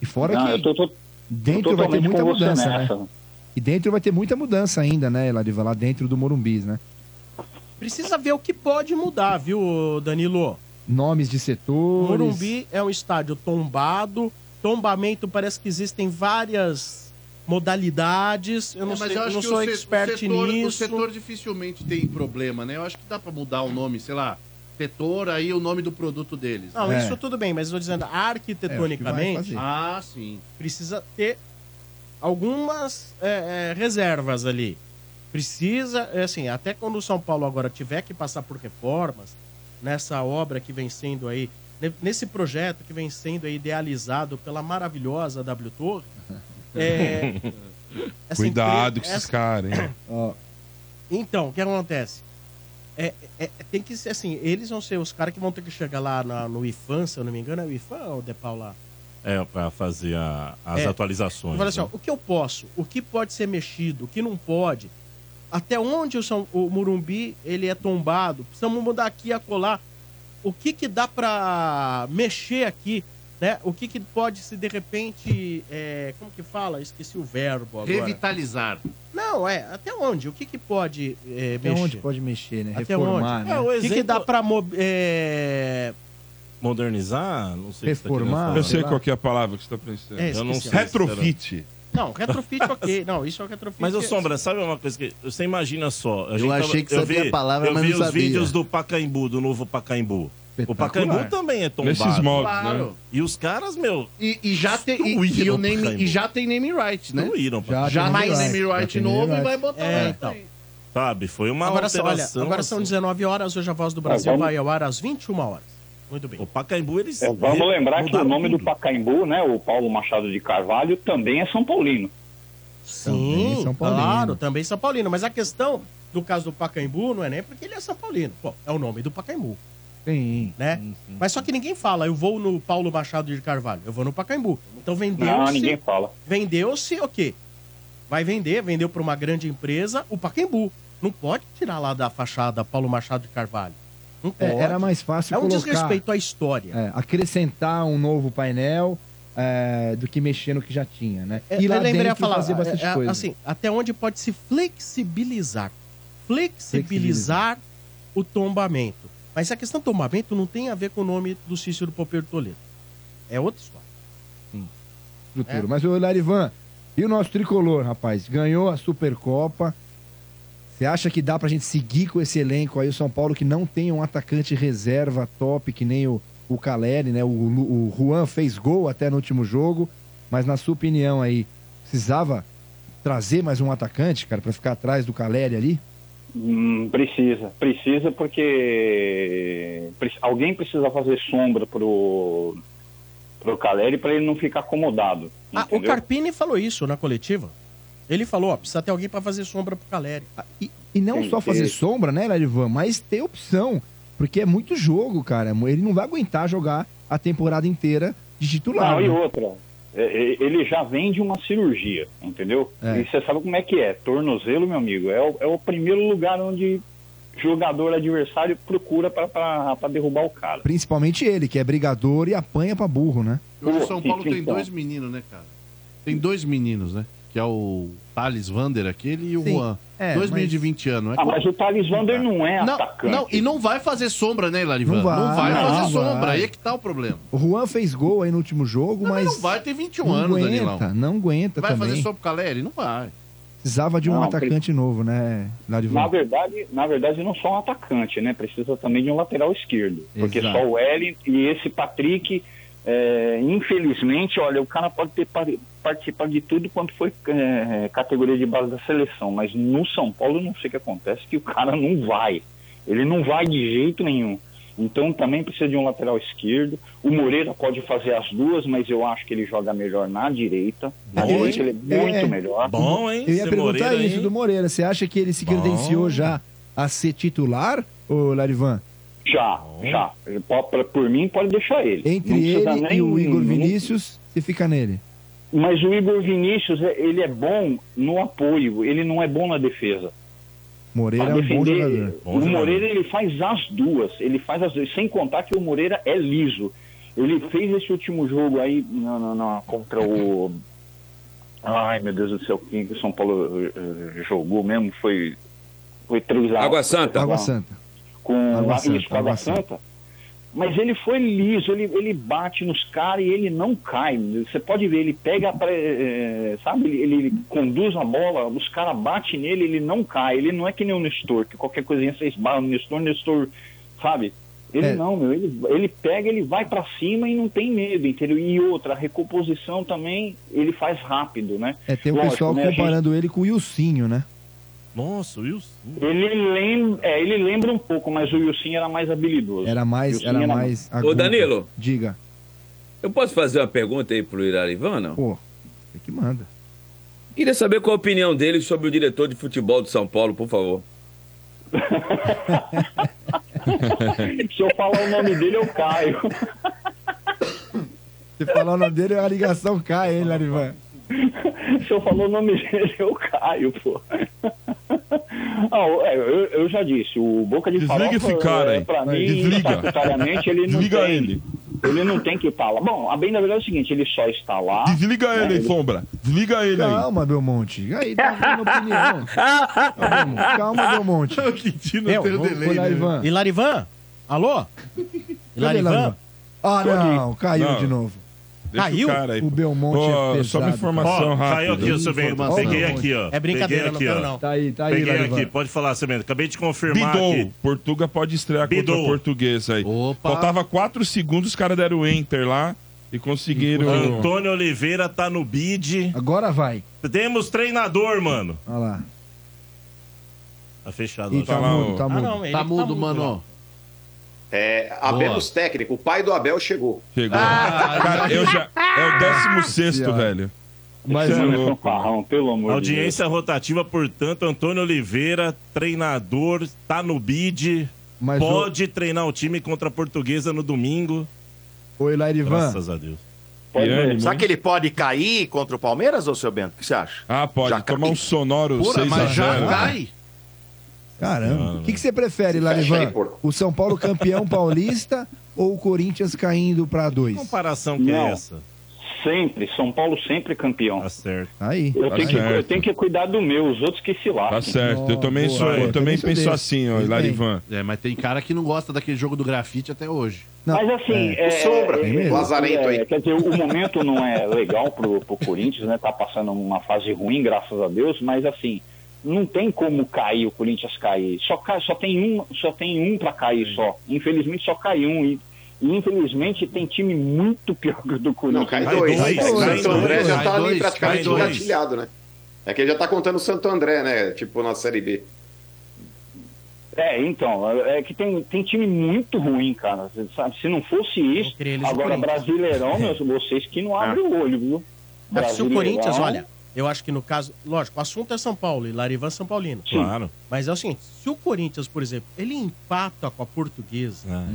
E fora Não, que eu tô- tô- dentro vai ter totalmente muita com você mudança, nessa. né? E dentro vai ter muita mudança ainda, né, Lariva? Lá dentro do Morumbis, né? Precisa ver o que pode mudar, viu, Danilo? Nomes de setores. Morumbi é um estádio tombado. Tombamento parece que existem várias modalidades. Eu não, É, sei, eu não que sou o se- expert o setor, O nisso. setor dificilmente tem problema, né? Eu acho que dá pra mudar o nome, sei lá, setor, aí o nome do produto deles. né? É. É, Não, isso tudo bem, mas eu tô dizendo, arquitetonicamente, Ah, sim. precisa ter algumas é, é, reservas ali. Precisa, é assim, até quando o São Paulo agora tiver que passar por reformas, nessa obra que vem sendo aí, ne- nesse projeto que vem sendo aí idealizado pela maravilhosa W Torre, é, essa Cuidado empre- com esses essa- caras, hein? Então, o que acontece? É, é- tem que ser assim, eles vão ser os caras que vão ter que chegar lá na- no IFAN, se eu não me engano, é o IFAN ou o De Paula? É, pra fazer a- as É. atualizações. Fala assim, ó, né? o que eu posso, o que pode ser mexido, o que não pode. até onde o, São, o Murumbi ele é tombado. Precisamos mudar aqui e acolá. O que que dá para mexer aqui, né? O que que pode se de repente, é, como que fala? Esqueci o verbo agora. Revitalizar. Não, é, até onde? O que que pode é, Até mexer? onde pode mexer, né? Até Reformar, onde? né? É, o Que que exemplo- dá pra mo- é... Modernizar? Não sei o que você tá querendo Reformar, falar. Eu sei qual que é a palavra que você está pensando. É, eu não esqueci. sei. Retrofit. Não, retrofit ok. Não, isso é o retrofit. Mas, ô é- Sombra, sabe uma coisa que você imagina só? Eu achei que sabia a palavra, eu mas vi não os sabia. vídeos do Pacaembu, do novo Pacaembu. O Pacaembu também é tombado. Nesses moldes, né? Claro. E os caras, meu... E, e já tem, e, Destruíram e o o name, Pacaembu. e já tem name right, né? Destruíram, já, Já já tem mais name name right, já right tem novo name e vai right. botar É, lá. então. Sabe, foi uma Agora, são, alteração... assim. olha, agora são 19 horas, hoje a Voz do Brasil Ah, vamos- vai ao ar às 21 horas. Muito bem. O Pacaembu, eles... É, vamos lembrar que o mudaram nome do Pacaembu, né, o Paulo Machado de Carvalho, também é São Paulino. Sim, claro, também São Paulino. Mas a questão do caso do Pacaembu não é nem porque ele é São Paulino. Pô, é o nome do Pacaembu. Sim. Né? Mas só que ninguém fala, eu vou no Paulo Machado de Carvalho, eu vou no Pacaembu. Então vendeu-se. Não, ninguém fala. Vendeu-se o quê? Vai vender, vendeu para uma grande empresa o Pacaembu. Não pode tirar lá da fachada Paulo Machado de Carvalho. Não É, pode. era mais fácil É um colocar- desrespeito à história. É, acrescentar um novo painel é, do que mexer no que já tinha, né? É, eu lembrei a dentro falar, fazer bastante é, é, coisa. assim, até onde pode se flexibilizar. Flexibilizar o tombamento. Mas a questão do tombamento não tem a ver com o nome do Cícero Pompeu de Toledo. É outra história. estrutura. Mas o Larivan, e o nosso tricolor, rapaz? Ganhou a Supercopa. Você acha que dá pra gente seguir com esse elenco aí, o São Paulo, que não tem um atacante reserva top, que nem o, o Caleri, né? O, Lu- o Juan fez gol até no último jogo, mas na sua opinião aí, precisava trazer mais um atacante, cara, pra ficar atrás do Caleri ali? Hum, precisa, precisa porque pre- alguém precisa fazer sombra pro pro Caleri para ele não ficar acomodado. Ah, o Carpini falou isso na coletiva. Ele falou, ó, precisa ter alguém para fazer sombra pro Caleri. Ah, E não Sim, só fazer sim. sombra, né, Larivan? Mas ter opção. Porque é muito jogo, cara. Ele não vai aguentar jogar a temporada inteira de titular. Não, e né? outra. é, é, Ele já vem de uma cirurgia, entendeu? É. E você sabe como é que é. Tornozelo, meu amigo, é o, é o primeiro lugar onde jogador adversário procura para derrubar o cara. Principalmente ele, que é brigador e apanha pra burro, né? Hoje o São Pô, Paulo que- tem então. dois meninos, né, cara? Tem dois meninos, né? Que é o Thales Vander, aquele, e o Sim. Juan. É, dois mas- meninos de 20 anos. Ah, mas o Thales Vander não é não, atacante. Não, e não vai fazer sombra, né, Larivan? Não Não vai. vai, Não, fazer não sombra. vai. Aí é que tá o problema. O Juan fez gol aí no último jogo, mas. não vai, tem 21 não anos, aguenta, Danilão. Não aguenta Vai também. fazer sombra pro Caleri? Não vai. Precisava de um Não, atacante novo, né, Na Larivan? verdade, na verdade, não só um atacante, né? Precisa também de um lateral esquerdo. Porque Exato. só o Ellen e esse Patrick, é, infelizmente, olha, o cara pode ter par- participado de tudo quanto foi é, categoria de base da seleção, mas no São Paulo eu não sei o que acontece, que o cara não vai. Ele não vai de jeito nenhum. Então também precisa de um lateral esquerdo. O Moreira pode fazer as duas, mas eu acho que ele joga melhor na direita. Na Bom, direita ele é muito É. melhor. Eu ia perguntar isso do Moreira. Você acha que ele se credenciou já a ser titular, ô Larivan? Já, já. Ele po- pra- Por mim, pode deixar ele. Entre Não precisa ele e nem- o Igor não- Vinícius, você fica nele. Mas o Igor Vinícius, é- ele é bom no apoio, ele não é bom na defesa. Moreira é Pra um bom defender, jogador. O Moreira, ele faz as duas. Ele faz as duas. Sem contar que o Moreira é liso. Ele fez esse último jogo aí na- na- na- contra o... Ai, meu Deus do céu, quem que o São Paulo eh, eh, jogou mesmo? Foi, foi 3 a um. Água Santa. Água Santa. Tá com Água a Santa, isso, com a Água Água Santa. Mas ele foi liso, ele, ele bate nos caras e ele não cai. Você pode ver, ele pega, a pre- eh, sabe, ele, ele conduz a bola, os caras batem nele, ele não cai. Ele não é que nem o Nestor, que qualquer coisinha vocês esbarra no Nestor, o Nestor, sabe? Ele É. não, meu, ele, ele pega, ele vai pra cima e não tem medo, entendeu? E outra, a recomposição também ele faz rápido, né? É, tem o Lógico, pessoal né, a gente- comparando ele com o Ilcinho, né? Nossa, o Wilson. Ele lembra, é, ele lembra um pouco, mas o Wilson era mais habilidoso. Era mais, Wilson era mais Ô, Danilo, Diga. eu posso fazer uma pergunta aí pro Irarivan, não? Pô, você que manda. Queria saber qual a opinião dele sobre o diretor de futebol de São Paulo, por favor. Se eu falar o nome dele, eu caio. Se falar o nome dele, a ligação cai, hein, Larivan? Se eu falar o nome dele, eu caio, pô. Ah, o- é, eu, eu já disse, o Boca de Desliga Farofa, esse cara é, aí. pra mim, Desliga. estatutariamente, ele não Desliga tem... ele. Ele não tem que estar lá. Bom, a bem da verdade é o seguinte, ele só está lá... Desliga né, ele aí, Sombra. Desliga ele aí. Calma, Belmonte. Aí tá dando opinião. Calma, Calma, Belmonte. Meu, tem o vamos- delay, Ô, Larivan. né? Ilarivan? Alô? Ilarivan? Larivan? Ah, não, caiu de novo. Deixa o Caiu? cara aí, O pô. Belmonte Ó, é pesado. só uma informação Ó, rápida. caiu aqui, Ó, ô, seu Bento. informação. Peguei aqui, ó. É brincadeira, Peguei não aqui, caiu, ó. não. Tá aí, tá aí, Peguei Larivan. aqui, pode falar, Semento. Acabei de confirmar Bidou. aqui. Portuga pode estrear contra Bidou. o português aí. Faltava 4 segundos, os caras deram enter lá e conseguiram. Uhum. Antônio Oliveira tá no bid. Agora vai. Temos treinador, mano. Olha lá. Tá fechado. Ih, ó. tá lá, mudo, ó. tá mudo. ele tá mudo, mano. É, Boa. Abemos técnico, o pai do Abel chegou. Ah, Chegou. Ah, Cara, eu já. É o 16, velho. Mais Isso é um. louco. Fanfarrão, pelo amor de Deus. Audiência rotativa, portanto, Antônio Oliveira, treinador, tá no bid. Mas pode treinar o time contra a portuguesa no domingo. Oi, Lairivan. Graças a Deus. Será que ele pode cair contra o Palmeiras, ô seu Bento? O que você acha? Ah, pode. Tomar um sonoro Porra, 6 a mas já 0. cai? Caramba. O que, que você prefere, Fecha Larivan? aí, porco. O São Paulo campeão paulista ou o Corinthians caindo pra dois? comparação que é essa? Sempre, São Paulo sempre campeão. Tá certo. Aí. Eu, Tá tenho, Que, certo. eu tenho que cuidar do meu, os outros que se lá. Tá certo, eu também sou, eu também penso assim, ó, Larivan. É, mas tem cara que não gosta daquele jogo do grafite até hoje. Mas assim, é, é, é, é, Quer dizer, o momento não é legal pro, pro Corinthians, né? Tá passando uma fase ruim, graças a Deus, mas assim, não tem como cair o Corinthians cair. Só, cai, só tem um, só tem um para cair só. Infelizmente só cai um e, e, infelizmente tem time muito pior que o do Corinthians. Não, cai dois. O Santo André já tá ali praticamente engatilhado, né? É que ele já tá contando o Santo André, né? Tipo na Série B. É, então, é que tem, tem time muito ruim, cara. Você Sabe? Se não fosse isso, eles no agora Corinthians. Brasileirão, meus, vocês que não abrem o olho, viu? É que se o Brasileirão- Corinthians, olha, eu acho que no caso, lógico, o assunto é São Paulo e Larivan São Paulino. Sim. Claro. Mas é o seguinte, se o Corinthians, por exemplo, ele empata com a portuguesa, É.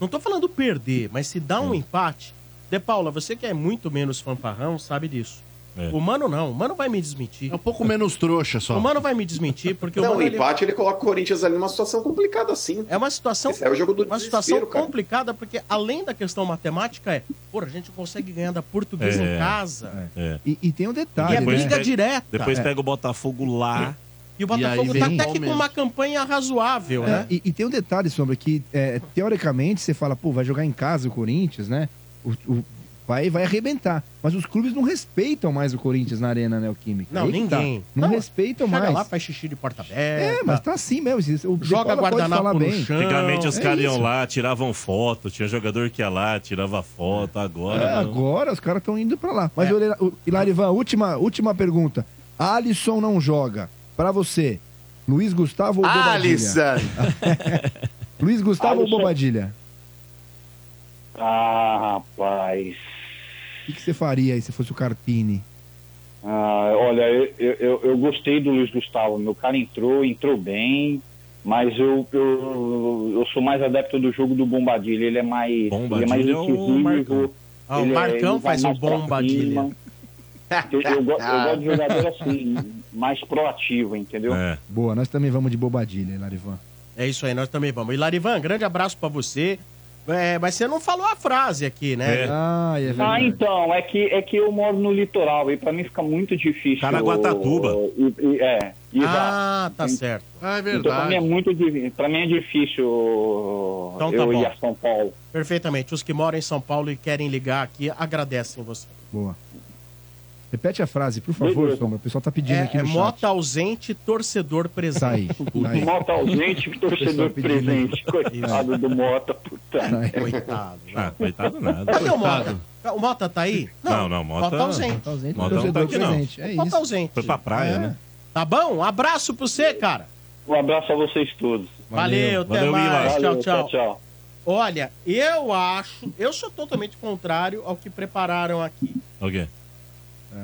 não tô falando perder, mas se dá um empate, De Paula, você que é muito menos fanfarrão, sabe disso. É. O Mano não, o Mano vai me desmentir. É um pouco menos trouxa só. O Mano vai me desmentir, porque o não, o Mano... empate ele coloca o Corinthians ali numa situação complicada assim. É uma situação. Esse é o jogo do Uma situação desespero, cara. complicada, porque além da questão matemática é, porra, a gente consegue ganhar da portuguesa em casa. É. E, e tem um detalhe, E é né? briga direta. Depois É. pega o Botafogo lá. E o Botafogo um tá até que com uma campanha razoável, É, né? e, e tem um detalhe sobre que, é, teoricamente, você fala, pô, vai jogar em casa o Corinthians, né? O, o- vai, vai arrebentar. Mas os clubes não respeitam mais o Corinthians na Arena Neoquímica. Não, Aí que ninguém. tá. Não, respeitam Chega mais. lá, faz xixi de porta aberta. É, mas tá assim mesmo. isso- O De Joga Paula pode guardanapo falar no bem. chão. Antigamente os É caras iam isso. lá, tiravam foto. Tinha jogador que ia lá, tirava foto. Agora. É, não. agora os caras estão indo pra lá. É. Mas, o, o Hilarivan, última, última pergunta. Alisson não joga. Pra você, Luiz Gustavo ou Bobadilha? Alisson! Luiz Gustavo Alisson. ou Bobadilha? Ah, rapaz. O que, que você faria aí se fosse o Carpini? Ah, olha, eu, eu- eu, eu gostei do Luiz Gustavo. Meu cara entrou, entrou bem, mas eu, eu, eu sou mais adepto do jogo do Bombadilha. Ele é mais. ele é mais Bombadilha ou incisivo, Marcão? Ah, o ele é- Marcão ele vai faz o mais pra Bombadilha. cima. Eu, eu go- eu gosto de jogador assim, mais proativo, entendeu? Boa, nós também vamos de Bobadilha, Larivan. É isso aí, nós também vamos. E Larivan, grande abraço pra você. É, mas você não falou a frase aqui, né? É. Ah, é Ah, então, é que, é que eu moro no litoral e pra mim fica muito difícil. Caraguatatuba. E, e, é, e Tá Ah, tá certo. Ah, é Então, pra mim é verdade. muito difícil. Pra mim é difícil Então tá eu bom. ir a São Paulo. Perfeitamente. Os que moram em São Paulo e querem ligar aqui, agradecem você. Boa. Repete a frase, por favor, Sombra. O pessoal tá pedindo É, aqui é no chat. moto ausente, torcedor presente. Tá aí. Mota ausente, Pessoal torcedor pedindo. presente. Coitado do Mota, puta. Tá Coitado. Ah, coitado nada. Cadê é o Mota? O Mota tá aí? Não, não, Mota- Mota ausente. Mota ausente, Mota não tá aqui, não. presente, É Mota ausente. Foi pra praia, né? Tá bom? Um abraço pra você, cara. Um abraço a vocês todos. Valeu, até Valeu, mais. Ila. Tchau, Valeu, tchau. tchau, tchau. Olha, eu acho, eu sou totalmente contrário ao que prepararam aqui. Ok. É.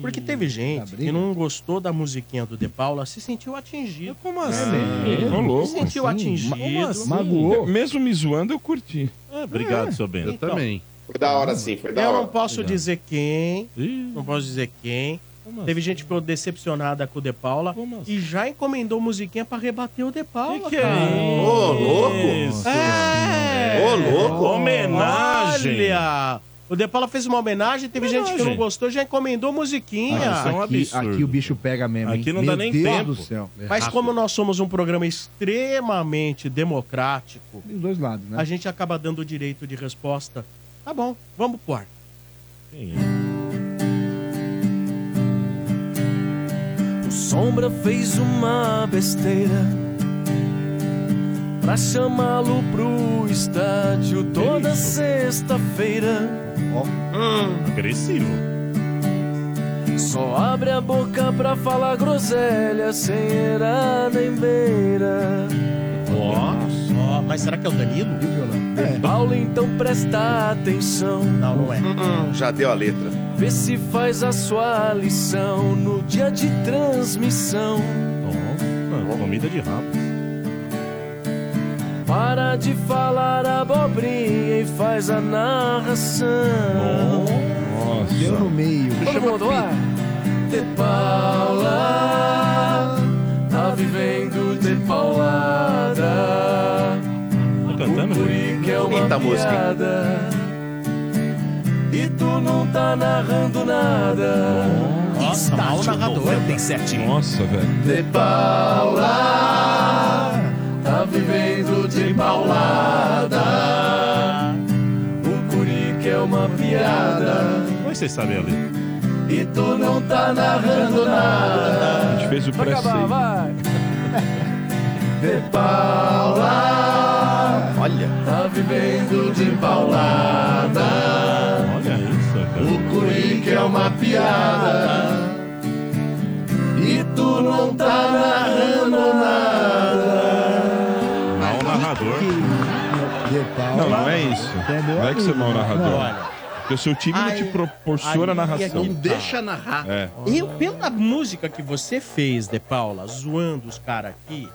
Porque teve Tá gente que não gostou da musiquinha do De Paula, se sentiu atingido. Como assim? Ô, louco. Se sentiu Como assim? atingido. Como assim? Magoou. Mesmo me zoando, eu curti. Ah, obrigado, É. seu Bento. Eu também. É Foi da hora sim, foi da Eu hora. não posso dizer quem, não posso dizer quem, Teve gente que ficou decepcionada com o De Paula e já encomendou musiquinha pra rebater o De Paula. assim? Que é que Ô, louco! É. Ô, louco! Homenagem! Ah, Olha! O De Paula fez uma homenagem, Ah, teve gente que não gostou, já encomendou musiquinha. aqui, aqui o bicho pega mesmo. hein? é um Aqui não Meu dá nem Deus tempo. É do céu. Mas como nós somos um programa extremamente democrático, Dos dois lados, né? a gente acaba dando o direito de resposta. Tá bom, vamos pro ar. O Sombra fez uma besteira pra chamá-lo pro estádio toda sexta-feira. Agressivo. Só abre a boca pra falar groselha sem era nem beira. Ó, ó, mas será que é o Danilo? Paulo, então presta atenção. Não, não é. Já deu a letra. Vê se faz a sua lição no dia de transmissão. comida de rabo. Para de falar abobrinha e faz a narração. Nossa. Deu no meio. Todo mundo "Ah, lá. De Paula tá vivendo de paulada. Tá cantando? Que é uma Eita, música, hein? piada. E tu não tá narrando nada. Nossa, mal narrador. 97. Nossa, velho. De Paula tá vivendo de paulada. O Curica é uma piada Como é que vocês sabem ali? e tu não tá narrando nada. A gente fez o Vai acabar, pré-save. vai. De Paula Olha. tá vivendo de paulada. Olha isso, é cara. O Curica é uma piada e tu não tá narrando nada. Mal narrador. Não, não é isso. Não é que você é mau narrador. Porque o seu time não te proporciona Aí, narração. Tá. Não deixa narrar. É. Eu, pela música que você fez, De Paula, zoando os caras aqui,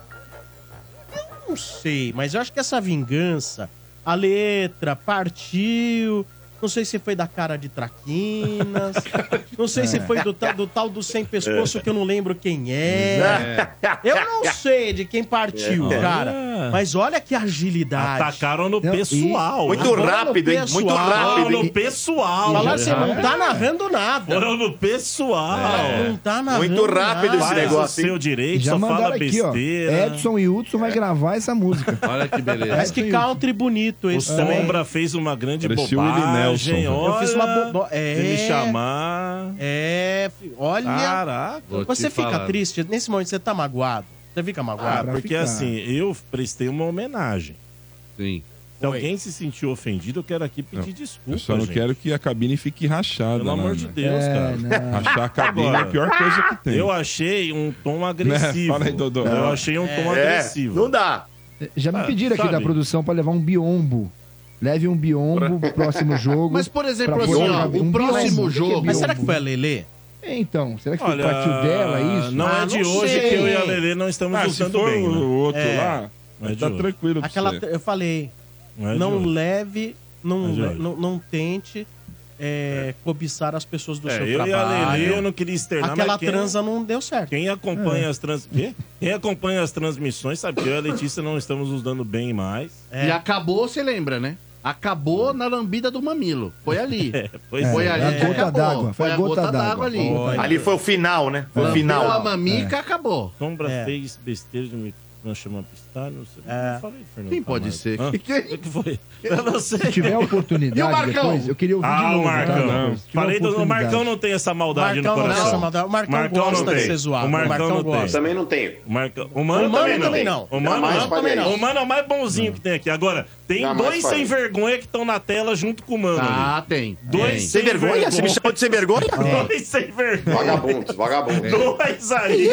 eu não sei, mas eu acho que essa vingança, a letra partiu. Não sei se foi da cara de Traquinas. não sei É. se foi do, tal- do tal do Sem Pescoço, que eu não lembro quem é. Eu não sei de quem partiu, É. cara. Ah. Mas olha que agilidade. Atacaram no pessoal. Muito Atacaram no rápido, hein? Muito pessoal. rápido, Falaram hein? no pessoal. Falaram assim, não tá É. narrando nada. Foram no pessoal. É. Não tá narrando nada. Faz o seu direito, Já só mandaram fala aqui, ó. besteira. Edson e Hudson vai gravar essa música. Olha que beleza. Mas que country bonito O esse também. Sombra fez uma grande Parecia o Willie bobagem. Nelson, olha, velho. Eu fiz uma bobo- é. de me chamar. É, fi- olha. Caraca. Vou Quando você te fica falar. triste, nesse momento você tá magoado. Você fica Ah, magoado. porque assim, eu prestei uma homenagem. Sim. Se alguém se sentiu ofendido, eu quero aqui pedir desculpa. Eu só não gente. quero que a cabine fique rachada. Pelo amor né, de né? Deus, É, cara. Rachar a cabine é a pior coisa que tem. Né? Eu achei um tom agressivo. Fala aí, Dodô. Eu achei um É, tom agressivo. Não dá. Já me Ah, pediram aqui sabe? da produção pra levar um biombo. Leve um biombo pro próximo jogo. Mas, por exemplo, pra assim, pôr ó, na- o próximo Um biombo. jogo- Que que é Mas será biombo? Foi a Lelê? É, Então, será que Olha, partiu dela isso? Não Ah, é de hoje que eu e a Lelê não estamos Ah, se usando for bem. o né? outro É. lá, Não é de tá hoje. tranquilo pra Aquela, eu falei, Não é não, de hoje. leve, não, Não é de hoje. não, não tente é, cobiçar as pessoas do É, seu eu trabalho. e a Lelê, eu não queria externar, Aquela mas quem- transa não deu certo. Quem acompanha É. as trans... Quê? Quem acompanha as transmissões sabe que eu e a Letícia não estamos nos dando bem mais. É. E acabou, você lembra, né? Acabou na lambida do mamilo. Foi ali. pois foi é. ali. É a que gota acabou. d'água, Foi a gota d'água ali. Ali foi o final, né? Foi o Lambeu final. a mamica, acabou. Sombra É. fez besteira de me não chamar pistar, não sei. É. Não falei, Fernando. Quem pode Camargo. ser? Hã? Que- O que foi? Eu não sei. Se tiver oportunidade E o Marcão? depois, eu queria ouvir de Ah, novo, o tá? Marcão. Depois, se tiver Falei do o oportunidade. Marcão não tem essa Marcão maldade no não tem coração. essa maldade. O Marcão gosta não de tem. ser zoado. O Marcão, O Marcão não tem. gosta. Também não tenho. O, Marcão- o Mano, também, não. O Mano, Jamais não. faria isso. O Mano é o mais bonzinho que tem aqui. Agora, tem Jamais dois faria sem isso. vergonha que estão na tela junto com o Mano. Ah, ali. tem. Dois Tem. sem Sem vergonha? vergonha. Você me é chamou de sem vergonha? É. Dois sem vergonha. Vagabundos, vagabundos. Dois aí.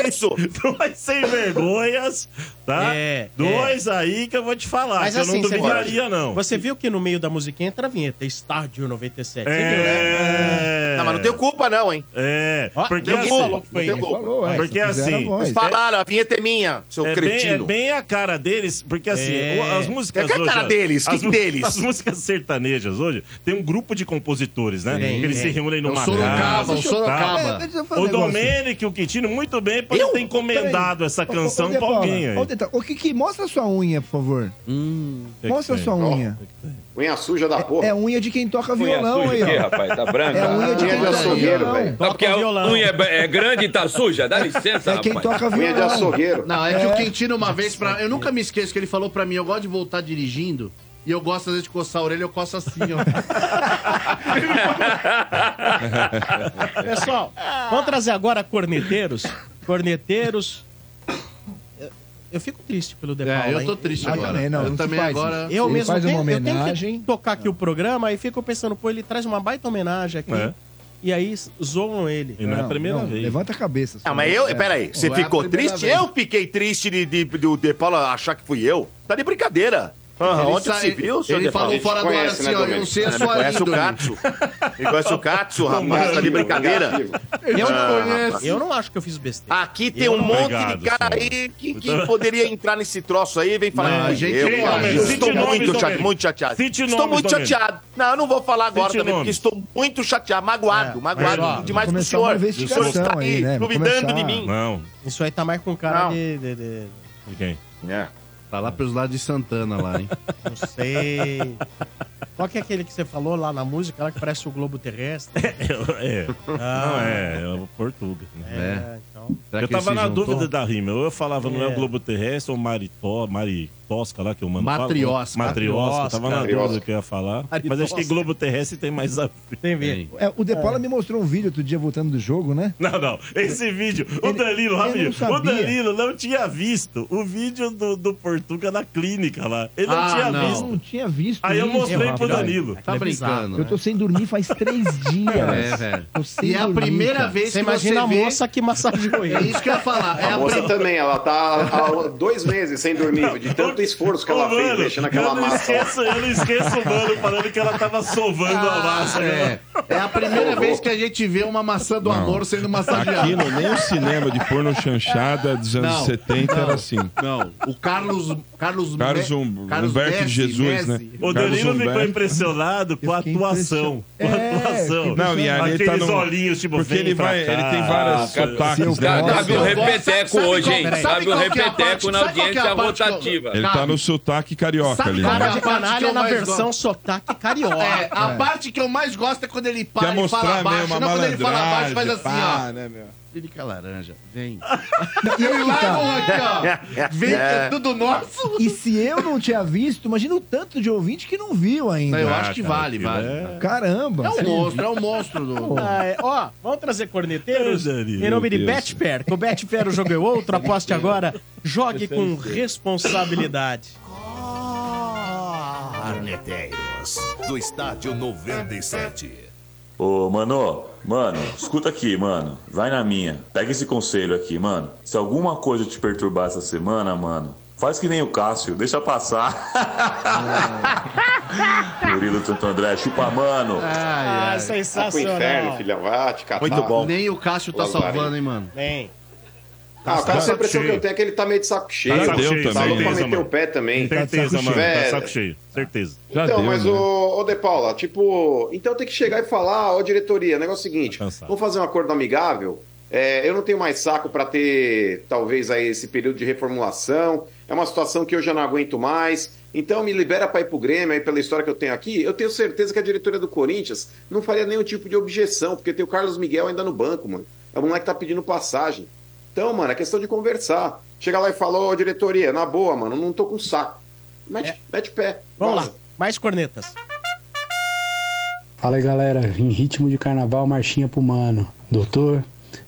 Dois sem vergonhas, tá? É, Dois aí que eu vou te Ah, falar. Mas que eu assim, não você- duvidaria, não. É. Você viu que no meio da musiquinha entra a vinheta, Estádio 97. Você viu, né? É, É. Não, mas não tenho culpa, não, hein? É, porque não tenho assim- culpa, falou que foi não ele. tenho culpa. Falou, é, porque se fizeram a assim. voz. Eles falaram, a vinheta é minha, seu é bem, é cretino. bem a cara deles, porque assim, É. o- as músicas É que a hoje... cara deles, as que mu- deles? As músicas sertanejas hoje, tem um grupo de compositores, né? Tem, que eles tem. se reúnem É o numa Sorocaba, casa, o Sorocaba. tal. É, deixa eu falar um O negócio. Domênico, o Quitino, muito bem, pode ter encomendado essa canção pra alguém aí. Hum. O que que... Mostra sua unha, por favor. Mostra É sua unha. Unha suja da porra. É unha de quem toca Unha violão suja aí, de quê, ó. rapaz? Tá branca? É unha de quem de toca açougueiro, violão. velho. Não, porque a unha é, é grande e tá suja. Dá licença, É quem rapaz. toca Unha violão. de açougueiro. Não, é que o Quintino uma vez, pra... eu nunca me esqueço que ele falou pra mim, eu gosto de voltar dirigindo, e eu gosto às vezes de coçar a orelha, eu coço assim, ó. Pessoal, vamos trazer agora corneteiros. Corneteiros. Eu- Eu fico triste pelo Depaula. É, eu tô hein? triste Eu agora. também não, Eu não também se faz agora- isso. Eu Ele mesmo faz uma tenho, eu tenho homenagem. que tocar aqui o programa e fico pensando, pô, ele traz uma baita homenagem aqui. É. E aí zoam ele. é Não, não, Levanta a cabeça. É. Não, Ah, mas eu, É. peraí, você ficou triste? Eu fiquei triste de, de, de, de Paulo achar que fui eu? Tá de brincadeira. Aham, Ele onde sai- se viu, seu ele De falou Paulo? fora do ar assim, ó, eu Domênico? sei a Ah, sua Me conhece o índole. Katsu. Me conhece o Katsu, rapaz, tá de brincadeira. Eu Ah, não rapaz. conheço. Eu não acho que eu fiz besteira. Aqui tem um monte de cara aí que, que poderia entrar nesse troço aí, vem falar. Não, que Ah, gente, eu, não, cara. mas Eu cite estou nomes, muito chateado, Domênico. muito chateado. Cite Estou nomes, muito Domênico. chateado. Não, eu não vou falar agora Cite também, porque nomes. É. estou muito chateado, magoado, magoado Mas, ó, demais vai pro começar uma senhor. O senhor investigação está aí, né? aí, Vai duvidando começar. Ah, de mim. Não. Isso aí tá mais com cara Não. de... de, de- Quem? É. Tá lá pelos lados de Santana lá, hein? Não sei. Qual que é aquele que você falou lá na música, lá que parece o Globo Terrestre? É. Não, Ah. é, é o Portuga. É, então. Será Eu que tava ele se na juntou? dúvida da rima. Eu falava, não é É. o Globo Terrestre ou Maritó, Maritosca lá que eu mando. Matriosca. Matriosca. Eu Tava na Matriosca. dúvida que eu ia falar. Mas acho que Maritosca. Globo Terrestre tem mais a ver. Tem ver. É, o De Paula me mostrou um vídeo outro dia voltando do jogo, né? Não, não. Esse vídeo, o Danilo, ele rapidinho, não o sabia. Danilo não tinha visto o vídeo do, do Portuga na clínica lá. Ele não Ah, tinha Eu visto. Ah, não tinha visto. Aí eu isso, É, mostrei pro rapaz. Danilo. Tá brincando, Eu tô sem dormir faz três dias. É, velho. Tô sem né? E é a dormir, primeira cara. vez Você que imagina a você vê- moça que massageou ele. É isso que eu ia falar. É A a moça prim- também, ela tá há dois meses sem dormir, de tanto esforço que ela fez, deixando aquela eu não massa. esqueço, eu não esqueço o mano falando que ela tava sovando a massa. é. É a primeira vez que a gente vê uma maçã do amor sendo massageada. Aquilo, nem o cinema de porno chanchada dos anos Não, 70 não, era assim. Não, o Carlos. Carlos, Carlos Hum- Humberto de Jesus, né? O Carlos Danilo ficou Humberto. impressionado com a atuação. Com a atuação. Não, e aí ele Aqueles tá num- olhinhos, tipo, Porque vem ele pra vai- cá. ele tem Ah, várias cara, sotaques, cara, né? cara, Sabe Cabe o qual- repeteco sabe hoje, qual- hein? peraí. Cabe o Sabe qual que é a repeteco parte- na sabe qual que é a audiência parte que eu- rotativa. Ele tá no sotaque carioca ali. Cara né? de é que canalha eu na mais versão gosto. sotaque carioca. É, a parte que eu mais gosto é quando ele para Quer e fala mostrar baixo. mesmo a Não, quando ele fala baixo, faz malandragem, assim, pá, ó. Tá né, meu? Clínica laranja, vem. E aí, Largam aqui, ó. cara? Vem, que é tudo nosso. E se eu não tinha visto, imagina o tanto de ouvinte que não viu ainda. Não, eu Ah, acho Ah, que vale, vale. Caramba. É um você monstro, é viu? um monstro do. Ah, é. Ó, vamos trazer corneteiros Ai, Danilo, em nome de meu Deus. Betfair. Com Betfair o jogo é outro, aposte agora. Jogue é com responsabilidade. Arneteiros, do estádio 97. Ô, mano, mano, escuta aqui, mano. Vai na minha. Pega esse conselho aqui, mano. Se alguma coisa te perturbar essa semana, mano, faz que nem o Cássio, deixa passar. Ah, Murilo Santo é André, chupa, mano. Ah, sensacional. filhão. Vai te catar. Nem o Cássio tá Lazarento. salvando, hein, mano. Nem. Ah, o cara, Tá a impressão cheio. que eu tenho é que ele tá meio de saco cheio. Tá saco Deu cheio, Tá louco pra certeza, meter mano. o pé também. Certeza, mano. Tá Velho. saco cheio. Certeza. então, né? mas ô, ô De Paula, tipo, então tem que chegar e falar, ó diretoria, negócio é o seguinte, vamos fazer um acordo amigável. É, eu não tenho mais saco pra ter, talvez, aí esse período de reformulação. É uma situação que eu já não aguento mais. Então me libera pra ir pro Grêmio aí pela história que eu tenho aqui. Eu tenho certeza que a diretoria do Corinthians não faria nenhum tipo de objeção, porque tem o Carlos Miguel ainda no banco, mano. É o moleque que tá pedindo passagem. Então, mano, é questão de conversar. Chega lá e fala, ô diretoria, na boa, mano, não tô com saco. Mete, mete o pé. Vamos lá, mais cornetas. Fala aí galera, em ritmo de carnaval, marchinha pro mano. Doutor,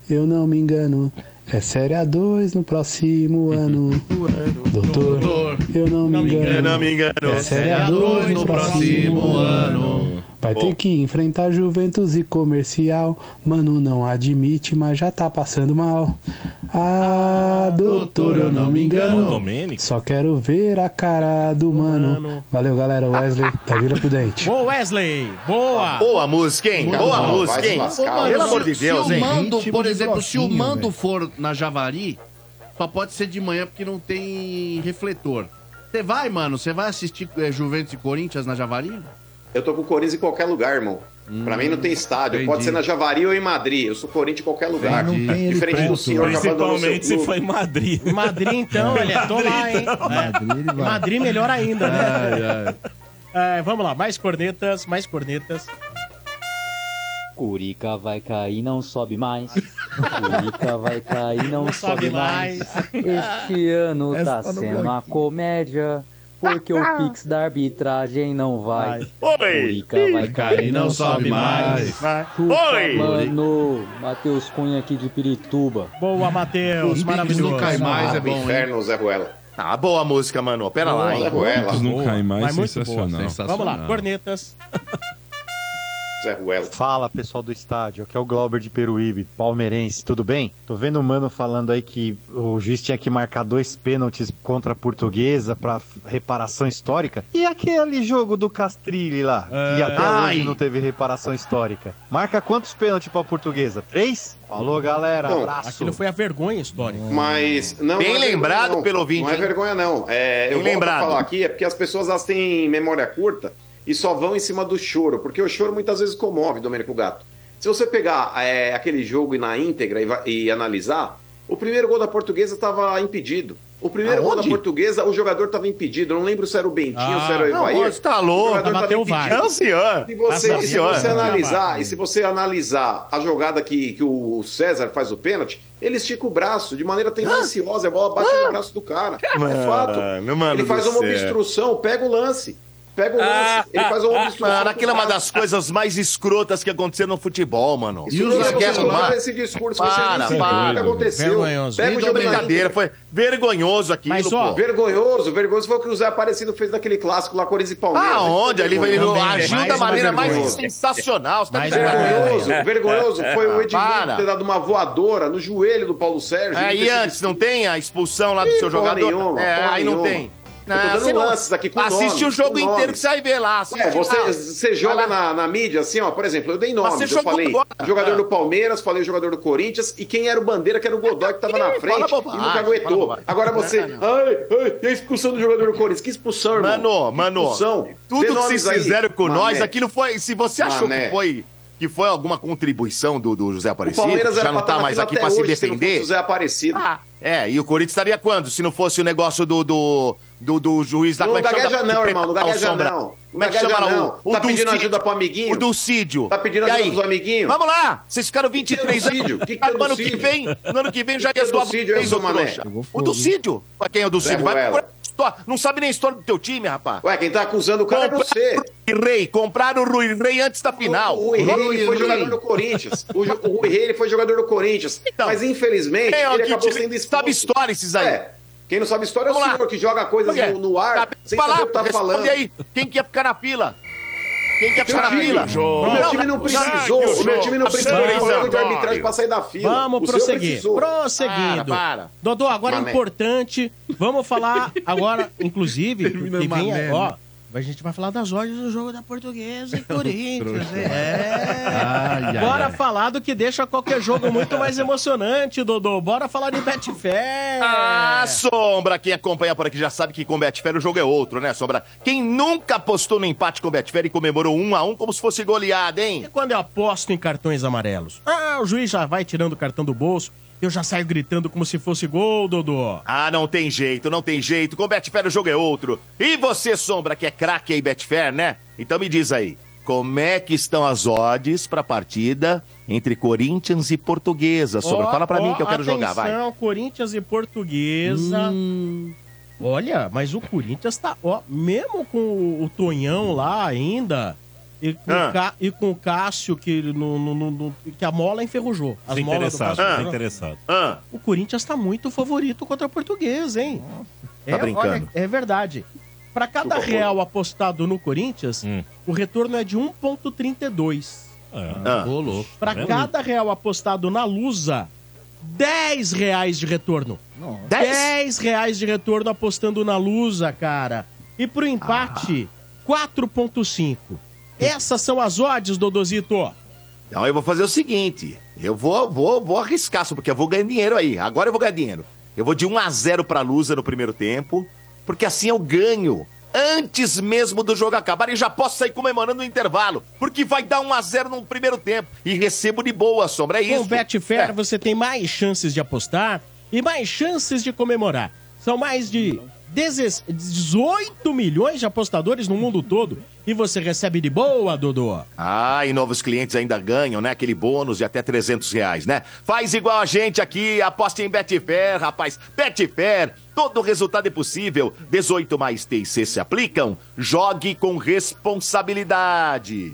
eu não me engano, é série A2 no próximo ano. Doutor, eu não me engano, Eu não me engano. é série A2 no próximo ano. Vai ter que enfrentar Juventus e Comercial. Mano, não admite, mas já tá passando mal. Ah, doutor, eu não me Ô, engano. Domênico. Só quero ver a cara do mano. Valeu, galera. Wesley, tá da Vila Prudente. Boa, Wesley! Boa! Tá Boa música, hein? Boa música, hein? Pelo amor de Deus, se o hein? mando, Ritmo por de exemplo, se o bloquinho, mando for na Javari, só pode ser de manhã porque não tem refletor. Você vai, mano? Você vai assistir eh, Juventus e Corinthians na Javari? Eu tô com o Corinthians em qualquer lugar, irmão. pra mim não tem estádio. Pode entendi. ser na Javari ou em Madrid. Eu sou Corinthians em qualquer lugar. Não tem ele Diferente do perto. senhor que abandonou seu Principalmente se clube. foi em Madrid. Madrid, então, ele é tô lá, hein? então. Madrid, Madrid melhor ainda, né? É, vamos lá, mais cornetas, mais cornetas. Curica vai cair, não sobe mais. Curica vai cair, não, sobe, sobe mais. mais. Este ano Essa tá tá no sendo bloquinho. uma comédia, porque o Pix da arbitragem não vai. Oi! Curica vai cair, não sobe mais. Chupa, Oi! Mano, Matheus Cunha aqui de Pirituba. Boa, É, Matheus, maravilhoso. Ah, é Ah, é bom, inferno, Zé Ruela. Ah, boa música, mano. Pera lá, hein? Zé Ruela. Juntos não Boa. cai mais, Mas muito sensacional. boa, Sensacional. Vamos lá, cornetas. Fala pessoal do estádio, aqui é o Glauber de Peruíbe, palmeirense, tudo bem? Tô vendo o mano falando aí que o juiz tinha que marcar dois pênaltis contra a portuguesa pra reparação histórica. E aquele jogo do Castrilli lá, que até Ah, Ai. hoje não teve reparação histórica. Marca quantos pênaltis pra portuguesa? Três? Falou galera, Bom, abraço. Aquilo foi a vergonha histórica. Mas não Bem é vergonha, lembrado não. pelo ouvinte, Não é hein? vergonha, não. É, eu Bem volto a lembrado. falar aqui, é porque as pessoas elas têm memória curta e só vão em cima do choro, porque o choro muitas vezes comove, Domênico Gato. Se você pegar é, aquele jogo na íntegra e, va- e analisar, o primeiro gol da portuguesa estava impedido. O primeiro gol da Aonde? portuguesa, o jogador estava impedido. Eu não lembro se era o Bentinho Ah. ou se era o Não, Evair. você tá louco. jogador Bateu tava o VAR. impedido. É o senhor. Se você, É o se senhor. você analisar, É. e se você analisar a jogada que, que o César faz o pênalti, ele estica o braço de maneira tendenciosa, a bola bate Ah! no braço do cara. é Mano, fato. mano ele faz do uma céu. obstrução, pega o lance. Pega o lance, Ah, ele faz um uma obstrução. Mano, aquilo é uma pro das coisas mais escrotas que aconteceu no futebol, mano. Isso não é quer você não arrumar? leva esse discurso, você Para, não sabe para. o que aconteceu. Vergonhoso. Pega Nem o jogo dominar. brincadeira, foi vergonhoso aquilo, Mas ó, pô. vergonhoso, vergonhoso foi o que o Zé Aparecido fez naquele clássico lá, Corinthians e Palmeiras. Aonde? Ali Também, ele né? agiu Mais da uma maneira mais vergonhoso. sensacional. Você tá Mas me vergonhoso, zoando. vergonhoso foi o Edmundo Para. ter dado uma voadora no joelho do Paulo Sérgio. É, e antes, não tem a expulsão lá do seu porra jogador? nenhuma, é, porra aí não nenhuma. tem. Eu tô dando você não- lances aqui com Assiste nome, o jogo com inteiro nome. que você vai ver lá. assiste É, você, Tipo, ah, lá. você joga na, na mídia assim, ó, por exemplo, eu dei Mas nome, você eu jogou falei agora. jogador Ah. do Palmeiras, falei o jogador do Corinthians e quem era o bandeira, que era o Godoy que tava na Ih, frente fala e bobagem, nunca fala aguentou. bobagem. Agora você, Não, ai, ai, e a expulsão do jogador do Corinthians, que expulsão, irmão? Mano, Que mano, expulsão. Dê tudo que nomes vocês aí. fizeram com Mané. nós, aquilo foi. Se você achou Mané. que foi. Que foi alguma contribuição do, do José O Aparecido? Palmeiras que já era não pra tá na mais fila aqui até pra se hoje, se não fosse defender. o Zé Aparecido. É, e o Corinthians estaria quando? Se não fosse o negócio do, do, do, do juiz lá Não como é que chama? gagueja Da- não, irmão, não gagueja Sombra. não. Não Como é que gagueja chama lá? não. O, o Tá pedindo Dulcídio. ajuda pro amiguinho? O Dulcídio. Tá pedindo E ajuda aí? pros amiguinhos? Vamos lá! Vocês ficaram Que 23 que é anos. Dulcídio? Que que é no ano que Dulcídio? vem, no ano que vem já Que que é ia zoar Dulcídio, hein, vocês, seu ô mané? trouxa. Pegou O fogo, Dulcídio. Pra quem é o Dulcídio? Zé Vai Ruela. procurar história. Não sabe nem a história do teu time, rapaz. Ué, quem tá acusando o cara é você. Rui Rei, compraram o Rui Rei antes da final. O Rui Rei foi jogador do Corinthians. O, Ju- o Rui Rei ele foi jogador do Corinthians. mas infelizmente Então, Quem é o ele que acabou te- sendo expulso. Sabe história esses aí. Quem não sabe história é o Vamos lá. senhor que joga coisas Por quê? no, no ar Tá, sem fala, saber o que tá responde falando. aí. Quem quer ficar na fila? Quem quer Meu ficar na time. fila? O meu time não precisou. O meu time não precisou de problema de arbitragem pra sair da fila. Vamos o seu prosseguir. precisou. Prosseguindo. Para, para. Dodô, agora Mané. é importante. Vamos falar agora, inclusive, que vem, mané, ó, né? a gente vai falar das ordens do jogo da Portuguesa e Corinthians. Trouxa. é. Ai, ai, né? Bora ai. falar do que deixa qualquer jogo muito mais emocionante, Dodô. Bora falar de Betfair. Ah, Sombra, quem acompanha por aqui já sabe que com Betfair o jogo é outro, né, Sombra? Quem nunca apostou no empate com Betfair e comemorou um a um como se fosse goleada, hein? É Quando eu aposto em cartões amarelos, ah, o juiz já vai tirando o cartão do bolso, eu já saio gritando como se fosse gol, Dodô. Ah, não tem jeito, não tem jeito. Com Betfair o jogo é outro. E você, Sombra, que é craque aí, Betfair, né? Então me diz aí, como é que estão as odds pra partida entre Corinthians e Portuguesa, Sombra? Ó, Fala pra ó, mim que eu quero jogar, vai. Hum. atenção, Corinthians e Portuguesa. Olha, mas o Corinthians tá, ó, mesmo com o, o Tonhão lá ainda, e com, Ah. o, Ca- e com o Cássio, que, no, no- no- no- que a mola enferrujou. As molas do Tô interessado, Cássio tô enferrujou. interessado. O Corinthians tá muito favorito contra a Portuguesa, hein? Tá brincando. é verdade. Para cada Chupa, real apostado no Corinthians, Hum. o retorno é de 1,32. Ah, Ah. ô, louco. Para Tá vendo? cada real apostado na Lusa, 10 reais de retorno. Nossa. 10 reais de retorno apostando na Lusa, cara. E pro empate, 4,5. Essas são as odds, Dodozito. Então eu vou fazer o seguinte: eu vou, vou, vou arriscar, só porque eu vou ganhar dinheiro aí. Agora eu vou ganhar dinheiro. Eu vou de 1 a 0 pra Lusa no primeiro tempo, porque assim eu ganho. Antes mesmo do jogo acabar, e já posso sair comemorando no intervalo, porque vai dar 1 a 0 no primeiro tempo. E recebo de boa, sombra. É isso. Com o Betfair você tem mais chances de apostar e mais chances de comemorar. São mais de 16 18 milhões de apostadores no mundo todo. E você recebe de boa, Dodô. Ah, e novos clientes ainda ganham, né? Aquele bônus de até 300 reais, né? Faz igual a gente aqui, aposta em Betfair, rapaz. Betfair, todo resultado é possível. 18 mais TC se aplicam. Jogue com responsabilidade.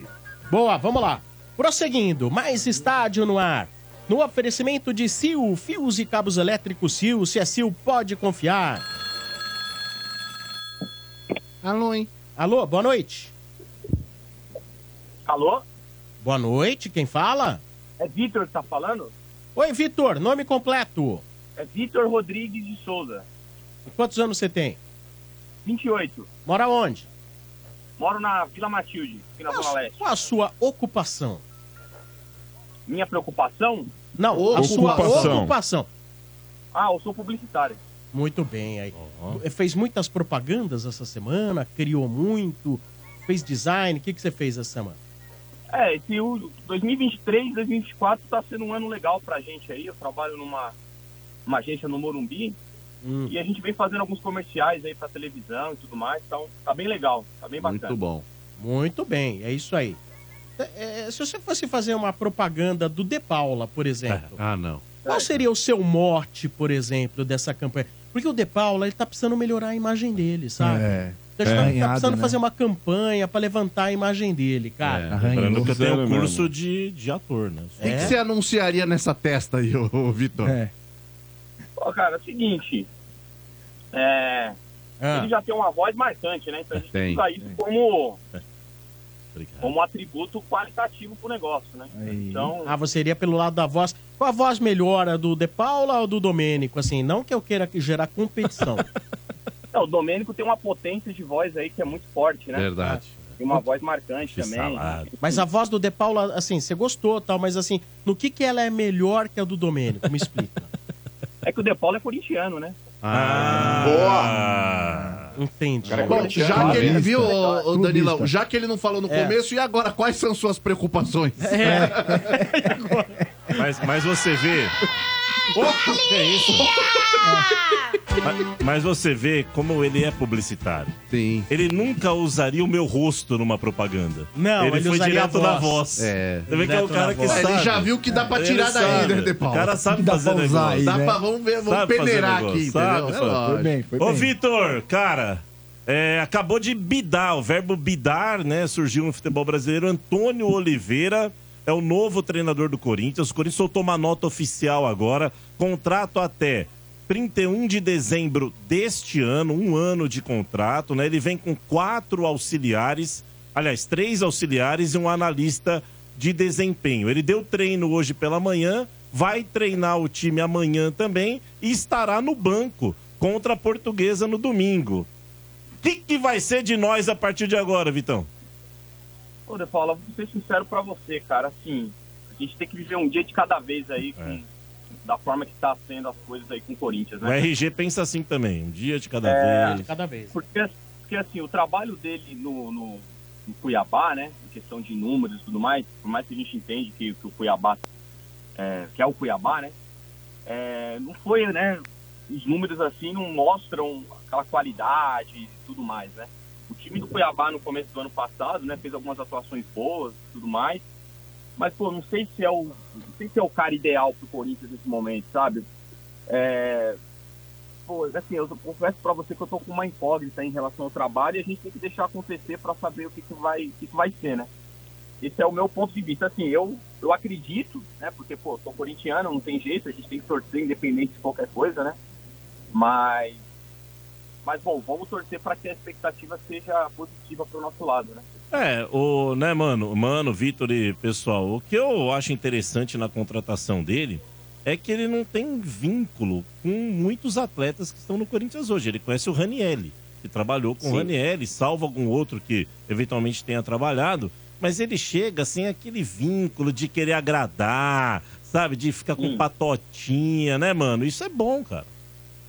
Boa, vamos lá. Prosseguindo, mais estádio no ar. No oferecimento de Sil, fios e cabos elétricos Sil, se é Sil, pode confiar. Alô, hein? Alô, boa noite. Alô? Boa noite, quem fala? É Vitor que tá falando? Oi, Vitor, nome completo. É Vitor Rodrigues de Souza, Quantos anos você tem? 28. Mora onde? Moro na Ah, Vila Matilde, aqui na Zona Leste. Qual a sua ocupação? Minha preocupação? Não, a sua Ocupação. ocupação. Ah, eu sou publicitário. Muito bem aí. Eh, Fez muitas propagandas essa semana, criou muito, fez design. O que, que você fez essa semana? É, esse o- 2023, 2024 tá sendo um ano legal pra gente aí. Eu trabalho numa uma agência no Morumbi Hum. e a gente vem fazendo alguns comerciais aí pra televisão e tudo mais. Então, tá bem legal, tá bem bacana. Muito bem, é isso aí. É, é, se você fosse fazer uma propaganda do De Paula, por exemplo, Ah, não. qual seria o seu mote, por exemplo, dessa campanha? Porque o De Paula, ele tá precisando melhorar a imagem dele, sabe? É. Então, ele tá- tá Arranhado, precisando né? É. fazer uma campanha pra levantar a imagem dele, cara. Lembrando que eu tenho um curso de, de ator, né? É? É? O que você anunciaria nessa testa aí, ô, ô Vitor? Ó, cara, é o seguinte. É. Ah. Ele já tem uma voz marcante, né? Então a gente Tem, usa isso tem. como. Como um atributo qualitativo pro negócio, né? Então. Ah, você iria pelo lado da voz. Qual a voz melhor, a do De Paula ou do Domênico? Assim, não que eu queira que- gerar competição. não, É, o Domênico tem uma potência de voz aí que é muito forte, né? Verdade. Tem uma voz marcante também. Mas a voz do De Paula, assim, você gostou tal, mas assim, no que que ela é melhor que a do Domênico? Me explica. É que o De Paulo é corintiano, né? Ah! Boa! Entendi. Bom, é já que ele viu, ô, ô, Danilão, Clubista. já que ele não falou no É. começo, e agora, quais são suas preocupações? Mas, mas você vê. que é isso? Mas, mas você vê como ele é publicitário. Sim. Ele nunca usaria o meu rosto numa propaganda. Não, ele, ele foi usaria direto a na voz. voz. É. Você vê que é o Direto na cara que voz. sabe. Ele já viu que dá pra tirar Ele daí, sabe. né, De Paula? O cara sabe Dá pra fazer usar negócio. aí, né? Dá pra- vamos ver, vamos Sabe fazer peneirar negócio, aqui, sabe entendeu? É fazer. lógico. Foi bem, foi Ô, bem. Vitor, cara... é, acabou de bidar, o verbo bidar, né? Surgiu no futebol brasileiro. Antônio Oliveira é o novo treinador do Corinthians. O Corinthians soltou uma nota oficial agora. Contrato até 31 de dezembro deste ano, um ano de contrato, né? Ele vem com quatro auxiliares, aliás, três auxiliares e um analista de desempenho. Ele deu treino hoje pela manhã, vai treinar o time amanhã também e estará no banco contra a Portuguesa no domingo. O que, que vai ser de nós a partir de agora, Vitão? Ô, De Paula, vou ser sincero pra você, cara. Assim, a gente tem que viver um dia de cada vez aí, É. com- da forma que tá sendo as coisas aí com o Corinthians, O né? RG pensa assim também, um dia de cada É, vez. cada vez. Porque, porque assim, o trabalho dele no, no, no Cuiabá, né? Em questão de números e tudo mais, por mais que a gente entende que, que o Cuiabá, é, que é o Cuiabá, né? é, não foi, né? Os números assim não mostram aquela qualidade e tudo mais, né? O time do Cuiabá no começo do ano passado, né? Fez algumas atuações boas e tudo mais. Mas, pô, não sei se é o, não sei se é o cara ideal pro Corinthians nesse momento, sabe? É, Pô, assim, eu confesso pra você que eu tô com uma incógnita em relação ao trabalho e a gente tem que deixar acontecer pra saber o que, que, vai, o que, que vai ser, né? Esse é o meu ponto de vista. Assim, eu, eu acredito, né? Porque, pô, eu sou corintiano, não tem jeito, a gente tem que torcer independente de qualquer coisa, né? Mas Mas, bom, vamos torcer para que a expectativa seja positiva para o nosso lado, né? É, o, né, mano, mano, Vitor e pessoal, o que eu acho interessante na contratação dele é que ele não tem vínculo com muitos atletas que estão no Corinthians hoje. Ele conhece o Ranielli, que trabalhou com Sim. o Ranielli, salvo algum outro que eventualmente tenha trabalhado, mas ele chega sem aquele vínculo de querer agradar, sabe, de ficar com patotinha, né, mano? Isso é bom, cara.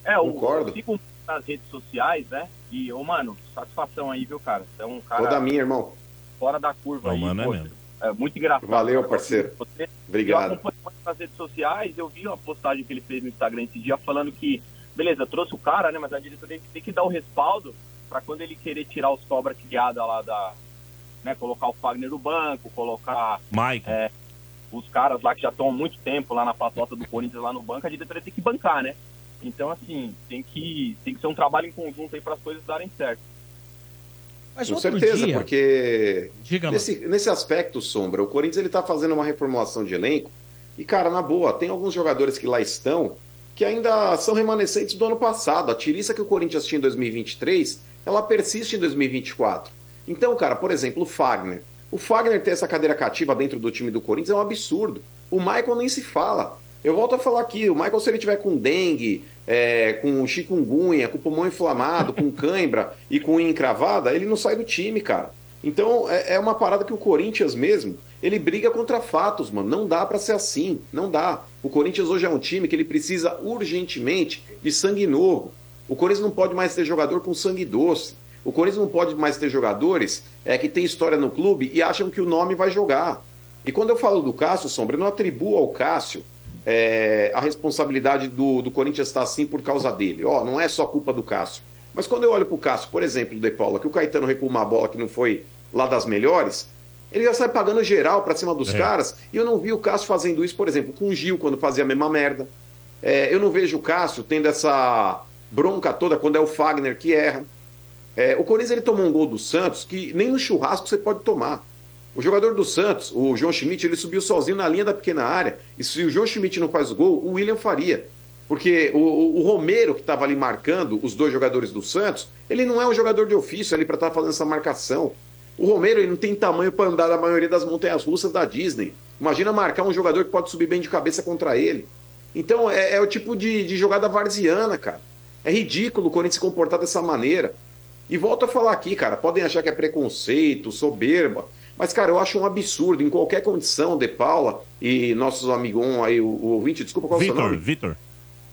É, eu, Concordo. eu sigo nas redes sociais, né? E, ô, mano, satisfação aí, viu, cara? Você é um cara... Toda minha, irmão. Fora da curva Não, aí, mano, é pô, mesmo. é muito engraçado. Valeu, Você- parceiro. você- Eu Obrigado. acompanho muito nas redes sociais, eu vi uma postagem que ele fez no Instagram esse dia falando que, beleza, trouxe o cara, né? Mas a diretoria tem que dar o respaldo para quando ele querer tirar os cobra criada lá da... Né, colocar o Fagner no banco, colocar Mike. os caras lá que já estão há muito tempo lá na patota do Corinthians lá no banco, a diretoria tem que bancar, né? Então, assim, tem que, tem que ser um trabalho em conjunto aí para as coisas darem certo. Mas Com outro certeza, dia- porque mano. nesse, nesse aspecto, Sombra, o Corinthians ele tá fazendo uma reformulação de elenco e, cara, na boa, tem alguns jogadores que lá estão que ainda são remanescentes do ano passado. A tiriça que o Corinthians tinha em 2023, ela persiste em 2024. Então, cara, por exemplo, o Fagner. O Fagner ter essa cadeira cativa dentro do time do Corinthians é um absurdo. O Michael nem se fala. Eu volto a falar aqui, o Michael, se ele tiver com dengue, é, com chikungunya, com pulmão inflamado, com cãibra e com unha encravada, ele não sai do time, cara. Então, é, é uma parada que o Corinthians mesmo, ele briga contra fatos, mano. Não dá pra ser assim, não dá. O Corinthians hoje é um time que ele precisa urgentemente de sangue novo. O Corinthians não pode mais ter jogador com sangue doce. O Corinthians não pode mais ter jogadores é, que têm história no clube e acham que o nome vai jogar. E quando eu falo do Cássio, Sombra, eu não atribuo ao Cássio é, a responsabilidade do, do Corinthians estar assim por causa dele. Ó, não é só culpa do Cássio. Mas quando eu olho pro Cássio, por exemplo, do De Paula, que o Caetano recuou uma bola que não foi lá das melhores, ele já sai pagando geral pra cima dos É. caras. E eu não vi o Cássio fazendo isso, por exemplo, com o Gil, quando fazia a mesma merda. É, eu não vejo o Cássio tendo essa bronca toda quando é o Fagner que erra. É, o Corinthians ele tomou um gol do Santos que nem no churrasco você pode tomar. O jogador do Santos, o João Schmidt, ele subiu sozinho na linha da pequena área. E se o João Schmidt não faz o gol, o William faria. Porque o, o- o Romero, que estava ali marcando os dois jogadores do Santos, ele não é um jogador de ofício ali para estar fazendo essa marcação. O Romero ele não tem tamanho para andar na maioria das montanhas russas da Disney. Imagina marcar um jogador que pode subir bem de cabeça contra ele. Então é, é o tipo de, de jogada varziana, cara. É ridículo o Corinthians se comportar dessa maneira. E volto a falar aqui, cara, podem achar que é preconceito, soberba, mas, cara, eu acho um absurdo, em qualquer condição, De Paula e nossos amigão aí, o, o ouvinte, desculpa qual é o seu Vitor, nome? Vitor.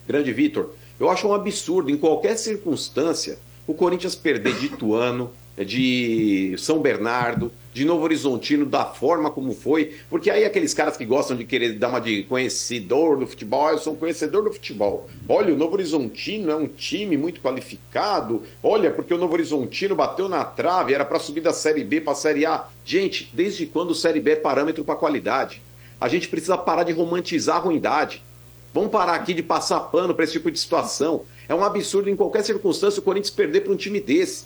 Grande Vitor, eu acho um absurdo, em qualquer circunstância, o Corinthians perder de Ituano, de São Bernardo, de Novo Horizontino, da forma como foi, porque aí aqueles caras que gostam de querer dar uma de conhecedor do futebol, "Ah, eu sou um conhecedor do futebol. Olha, o Novo Horizontino é um time muito qualificado, olha, porque o Novo Horizontino bateu na trave, era para subir da Série B para a Série A. Gente, desde quando Série B é parâmetro para qualidade? A gente precisa parar de romantizar a ruindade. Vamos parar aqui de passar pano para esse tipo de situação. É um absurdo em qualquer circunstância o Corinthians perder para um time desse.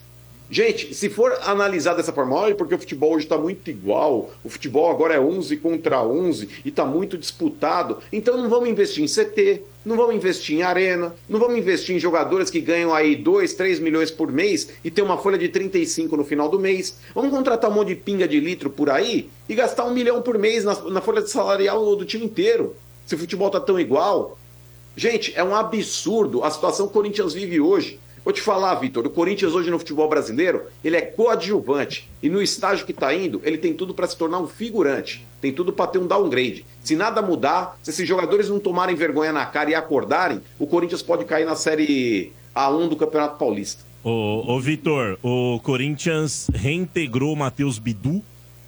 Gente, se for analisar dessa forma, olha, porque o futebol hoje está muito igual, o futebol agora é 11 contra 11 e está muito disputado, então não vamos investir em CT, não vamos investir em arena, não vamos investir em jogadores que ganham aí 2, 3 milhões por mês e tem uma folha de 35 no final do mês. Vamos contratar um monte de pinga de litro por aí e gastar um milhão por mês na, na folha salarial do time inteiro. Se o futebol tá tão igual. Gente, é um absurdo a situação que o Corinthians vive hoje. Vou te falar, Vitor, o Corinthians hoje no futebol brasileiro, ele é coadjuvante. E no estágio que tá indo, ele tem tudo para se tornar um figurante. Tem tudo para ter um downgrade. Se nada mudar, se esses jogadores não tomarem vergonha na cara e acordarem, o Corinthians pode cair na Série A1 do Campeonato Paulista. Ô, ô Vitor, o Corinthians reintegrou o Matheus Bidu,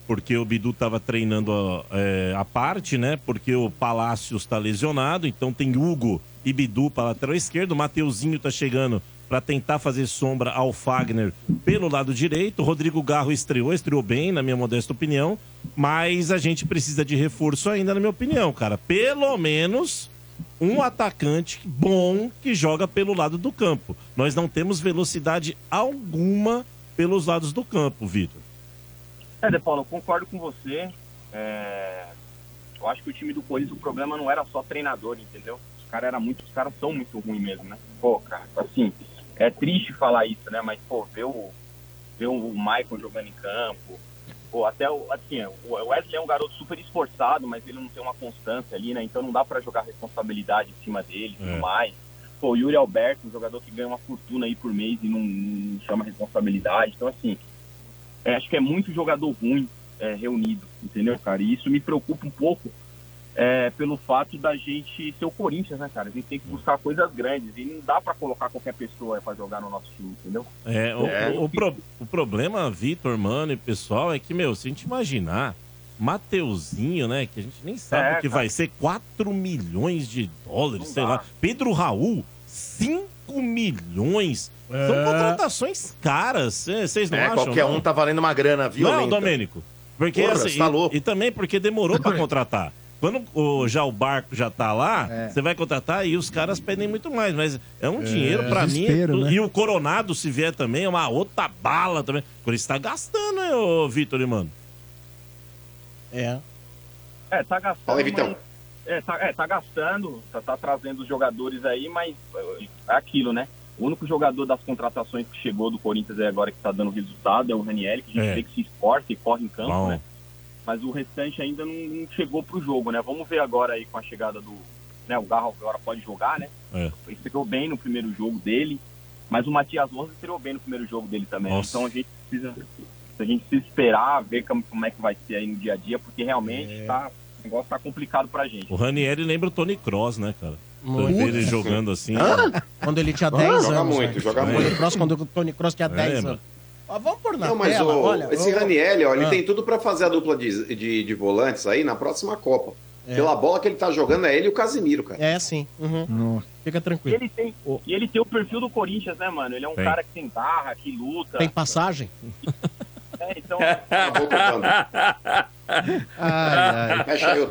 porque o Bidu tava treinando ó, é, a, parte, né? Porque o Palácios tá lesionado, então tem Hugo e Bidu para lateral esquerdo. O Mateuzinho tá chegando para tentar fazer sombra ao Fagner pelo lado direito. O Rodrigo Garro estreou, estreou bem, na minha modesta opinião. Mas a gente precisa de reforço ainda, na minha opinião, cara. Pelo menos um atacante bom que joga pelo lado do campo. Nós não temos velocidade alguma pelos lados do campo, Vitor. É, De Paulo, eu concordo com você. É, Eu acho que o time do Corinthians, o problema não era só treinador, entendeu? Os caras eram muito, os caras são muito ruins mesmo, né? Pô, cara, assim, É triste falar isso, né? Mas, pô, ver o, ver o Michael jogando em campo. Pô, até o. Assim, o Wesley é um garoto super esforçado, mas ele não tem uma constância ali, né? Então não dá pra jogar responsabilidade em cima dele e tudo É. mais. Pô, o Yuri Alberto, um jogador que ganha uma fortuna aí por mês e não, não chama responsabilidade. Então, assim, é, acho que é muito jogador ruim é, reunido, entendeu, cara? E isso me preocupa um pouco é, pelo fato da gente ser o Corinthians, né, cara? A gente tem que buscar coisas grandes e não dá pra colocar qualquer pessoa é, pra jogar no nosso time, entendeu? É, o, É. o, o pro- o problema, Vitor, mano e pessoal, é que, meu, se a gente imaginar, Mateuzinho, né, que a gente nem sabe É, o que cara. vai ser, 4 milhões de dólares, Não sei dá. lá. Pedro Raul, 5 milhões. São É. contratações caras, vocês não É, acham? qualquer não? um tá valendo uma grana violenta. Não, Domênico. Porque Porra, assim, você tá e- louco. E, também porque demorou pra contratar. Quando o, já o barco já tá lá, você vai contratar e os caras pedem muito mais. Mas é um É, dinheiro pra mim. é desespero, tudo. né? E o Coronado, se vier também, é uma outra bala também. Por isso tá gastando, né, ô Vitor, e mano? É. É, tá gastando. Fala aí, Vitão. mas- É tá, é, tá gastando, tá, tá trazendo os jogadores aí, mas é, é aquilo, né? O único jogador das contratações que chegou do Corinthians aí agora que tá dando resultado é o Raniel, que a gente É. vê que se esforça e corre em Então, campo, Bom. né? Mas o restante ainda não, não chegou pro jogo, né? Vamos ver agora aí com a chegada do. Né, o Garro agora pode jogar, né? É. Estreou bem no primeiro jogo dele, mas o Matias Onze estreou bem no primeiro jogo dele também. né? Nossa. Então a gente precisa a gente precisa esperar, ver como, como é que vai ser aí no dia a dia, porque realmente tá, o negócio tá complicado pra gente. O Ranieri lembra o Tony Cross, né, cara? Muito. Ver ele jogando assim. Quando ele tinha Ah, 10 anos. né? joga muito, joga Tony muito. Cross, quando o Tony Cross tinha 10 mano. anos. Ó, vamos pôr na Não, mas tela, o- olha. esse ó. Raniel, ele Ah. tem tudo pra fazer a dupla de, de, de volantes aí na próxima Copa. É. Pela bola que ele tá jogando, é ele e o Casimiro, cara. É, sim. Uhum. Fica E tranquilo. ele, tem, e ele tem o perfil do Corinthians, né, mano? Ele é um Tem. cara que tem garra, que luta. Tem passagem? né? Então. Ai, ai. Fecha aí o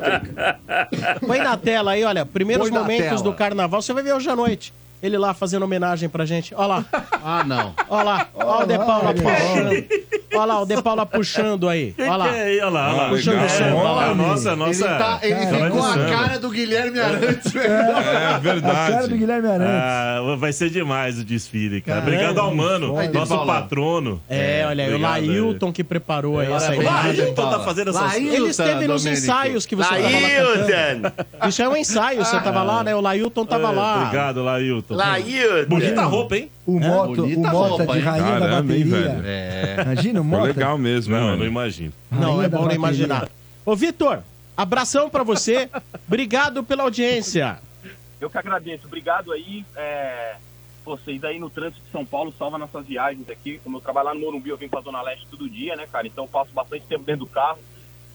Põe na tela aí, olha. Primeiros Põe na momentos tela. do carnaval. Você vai ver hoje à noite. Ele lá fazendo homenagem pra gente. Olha lá. Ah, não. Olha lá. Olha o De Paula puxando. Olha lá, o De Paula puxando aí. Que Olha lá. que é aí? Olha lá, olha lá. Puxando Legal. o samba. Olha olha lá. a nossa- Ele nossa- tá- ele Ah, Cara, ficou olha a o samba. Cara do Guilherme Arantes, velho. É verdade. A cara do Guilherme Arantes. Ah, vai ser demais o desfile, É, cara. Caramba, Obrigado ao mano, olha, nosso Paula. patrono. É, olha aí, o obrigado Lailton que preparou aí É, essa olha, imagem. Lailton tá fazendo essas- Ele esteve Lailton, nos Domênico. ensaios que você tava lá Lailton! cantando. Isso é um ensaio, você tava lá, né? O Lailton tava É, lá. É? Obrigado, Lailton. Lailton. Bonita roupa, hein? O Mota, o É bonita Mota roupa, de hein? rainha da Caramba, hein, bateria. velho? É. Imagina o Foi Mota. legal mesmo, né, Não, mano? não imagino. Não, Rainha é da bom não bateria. imaginar. Ô, Vitor, abração pra você. Obrigado pela audiência. Eu que agradeço. Obrigado aí. É... Vocês aí no trânsito de São Paulo salva nossas viagens aqui. Como eu trabalho lá no Morumbi, eu vim pra Zona Leste todo dia, né, cara? Então eu passo bastante tempo dentro do carro.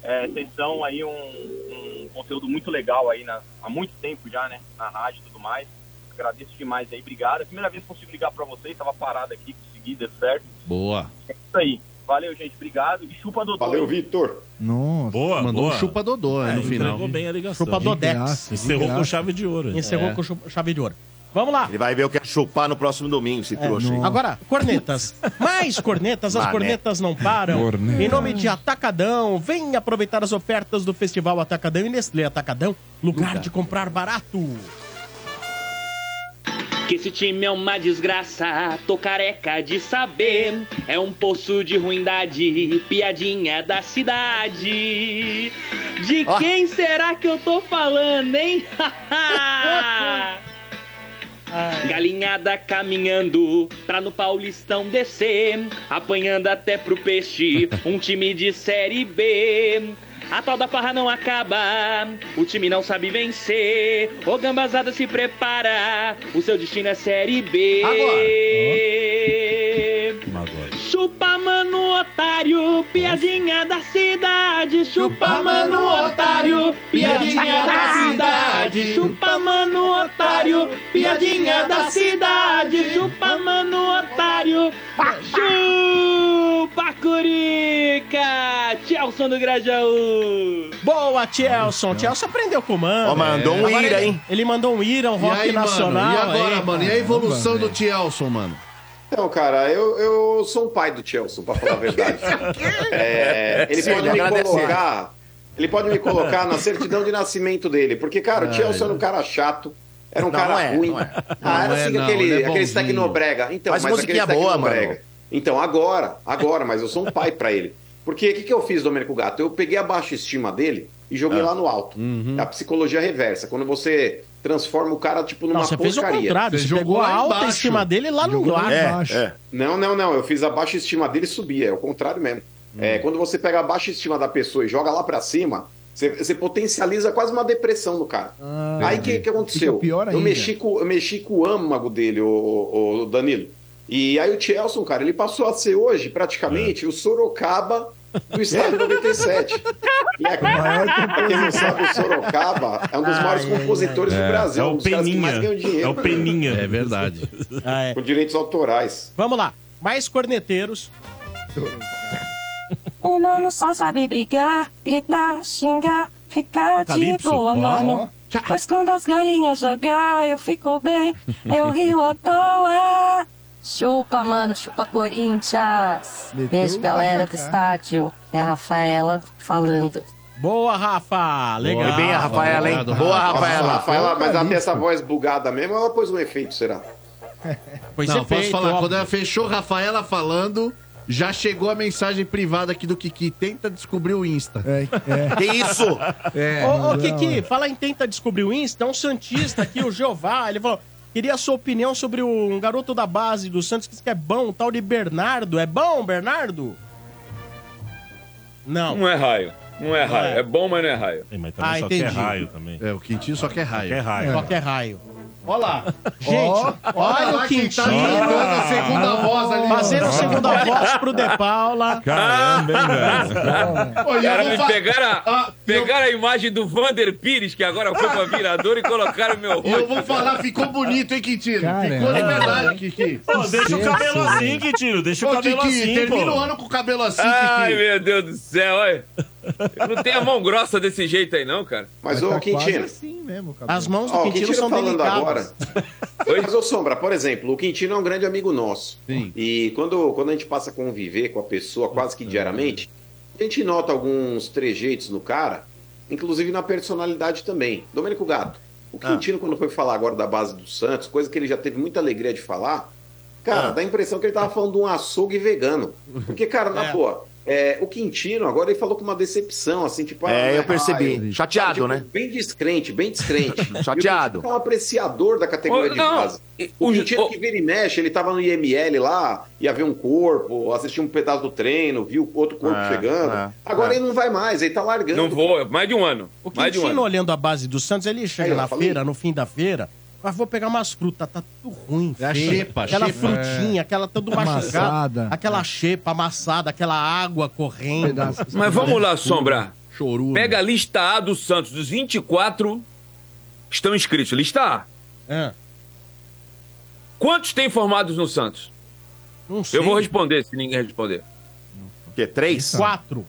É, vocês são aí um, um conteúdo muito legal aí na- há muito tempo já, né? Na rádio e tudo mais. Agradeço demais aí. Obrigado. É a primeira vez que consigo ligar pra vocês. Tava parado aqui, consegui, deu certo. Boa. É isso aí. Valeu, gente. Obrigado. E chupa Dodô. Valeu, Vitor. Nossa. Boa, Mandou boa. um chupa Dodô É, né, no final. Entregou bem a ligação. Chupa Dodex. Encerrou com chave de ouro. Encerrou com chu- chave de ouro. Vamos lá. É, Ele vai ver o que é chupar no próximo domingo, esse trouxa. aí. Agora, cornetas. Mais cornetas, as Mané. cornetas não param. Cornetas. Em nome de Atacadão, vem aproveitar as ofertas do Festival Atacadão e Nestlé Atacadão, lugar de comprar barato. Que esse time é uma desgraça, tô careca de saber. É um poço de ruindade, piadinha da cidade. De quem será que eu tô falando, hein? Galinhada caminhando pra no Paulistão descer, apanhando até pro peixe, um time de série B. A tal da farra não acaba, o time não sabe vencer. Ô gambazada se prepara, o seu destino é série B. Chupa, mano, otário, piadinha da cidade. Chupa, mano, otário, piadinha da cidade. Chupa, mano, otário, piadinha da cidade. Chupa, mano, otário. Chupa, Curica! Ah, Tchelson do Grajaú. Boa, Tchelson. Tchelson aprendeu com o Mano. Ó, mandou um Agora ira, ele- hein? Ele mandou um ira, um E rock aí, mano? nacional. E agora, hein? mano? E a evolução do Tielson, mano? Então, cara, eu, eu sou o pai do Chelsea, pra falar a verdade. É, ele Sim, pode me agradecer. colocar. Ele pode me colocar na certidão de nascimento dele. Porque, cara, o Ai, Chelsea era um cara chato. Era Ah, é. Não, um cara não é, ruim. não é. Ah, Não era é, assim, não, aquele, ele é aqueles bonzinho. tecnobrega. Então, Mas mas, musiquinha aqueles boa, tecnobrega. mano. Então, agora, agora, mas eu sou um pai pra ele. Porque o que, que eu fiz, Domênico Gato? Eu peguei a baixa estima dele e joguei Ah. lá no alto. Uhum. É a psicologia reversa. Quando você transforma o cara, tipo, numa Não, você fez porcaria. É, o contrário. Você, pegou a alta em cima dele lá no lado. É, Não, não, não. Eu fiz a baixa estima dele subir. É o contrário mesmo. Hum. É, quando você pega a baixa estima da pessoa e joga lá pra cima, você, você potencializa quase uma depressão no cara. Aí o que, que aconteceu? Ah, Fica pior Eu, ainda. mexi com, eu mexi com o âmago dele, o, o- o Danilo. E aí o Tielson, cara, ele passou a ser hoje, É. praticamente, o Sorocaba do Estado 97. E é, pra quem não sabe, o Sorocaba é um dos maiores compositores do Brasil. É um o dos caras que mais Peninha. ganham dinheiro. É o Peninha. É verdade. Com direitos autorais. Ah, é. Vamos lá. Mais corneteiros. Humano só sabe brigar, gritar, xingar, ficar de Calypso. boa, Ó. mano. Mas quando as galinhas jogar, eu fico bem, eu rio à toa. Chupa, mano, chupa Corinthians. Meteu Beijo, o galera do kkk. estádio. É a Rafaela falando. Boa, Rafa. Ah, Legal. Foi bem a Rafaela, hein? Obrigado, Boa, Rafa. Rafaela. Nossa, Rafaela, mas ela tem essa voz bugada mesmo ou ela pôs um efeito, será? Pois não, é posso feito, falar, óbvio. quando ela fechou Rafaela falando, já chegou a mensagem privada aqui do Kiki. Tenta descobrir o Insta. É, Que isso? É. Ô, ô, Não, Kiki, fala em tenta descobrir o Insta, um Santista aqui, o Jeová, ele falou. Queria a sua opinião sobre o- um garoto da base do Santos que diz que é bom, um tal de Bernardo. É bom, Bernardo? Não. Não é raio. Não é Não raio. é. É, bom, mas não é raio. mas tá- também Ah, só quer entendi. raio também. É, o Quintinho só quer raio. Quer raio. Só que é raio. Olha lá. Ó, Gente, olha o quem Quintinho. tá tentando a segunda voz ali. Fazendo a segunda voz pro De Paula. Caramba, hein, velho? Olha, eu vou Cara, Ah! me fa- Ah, pegaram, a, pegaram a imagem do Vander Pires, que agora é foi pra virador, e colocaram meu rosto. Eu vou falar, ficou bonito, hein, Quintino? Ficou é. de verdade, Kiki. Pô, deixa o cabelo assim, Quintino. Deixa o Ô, cabelo Kiki, assim, termina pô. o ano com o cabelo assim, Ai, Kiki. meu Deus do céu, olha. Eu não tenho a mão grossa desse jeito aí, não, cara. Mas, ô, Quintino. As mãos do Ó, o Quintino, são falando delicadas. agora. Mas, ô Sombra, por exemplo, o Quintino é um grande amigo nosso. E quando, quando a gente passa a conviver com a pessoa quase É. que diariamente, a gente nota alguns trejeitos no cara, inclusive na personalidade também. Domênico Gato, o Ah. Quintino, quando foi falar agora da base do Santos, coisa que ele já teve muita alegria de falar, cara, Ah. dá a impressão que ele tava falando de um açougue vegano. Porque, cara, na É. boa. é, o Quintino agora ele falou com uma decepção, assim, tipo. É, ah, eu percebi. ah, Chateado, tipo, né? Bem descrente, bem descrente. Chateado. E o Quintino é um apreciador da categoria Ô, de não, base. e- O o- Quintino o- que vira e mexe, ele tava no IML lá, ia ver um corpo, assistiu um pedaço do treino, viu outro corpo É, chegando. é, Agora é. ele não vai mais, ele tá largando. Não vou, mais de um ano. O mais de um Quintino ano. olhando a base do Santos, ele chega Aí, ó, na falei. feira, no fim da feira, mas vou pegar umas frutas, tá tudo ruim. É a feia. xepa, Aquela xepa. É. frutinha, aquela toda machucada. Amassada. Aquela xepa amassada, aquela água correndo. Mas vamos lá, Sombra. Pega a lista A do Santos, dos 24 que estão inscritos. Lista A. É. Quantos tem formados no Santos? Não Eu vou responder, se ninguém responder. O quê? Três? Quatro.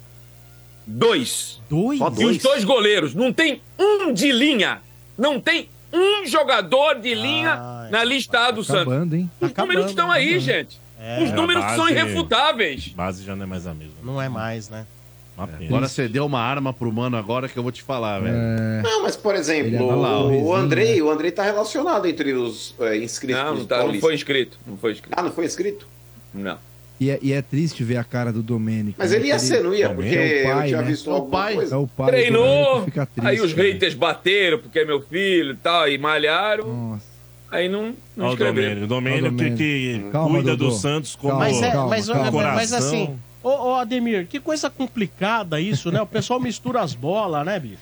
Dois. Dois? Só E dois? os dois goleiros. Não tem um de linha. Não tem um jogador de linha na lista A do Santos. Acabando, hein? Os números estão aí, gente. É, Os números a são base- irrefutáveis. É. Base já não é mais a mesma. Não é mais, né? Uma pena. Agora você deu uma arma pro mano agora que eu vou te falar, É. velho. Não, mas por exemplo, Olha lá, o o, vizinho, Andrei, né? o Andrei tá relacionado entre os é, inscritos. Não, dos não, tá, não paulistas. foi inscrito. Não foi inscrito. Ah, não foi inscrito? Não. E é, e é triste ver a cara do Domênico. Mas né? ele ia ser, não ia? Domênico Porque é o eu pai, tinha né? É visto o alguma pai. coisa. É o pai. Treinou, Domênico fica triste, aí os né? cara. haters bateram porque é meu filho e tal, e malharam. Aí não, não Olha o Domênio. escreveram. O Domênio que, que Calma, cuida Dodô. do Santos como mas, é, calma, mas, calma, mas- coração. mas assim, ô, ô, Ademir, que coisa complicada isso, né? O pessoal mistura as bolas, né, bicho?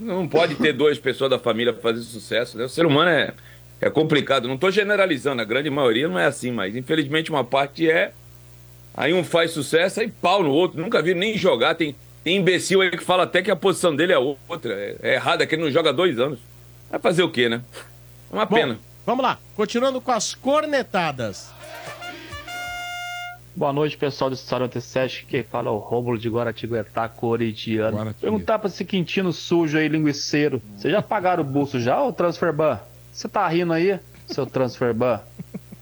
Não pode ter duas pessoas da família pra fazer sucesso, né? O ser humano é, é complicado. Não tô generalizando, a grande maioria não é assim, mas infelizmente uma parte é. Aí um faz sucesso, aí pau no outro. Nunca vi nem jogar. Tem, tem imbecil aí que fala até que a posição dele é outra. É, é errada, que ele não joga há dois anos. Vai fazer o quê, né? É uma pena. Vamos lá, continuando com as cornetadas. Boa noite, pessoal do Estádio 87, que fala é o Rômulo de Guaratiguetá, corintiano. Perguntar pra esse Quintino sujo aí, linguiceiro, vocês já pagaram o bolso já, ô Transferban? Você tá rindo aí, seu Transferban?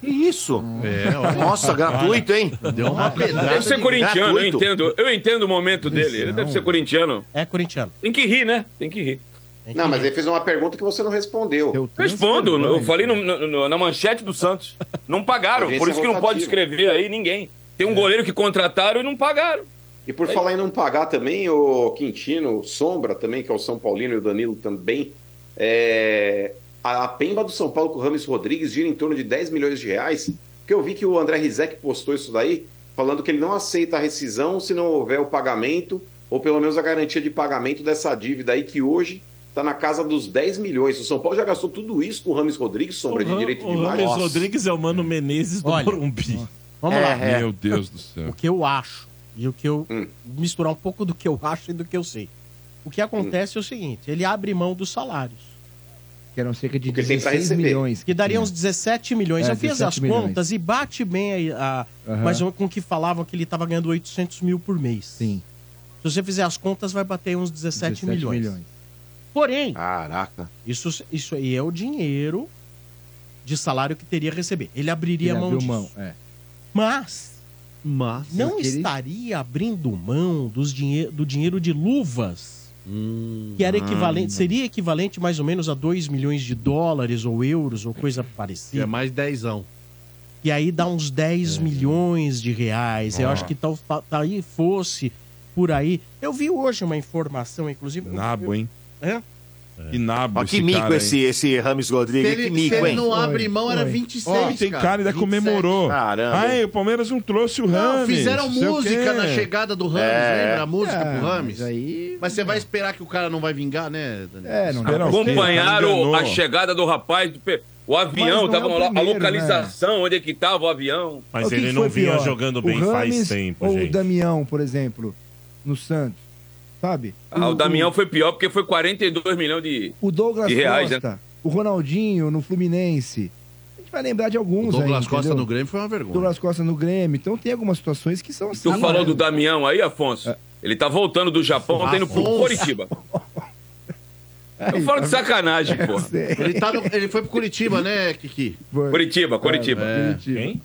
Que isso? É, Nossa, gratuito, hein? É, Deu uma pedrada. Deve ser de corintiano, eu gratuito. entendo. Eu entendo o momento dele. Ele deve ser corintiano. É corintiano. Tem que rir, né? Tem que rir. Não, mas ele fez uma pergunta que você não respondeu. Respondo, eu falei no- no- no- na manchete do Santos. Não pagaram, Agência por isso que não pode rotativa. escrever aí ninguém. Tem um É. goleiro que contrataram e não pagaram. E É por falar em não pagar também, o Quintino, o Sombra também, que é o São Paulino e o Danilo também, é, a a pemba do São Paulo com o Rames Rodrigues gira em torno de 10 milhões de reais, porque eu vi que o André Rizek postou isso daí, falando que ele não aceita a rescisão se não houver o pagamento, ou pelo menos a garantia de pagamento dessa dívida aí, que hoje está na casa dos 10 milhões. O São Paulo já gastou tudo isso com o Rames Rodrigues, Sombra, de direito de Uhum, O imagem. Rames Rodrigues é o Mano Menezes do Morumbi. Vamos lá. É, É, Meu Deus do céu. O que eu acho. E o que eu. Misturar um pouco do que eu acho e do que eu sei. O que acontece é o seguinte: ele abre mão dos salários. Que eram cerca tem de pra 16 receber. milhões. Que daria uns 17 milhões. É, Já fiz as 17 milhões. contas e bate bem aí a, Aham. mas com o que falavam que ele estava ganhando 800 mil por mês. Sim. Se você fizer as contas, vai bater uns 17, milhões. Porém, Caraca. Isso, isso aí é o dinheiro de salário que teria a receber. Ele abriria Ele mão abriu disso. mão, é. Mas, Mas não aquele- estaria abrindo mão dos dinhe... do dinheiro de luvas, que era equivalente, seria equivalente mais ou menos a 2 milhões de dólares ou euros ou coisa parecida. É mais dezão. É. E aí dá uns 10 milhões de reais. Eu Ah. acho que tal, ta- ta- aí fosse por aí. Eu vi hoje uma informação, inclusive. Nabo, hein? É? Que nabo Ó, que esse mico cara, esse, hein? esse Rames Rodrigues, Se ele- que se mico, ele hein? não abre mão, era Oi. 26, Ó, tem cara. cara ainda 27. comemorou. Caramba. Ai, o Palmeiras não trouxe o Não, Rames. fizeram não sei o música quê. na chegada do Rames, É. lembra? A música É, pro Rames. mas Aí... Mas você vai esperar que o cara não vai vingar, né, Daniel? É, não dá Acompanharam a chegada do rapaz, do pe- o avião, Mas não é tava o lá, a primeiro, localização, onde é que tava o avião. O que que foi pior? o Rames ou O Damião, por exemplo, no Santos, sabe? Ah, o Damião foi pior porque foi 42 milhões de, O Douglas de reais, Costa, né? o Ronaldinho no Fluminense. A gente vai lembrar de alguns O Douglas aí, Costa entendeu? no Grêmio foi uma vergonha. Douglas Costa no Grêmio. Então tem algumas situações que são assim. Tu falou é. né? do Damião aí, Afonso? Ele tá voltando do Japão, tá indo pro É. Afonso. Coritiba. Eu falo tá. de sacanagem, É, porra. Ele, tá no- ele foi pro Curitiba, né, Kiki? Curitiba, Curitiba. É. Hein?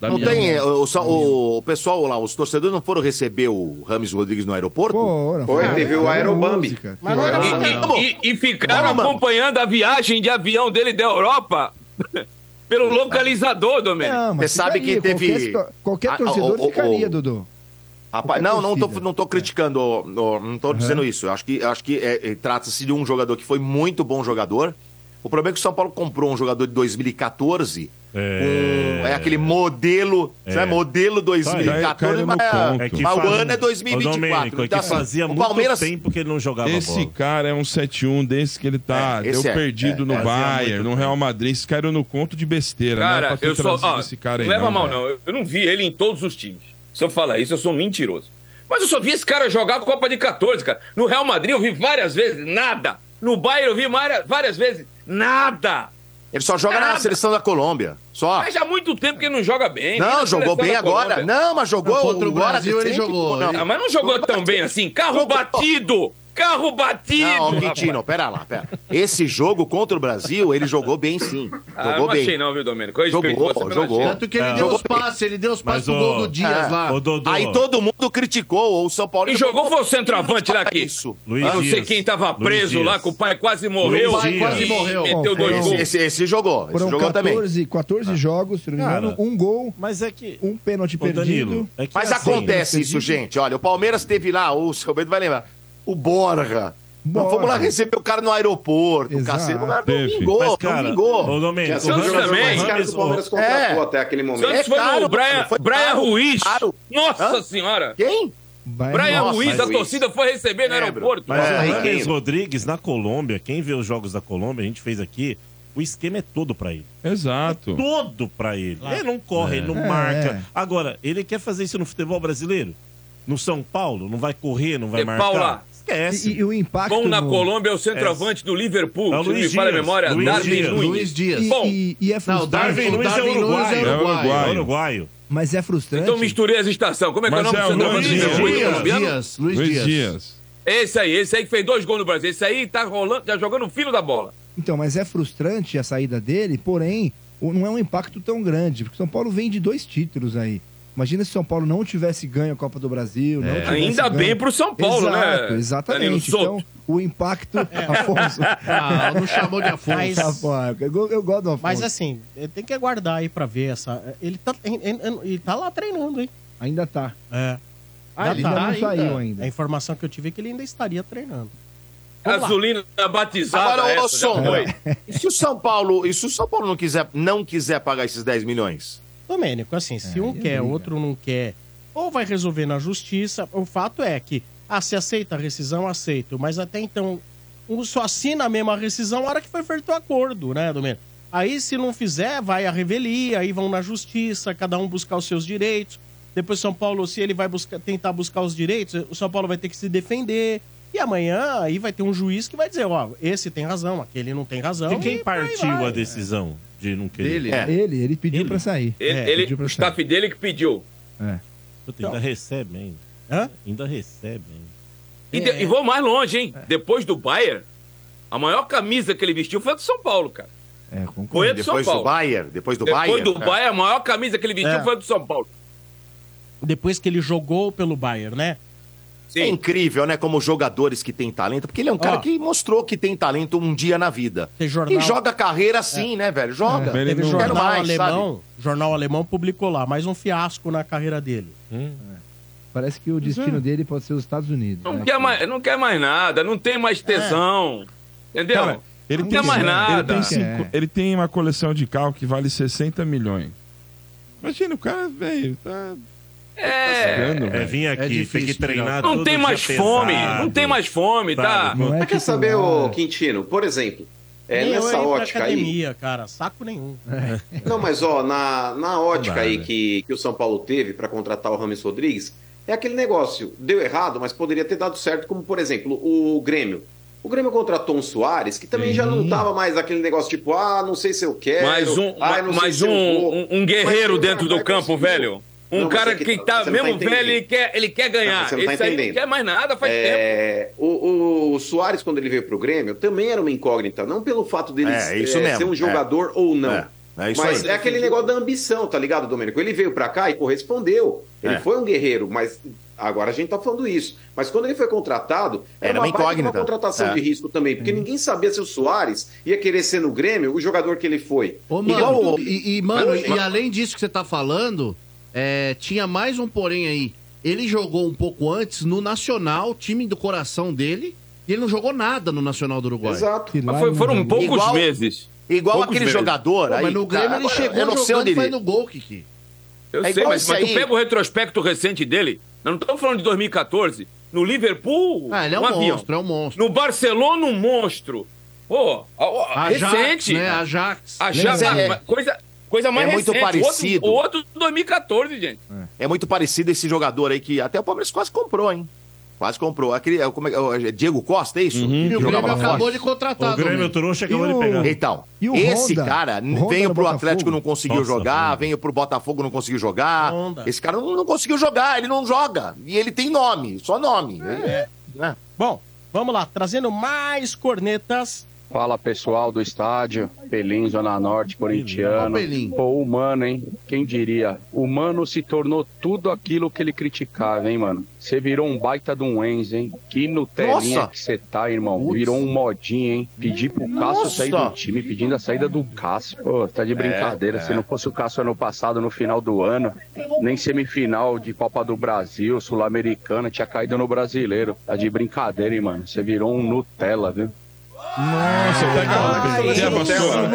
Não tem, é, o, só- o- o pessoal lá, os torcedores não foram receber o Rames Rodrigues no aeroporto? Foi, teve o Aerobambi. Mas não era E- música, e- não. e, e ficaram Não, mano. acompanhando a viagem de avião dele da Europa pelo localizador, Domênico. Não, mas Você sabe ficaria, que teve- Qualquer, situa- qualquer Ah, torcedor o- oh, o- o- ficaria, Dudu. Rapaz, não, não tô, não tô criticando, ó, ó, não tô dizendo isso. Eu acho que, eu acho que é, é, trata-se de um jogador que foi muito bom jogador. O problema é que o São Paulo comprou um jogador de 2014. É, é aquele modelo, É. sabe, modelo Cai- 2014, cai no mas, ponto. mas que o faz- ano é Ô, 2024. Domênico, é que então, assim, fazia o muito Palmeiras tempo que ele não jogava Esse bola. cara é um 7-1 desse que ele tá. É, esse deu é. perdido É, no fazia Bayern, muito no Real Madrid. Esse cara no conto de besteira. não era Cara, né? pra ter eu só. trazido Ó, esse cara aí, não leva não, mal, velho. não. Eu, eu não vi ele em todos os times. Se eu falar isso, eu sou mentiroso. Mas eu só vi esse cara jogar a Copa de 14, cara. No Real Madrid eu vi várias vezes, nada. No Bayern eu vi várias, várias vezes, nada. Ele só joga na Nada. seleção da Colômbia. Só. Mas há muito tempo que ele não joga bem. Nem Não, na jogou seleção bem da agora. Colômbia. Não, mas jogou agora recente, pô, não. Ah, mas não jogou tão bem assim. Carro batido! Carro batido! Não, Quintino, rapaz. pera lá, pera. Esse jogo contra o Brasil, ele jogou bem sim. Jogou Ah, eu não bem. achei não, viu, Domênico? Eu Jogou, respeito você pelo jogou. achei. Tanto que ele deu os passes, ele deu os Mas, pro ó, gol do é. Aí todo mundo criticou o São Paulo. E jogou foi o centroavante lá aqui. Luiz Ah, não sei Dias. quem tava Luiz preso Dias. lá, que o pai quase morreu. O pai E quase morreu. Meteu Bom, dois esse- gols. esse- esse jogou, Foram 14, 14 Ah. jogos, se não me Cara, engano, um gol, mas é que é um pênalti perdido. é Mas assim, assim, né? acontece isso, gente. Olha, o Palmeiras teve lá, o seu Bento vai lembrar. O Borja. Não fomos lá receber o cara no aeroporto. O cacete, Ah, o cara não Teve. vingou, Mas, cara, não vingou. ô, Domênico, Tinha o sido um Ramos jogador também. mais caro que O Palmeiras contratou até aquele momento. É Santos Então, foi no Brian, Brian Ruiz. caro. Nossa Hã? senhora. Quem? Brian Nossa, Ruiz, a Ruiz. torcida foi receber no aeroporto. Mas é o Rames Rodrigues na Colômbia, quem vê os jogos da Colômbia, a gente fez aqui, o esquema é todo pra ele. Exato. É todo pra ele. Claro. Ele não corre, ele não É. marca. É. Agora, ele quer fazer isso no futebol brasileiro? No São Paulo, não vai correr, não vai E marcar. Paula? Esquece. E, e o impacto. Bom na no- Colômbia é o centroavante do Liverpool. É o se não me Luiz falha a Dias, memória, Luiz Darwin Dias, Nunes. Luiz Dias. Bom, então E, e é Não, o frustrante. Darwin Nunes é uruguaio. É uruguaio. É uruguaio. Mas é frustrante. Então misturei as estações. Como é que é o Mas nome do é o centroavante do Luiz Liverpool? Dias. colombiano? Dias, Luiz Luiz Dias. Dias. Esse aí, esse aí que fez dois gols no Brasil. Esse aí tá rolando, tá jogando o filho da bola. Então, mas é frustrante a saída dele, porém, o- não é um impacto tão grande, porque o São Paulo vem de dois títulos aí. Imagina se São Paulo não tivesse ganho a Copa do Brasil. não É. tivesse Ainda ganho- bem pro São Paulo, né, Exato, Danilo Exatamente. Souto? Então, o impacto. Afonso. É. Ah, não chamou de Afonso. Mas- Tá bom, eu, eu gosto do Afonso. Mas assim, ele tem que aguardar aí pra ver essa. Ele tá, ele- ele- ele tá lá treinando, hein? Ainda tá. É. Ah, ele ainda não saiu ainda. A informação que eu tive é que ele ainda estaria treinando. Gasolina batizada. é Agora, ô essa, já som, foi. oi. E se o São Paulo, e se o São Paulo não quiser, não quiser pagar esses 10 milhões? Domênico, assim, se um quer, o outro não quer, ou vai resolver na justiça, o fato é que, ah, se aceita a rescisão, aceito. Mas até então, um só assina mesmo a rescisão na hora que foi feito o acordo, né, Domênico? Aí, se não fizer, vai à revelia, aí vão na justiça, cada um buscar os seus direitos. Depois, São Paulo, se ele vai buscar, tentar buscar os direitos, o São Paulo vai ter que se defender. E amanhã, aí vai ter um juiz que vai dizer, ó, esse tem razão, aquele não tem razão. É. De quem e por aí partiu vai. a decisão de não querer? Dele, É. é. Ele, ele pediu pra sair. Ele, É, ele- pediu pra o staff dele que pediu. Puta, ainda recebe, hein? Ainda recebe, hein? E, de- É. e vou mais longe, hein? Depois do Bayern, a maior camisa que ele vestiu foi a do São Paulo, cara. É, Foi a do Depois São do Paulo. Bayern, depois do Depois Bayern. do É. Bayern, a maior camisa que ele vestiu É. foi a do São Paulo. Depois que ele jogou pelo Bayern, né? É incrível, né? Como jogadores que têm talento, porque ele é um cara Ó. que mostrou que tem talento um dia na vida. Tem jornal- E joga carreira assim, né, velho? Joga. É, teve Não jornal quero mais, alemão, sabe? jornal alemão publicou lá, mais um fiasco na carreira dele. Hum. é. Parece que o destino dele pode ser os Estados Unidos. Não É. né? quer, mais, não quer mais nada, não tem mais tesão. Entendeu? Cara, ele não quer mais Ele nada. tem, cinco- ele tem uma coleção de carro que vale 60 milhões. Imagina, o cara, velho, tá. É, sugando, velho. vir aqui, É difícil, tem que treinar Não todo tem dia mais fome, é pesado. não tem mais fome, tá? Sabe, não é Mas quer saber, ô Quintino, por exemplo, é, Nem eu nessa ia pra ótica aí. academia, cara, saco nenhum. É. Não, mas ó, na, na ótica Não dá, aí né? que, que o São Paulo teve para contratar o Rames Rodrigues, é aquele negócio, deu errado, mas poderia ter dado certo, como por exemplo, o Grêmio. O Grêmio contratou um Soares, que também já não tava mais aquele negócio tipo, ah, não sei se eu quero. Mais um, ah, não sei mais se um, eu vou. um, um guerreiro Mas, tá cara, dentro do vai campo, conseguir. velho. Um Não, mas cara é que que tá- tá você não tá mesmo velho, entendendo. ele quer, ele quer ganhar. Não, você não tá Esse aí não entendendo. quer mais nada, faz tempo. É, o, o Soares, quando ele veio pro Grêmio, também era uma incógnita. Não pelo fato dele É, isso eh, mesmo, ser um é. jogador ou não. É, é isso mas aí. é aquele negócio da ambição, tá ligado, Domênico? Ele veio pra cá e correspondeu. Ele É. foi um guerreiro, mas agora a gente tá falando isso. Mas quando ele foi contratado, era, Era uma, uma baita de uma incógnita. contratação É. de risco também, porque ninguém sabia se o Soares ia querer ser no Grêmio o jogador que ele foi. Ô, mano, Igual o- e, e, mano, Mas- e além disso que você tá falando, é, tinha mais um porém aí. Ele jogou um pouco antes no Nacional, time do coração dele, e ele não jogou nada no Nacional do Uruguai. Exato. Mas foi- foram poucos meses. Igual Poucos aquele meses. jogador Pô, aí. Mas no Grêmio cara, ele agora, chegou eu não sei jogando onde e ele- fazendo gol, Kiki. Eu É sei, igual mas, isso mas tu aí. pega o retrospecto recente dele, não estamos falando de 2014. No Liverpool, Ah, ele é um avião. monstro, é um monstro. No Barcelona, um monstro. Pô, a- a- Ajax, recente. né? Ajax. Ajax, Lembra? a- É. coisa, coisa mais É muito recente. Outro- parecido. Outro, 2014, gente. É muito parecido esse jogador aí que até o Palmeiras quase comprou, hein? Quase comprou. Aquele, é, como é, que é? O Diego Costa, é isso? Uhum. E o Jogava Grêmio forte. acabou de contratar. Domênico. Então, E o esse Honda? cara O Honda veio no pro Botafogo? Atlético não conseguiu Nossa, jogar, veio pro Botafogo não conseguiu jogar. Esse cara não, não conseguiu jogar, ele não joga. E ele tem nome, só nome. É. Bom, vamos lá, trazendo mais cornetas. Fala pessoal do estádio, Pelim, Zona Norte, corintiano. Ó, Pelim. Pô, humano, hein? Quem diria? O Mano se tornou tudo aquilo que ele criticava, hein, mano? Você virou um baita de um Enzo, hein? Que Nutelinha Nossa! que você tá, irmão. Virou um modinha, hein? Pedi pro Cássio sair do Nossa! time, pedindo a saída do Cássio. Pô, tá de É, brincadeira. é. Se não fosse o Cássio ano passado, no final do ano, nem semifinal de Copa do Brasil, Sul-Americana, tinha caído no brasileiro. Tá de brincadeira, hein, mano? Você virou um Nutella, viu? Nossa, pega É, a vassoura.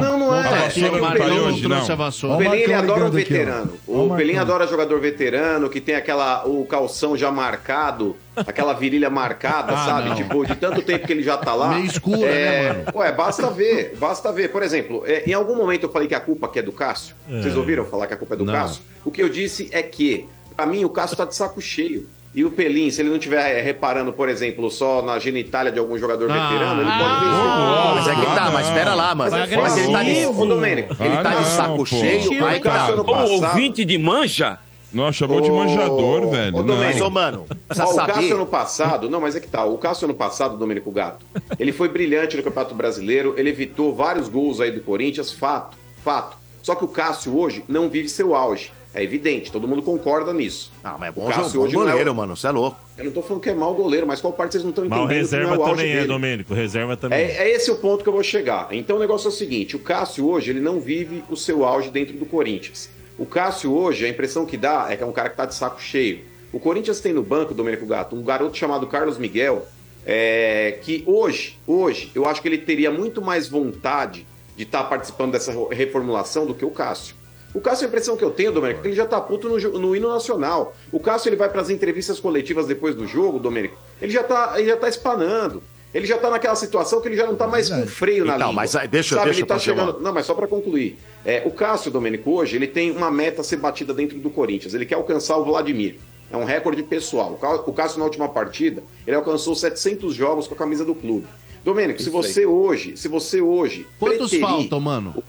Não, não é. A É que vassoura o não tá aí Pelé hoje, não. O Pelé ele adora ligando o aqui, ó. veterano. Ó o O Pelé Marcão. adora jogador veterano que tem aquela o calção já marcado, aquela virilha marcada, Ah, sabe? não. Tipo, de tanto tempo que ele já tá lá. Meio escura, é... né, mano? Ué, basta ver, basta ver. Por exemplo, é, em algum momento eu falei que a culpa que é do Cássio. É. Vocês ouviram falar que a culpa é do Não. Cássio? O que eu disse é que, pra mim, o Cássio tá de saco cheio. E o Pelin, se ele não estiver reparando, por exemplo, só na genitália de algum jogador veterano, ele pode ver. Ah, mas é que tá, mas pera lá, mano. Mas, Mas ele tá de... Ô, Domênico, ele Ah, tá de não, saco pô. cheio, aí Mentira, cara. cara. Ô, ouvinte de mancha? Não, chamou de manjador, velho. Ô, não. é? Domênico, precisa Ó, o saber. Cássio ano passado, não, mas é que tá. O Cássio ano passado, Domênico Gato, ele foi brilhante no Campeonato Brasileiro, ele evitou vários gols aí do Corinthians, fato, fato. Só que o Cássio hoje não vive seu auge. É evidente, todo mundo concorda nisso. Ah, mas é bom, Bom, Cássio, hoje goleiro, é o... mano, você é louco. Eu não tô falando que é mau goleiro, mas qual parte vocês não estão Mas o entendendo? que não reserva é o auge também é, dele? Domênico. Reserva também. É, é esse o ponto que eu vou chegar. Então o negócio é o seguinte: o Cássio hoje ele não vive o seu auge dentro do Corinthians. O Cássio hoje, a impressão que dá é que é um cara que tá de saco cheio. O Corinthians tem no banco, Domênico Gato, um garoto chamado Carlos Miguel, é, que hoje, hoje, eu acho que ele teria muito mais vontade de estar participando dessa reformulação do que o Cássio. O Cássio, a impressão que eu tenho, Domênico, é que ele já tá puto no, jo- no hino nacional. O Cássio, ele vai para as entrevistas coletivas depois do jogo, Domênico, ele já tá, ele já tá espanando. Ele já tá naquela situação que ele já não tá mais com freio na Então, língua. mas aí, deixa- Sabe, deixa ele tá eu continuar. chegando... Não, mas só para concluir. É, o Cássio, Domênico, hoje, ele tem uma meta a ser batida dentro do Corinthians. Ele quer alcançar o Vladimir. É um recorde pessoal. O Ca- O Cássio, na última partida, ele alcançou 700 jogos com a camisa do clube. Domênico, se Isso aí. você hoje... Se você hoje... Quantos preterir- faltam, mano?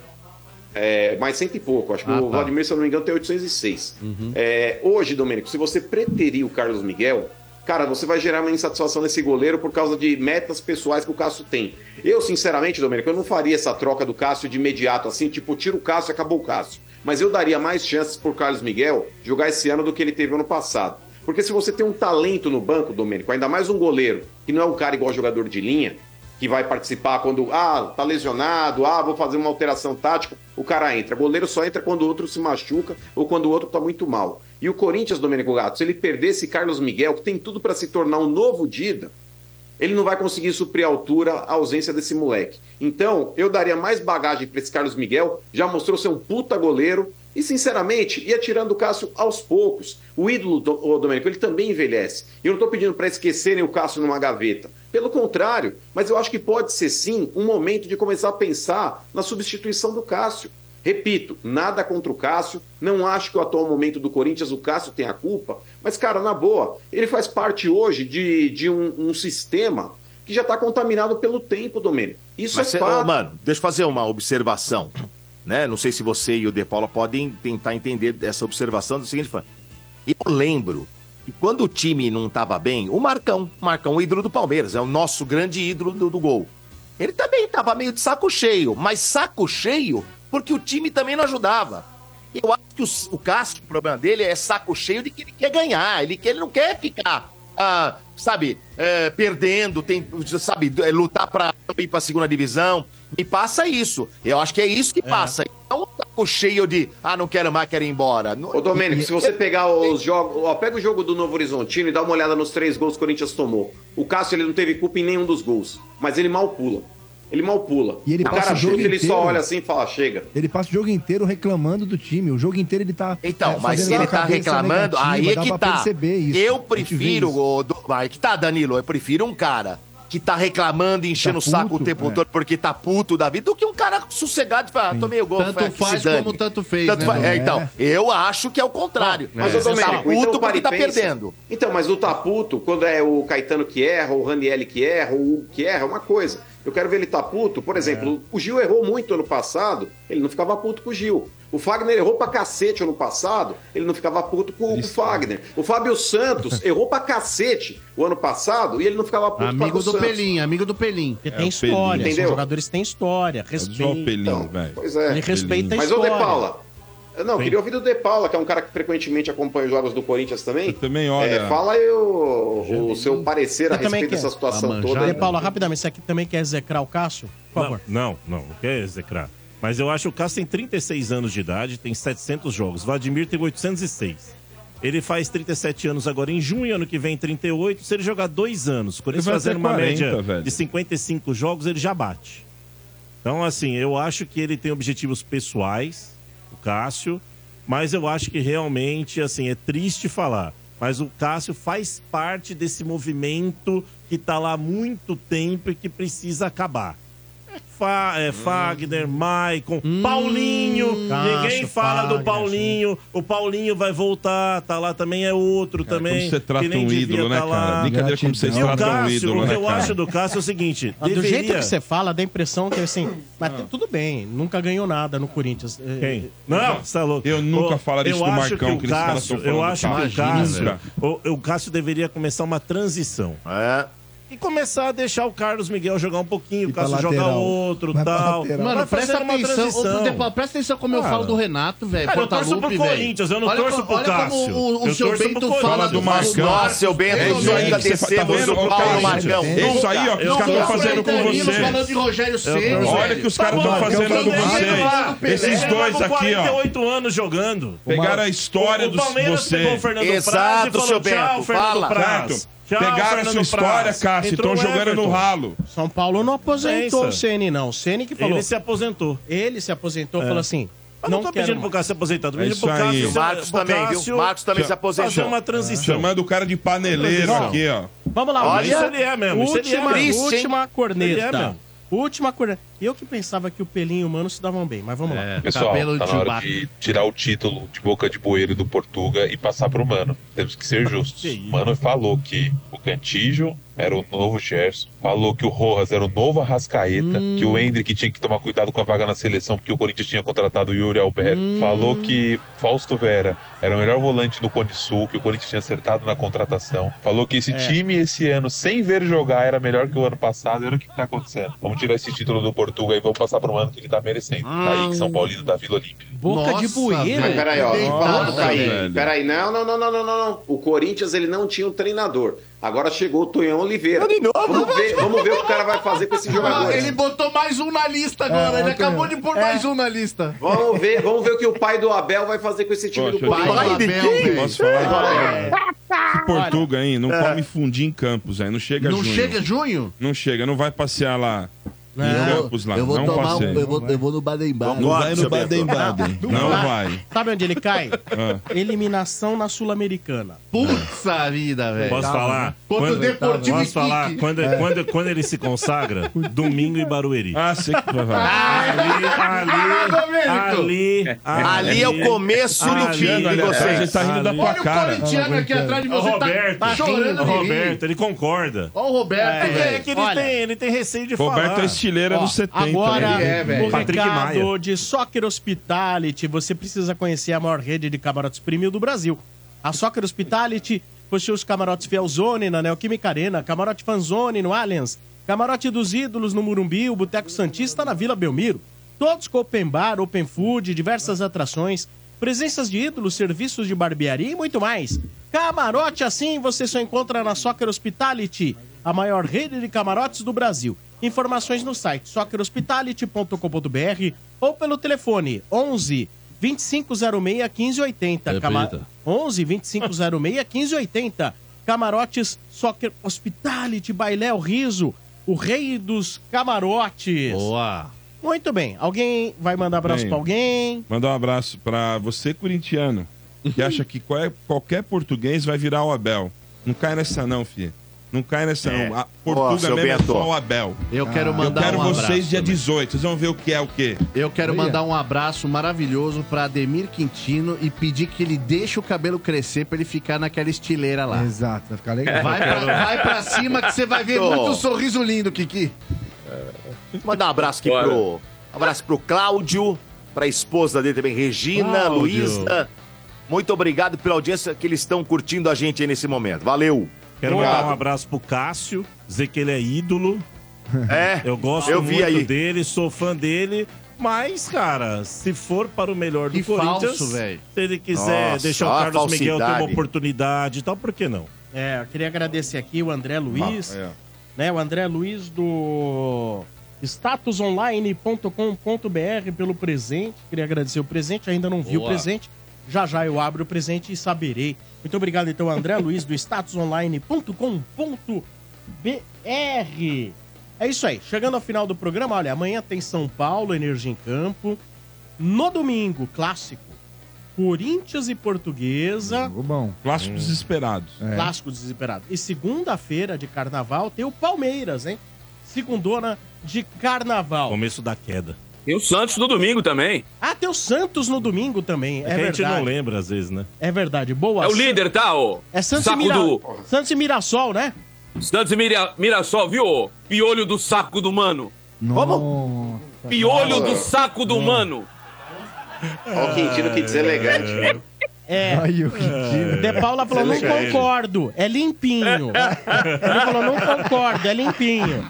é, mais cento e pouco. Acho que Ah, o tá. Uhum. Vladimir, se eu não me engano, tem 806. É, hoje, Domênico, se você preterir o Carlos Miguel, cara, você vai gerar uma insatisfação nesse goleiro por causa de metas pessoais que o Cássio tem. Eu, sinceramente, Domênico, eu não faria essa troca do Cássio de imediato, assim, tipo, tira o Cássio, acabou o Cássio. Mas eu daria mais chances pro Carlos Miguel jogar esse ano do que ele teve ano passado. Porque se você tem um talento no banco, Domênico, ainda mais um goleiro, que não é um cara igual jogador de linha, que vai participar quando, ah, tá lesionado, ah, vou fazer uma alteração tática, o cara entra. Goleiro só entra quando o outro se machuca ou quando o outro tá muito mal. E o Corinthians, Domênico Gato, se ele perder esse Carlos Miguel, que tem tudo para se tornar um novo Dida, ele não vai conseguir suprir a altura a ausência desse moleque. Então, eu daria mais bagagem para esse Carlos Miguel, já mostrou ser um puta goleiro. E, sinceramente, ia tirando o Cássio aos poucos. O ídolo, do, ô, Domênico, ele também envelhece. E eu não estou pedindo para esquecerem o Cássio numa gaveta. Pelo contrário, mas eu acho que pode ser sim um momento de começar a pensar na substituição do Cássio. Repito, nada contra o Cássio, não acho que o atual momento do Corinthians o Cássio tem a culpa, mas, cara, na boa, ele faz parte hoje de, de um, um sistema que já está contaminado pelo tempo, Domênio. Isso Mas é cê- fato. ô, mano, deixa eu fazer uma observação. Né? Não sei se você e o De Paula podem tentar entender essa observação do seguinte forma. Eu lembro que quando o time não estava bem, o Marcão, Marcão, o ídolo do Palmeiras, é o nosso grande ídolo do, do gol. Ele também estava meio de saco cheio, mas saco cheio porque o time também não ajudava. Eu acho que o, o Cássio, o problema dele é saco cheio de que ele quer ganhar, ele, que ele não quer ficar, ah, sabe, é, perdendo, tem, sabe, é, lutar para ir para segunda divisão. E passa isso. Eu acho que é isso que passa. Não um saco cheio de, ah, não quero mais, quero ir embora. Não- Ô, Domênico, se você pegar os jogos. Ó, pega o jogo do Novo Horizontino e dá uma olhada nos três gols que o Corinthians tomou. O Cássio ele não teve culpa em nenhum dos gols, mas ele mal pula. Ele mal pula. E ele o passa cara o jogo chuta, ele inteiro. só olha assim e fala: chega. Ele passa o jogo inteiro reclamando do time. O jogo inteiro ele tá. Então, mas ele tá né, reclamando, aí é que tá. Eu prefiro, o do... aí que tá, Danilo, eu prefiro um cara que tá reclamando, e enchendo o saco o tempo todo porque tá puto da vida, do que um cara sossegado e fala, ah, tomei o gol. Tanto foi, que se faz dane. como tanto fez, né, faz- é, Dom? então, É. eu acho que é o contrário. Mas, ô, Você Domênico, tá puto então, para porque e tá pensa. perdendo. Então, mas o tá puto, quando é o Caetano que erra, o Raniel que erra, o Hugo que erra, é uma coisa. Eu quero ver ele tá puto. Por É. exemplo, o Gil errou muito ano passado, ele não ficava puto com o Gil. O Fagner errou pra cacete ano passado, ele não ficava puto com o é. Fagner. O Fábio Santos errou pra cacete o ano passado e ele não ficava puto com o Amigo Fábio do Santos. Pelim, amigo do Pelim. Porque tem história. Os Entendeu? jogadores têm história. Respeitam. Pelinho, velho. Pois é. Ele respeita a Mas o história. De Paula. eu Não, Sim. queria ouvir do De Paula, que é um cara que frequentemente acompanha os jogos do Corinthians também. É, também olha. fala aí o, o seu parecer a Eu também quero. respeito Tá dessa Tá situação toda. De Paula, rapidamente, você aqui também quer execrar o Cássio? Por favor. Não, não, não quer execrar. Mas eu acho que o Cássio tem 36 anos de idade, tem 700 jogos. Vladimir tem 806. Ele faz 37 anos agora em junho, ano que vem 38. Se ele jogar dois anos, o Corinthians Ele vai fazendo ter uma 40, média velho. de 55 jogos, ele já bate. Então, assim, eu acho que ele tem objetivos pessoais, o Cássio, mas eu acho que realmente, assim, é triste falar. Mas o Cássio faz parte desse movimento que tá lá há muito tempo e que precisa acabar. Fa- Hum. é, Fagner, Maicon, Paulinho. Cássio, Ninguém fala do Fagner, Paulinho. O Paulinho vai voltar, tá lá também, é outro também. como você trata que nem um devia ídolo, né, tá lá. cara? Brincadeira como vocês E o tratam um Cássio, ídolo, O que né, eu cara? acho do Cássio é o seguinte: Ah, Do jeito deveria- que você fala, dá a impressão que assim, mas tudo bem, nunca ganhou nada no Corinthians. É, Quem? Não, você é louco. Eu Ô, eu acho o Cássio, Eu acho que o Cássio, o, o Cássio deveria começar uma transição. e começar a deixar o Carlos Miguel jogar um pouquinho, o pra Cássio jogar lateral. outro Vai pra tal. lateral. Mano, Vai presta fazendo uma atenção, ô, transição. Depa, presta atenção como eu Cara. falo do Renato, velho, Cara, eu Porta torço pro Lupe, velho. Corinthians, eu não É, Olha torço como- pro olha como Cássio. o- o eu seu torço Bento pro fala Corinthians. do Marcão. Nossa, seu Bento, É isso aí, ainda que você fa- tá descemos vendo? o Ô, pau Caio, no Marcão. É isso aí, ó, que os Eu caras estão torço fazendo pro com Danilo você. falando de Rogério Ceni, Olha velho. que os caras Tá estão bom, fazendo então com vamos lá, você. Pelé. Esses dois Pelé, aqui, ó. 48 anos jogando. Pegaram a história o, dos o Palmeiras você. pegou o Fernando Praz e Exato, falou, tchau, seu Fernando Bento, fala. Praz. Certo. Tchau, Pegaram a Fernando sua história, Praz. Cássio, Entrou tão o jogando no Everton. ralo. São Paulo não aposentou Pensa. é o Ceni, não. O Ceni que falou. Ele se aposentou. Ele se aposentou, É. falou assim. Eu não não tô quero pedindo pro mais. Cássio se aposentar, tô É pedindo isso pro Cássio. aí. se- pro Cássio Cha- Fazer uma transição. Chamando o cara de paneleiro Transição. aqui, ó. Vamos lá, Olha, última- isso ele é mesmo, isso ele é Última, mesmo. última Ele é corneta. mesmo. última corneta. Eu que pensava que o pelinho humano se davam bem, mas vamos É, É. lá. Pessoal, tá na hora de tirar o título de boca de bueiro do Portuga e passar pro Mano. Temos que ser justos. Mano falou que o Cantijo era o novo Gerson, falou que o Rojas era o novo Arrascaeta, que o Hendrick tinha que tomar cuidado com a vaga na seleção porque o Corinthians tinha contratado o Yuri Alberto, falou que Fausto Vera era o melhor volante do Cone Sul, que o Corinthians tinha acertado na contratação, falou que É. esse time esse ano, sem ver jogar, era melhor que o ano passado, era o que tá acontecendo. Vamos tirar esse título do Portuga e vamos passar pro Mano que ele tá merecendo. Tá aí que São Paulino da Vila Olímpia. É Boca de bueiro. velho. Peraí, ó. Nossa, Não, peraí, velho. peraí. Não, não, não, não, não, não, não. O Corinthians, ele não tinha um treinador. Agora chegou o Tonhão Oliveira. Vamos ver, vamos ver o que o cara vai fazer com esse jogador. Ah, ele botou mais um na lista agora, É, ele acabou de pôr mais um na lista. Vamos ver, vamos ver o que o pai do Abel vai fazer com esse time do Poxa, Corinthians. pai do Abel, velho. Posso falar? É. Esse Portuga aí, não come fundir em Campos aí. Não chega Ah, É. Não junho. chega junho? Não chega, não vai passear lá. É. Em Não, Campos lá, eu vou não tomar um- passeia. eu vou, eu vou no Baden-Baden. Não vai no Baden-Baden. Não Lá- vai. Ah. Sabe onde ele cai? Eliminação na Sul-Americana. Putz vida, velho. Tá Posso falar? Contra o Deportivo posso falar? Iquique. Quando, É. quando, quando ele se consagra, domingo em Barueri. Ah, sei que Ali, vai. Ah, ali, ali, ali, tá Ali é o começo do ali, fim de olha, vocês. Você tá rindo da Ali. tua Olha o cara. corintiano aqui atrás de você, O tá- Roberto, tá chorando O de rir. Roberto, ele concorda. Olha o Roberto, É, velho. é que ele Olha. tem, ele tem receio de falar. Roberto é estileira Ó, dos 70. Agora, né? o recado de Soccer Hospitality. Você precisa conhecer a maior rede de camarotes premium do Brasil. A Soccer Hospitality possui os camarotes Fielzone na Neoquímica Arena, camarote Fanzone no Allianz, camarote dos Ídolos no Murumbi, o Boteco Santista na Vila Belmiro. Todos com open bar, open food, diversas atrações, presenças de ídolos, serviços de barbearia e muito mais. Camarote assim você só encontra na Soccer Hospitality, a maior rede de camarotes do Brasil. Informações no site soccerhospitality.com.br ou pelo telefone 11 2506 1580. Cama... 11 2506 1580. Camarotes Soccer Hospitality, Bailé, o Riso, o rei dos camarotes. Boa. Muito bem. Alguém vai mandar abraço Bem, pra alguém? Mandar um abraço pra você, corintiano, que acha que qual- é, qualquer português vai virar o Abel. Não cai nessa não, filho. Não cai nessa não. Então, A É. Ó, Portuga seu mesmo é Bento. só o Abel. Ah. Eu quero mandar Eu quero um vocês abraço dia 18. Vocês vão ver o que é o quê. Eu quero mandar um abraço maravilhoso pra Ademir Quintino e pedir que ele deixe o cabelo crescer pra ele ficar naquela estileira lá. Exato, vai ficar legal. Vai pra, vai pra cima que você vai ver Tô. muito sorriso lindo, Kiki. Mandar um abraço aqui pro. um abraço pro Cláudio, pra esposa dele também, Regina, Cláudio. Luísa. Muito obrigado pela audiência que eles estão curtindo a gente aí nesse momento. Valeu. Quero mandar um obrigado. abraço pro Cássio, dizer que ele é ídolo. É, Eu gosto eu vi muito aí. dele, sou fã dele. Mas, cara, se for para o melhor do Que Corinthians, falso, velho. se ele quiser Nossa, deixar o olha a Carlos Miguel ter uma falsidade. oportunidade e tal, por que não? É, eu queria agradecer aqui o André Luiz, Ah, é. né? O André Luiz do statusonline.com.br pelo presente. Queria agradecer o presente, ainda não vi o Boa. presente. Já já eu abro o presente e saberei. Muito obrigado então, André Luiz do statusonline.com.br. É isso aí. Chegando ao final do programa, olha, amanhã tem São Paulo, Energia em Campo. No domingo, clássico. Corinthians e Portuguesa. bom. Clássico desesperados. Clássico desesperado. E segunda-feira de carnaval tem o Palmeiras, hein? Segundona de carnaval. Começo da queda. E o Santos no domingo também. Ah, tem o Santos no domingo também. É, É que a gente verdade. não lembra às vezes, né? É verdade. Boa. É o líder, tá? ô? É Santos, e saco Mira... do. Santos e Mirassol, né? Santos e Mira... Mirassol, viu? ô? Piolho do saco do mano. Como? Piolho do saco do mano. Olha o Quintino que deselegante. É, É. Olha o De Paula falou, não concordo, é limpinho. Ele falou, não concordo, é limpinho.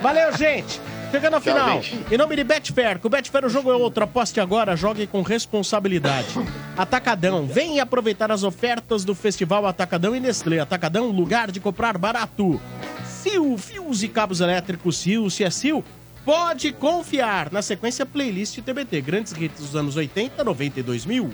Valeu, gente. Chegando ao Tchau, final. gente. Em nome de Betfair, que o Betfair o jogo é outro. Aposte agora, jogue com responsabilidade. Atacadão, vem aproveitar as ofertas do Festival Atacadão e Nestlé. Atacadão, lugar de comprar barato. Sil, fios e cabos elétricos, Sil, se é Sil, pode confiar. Na sequência, playlist TBT, grandes hits dos anos 80, 92 mil.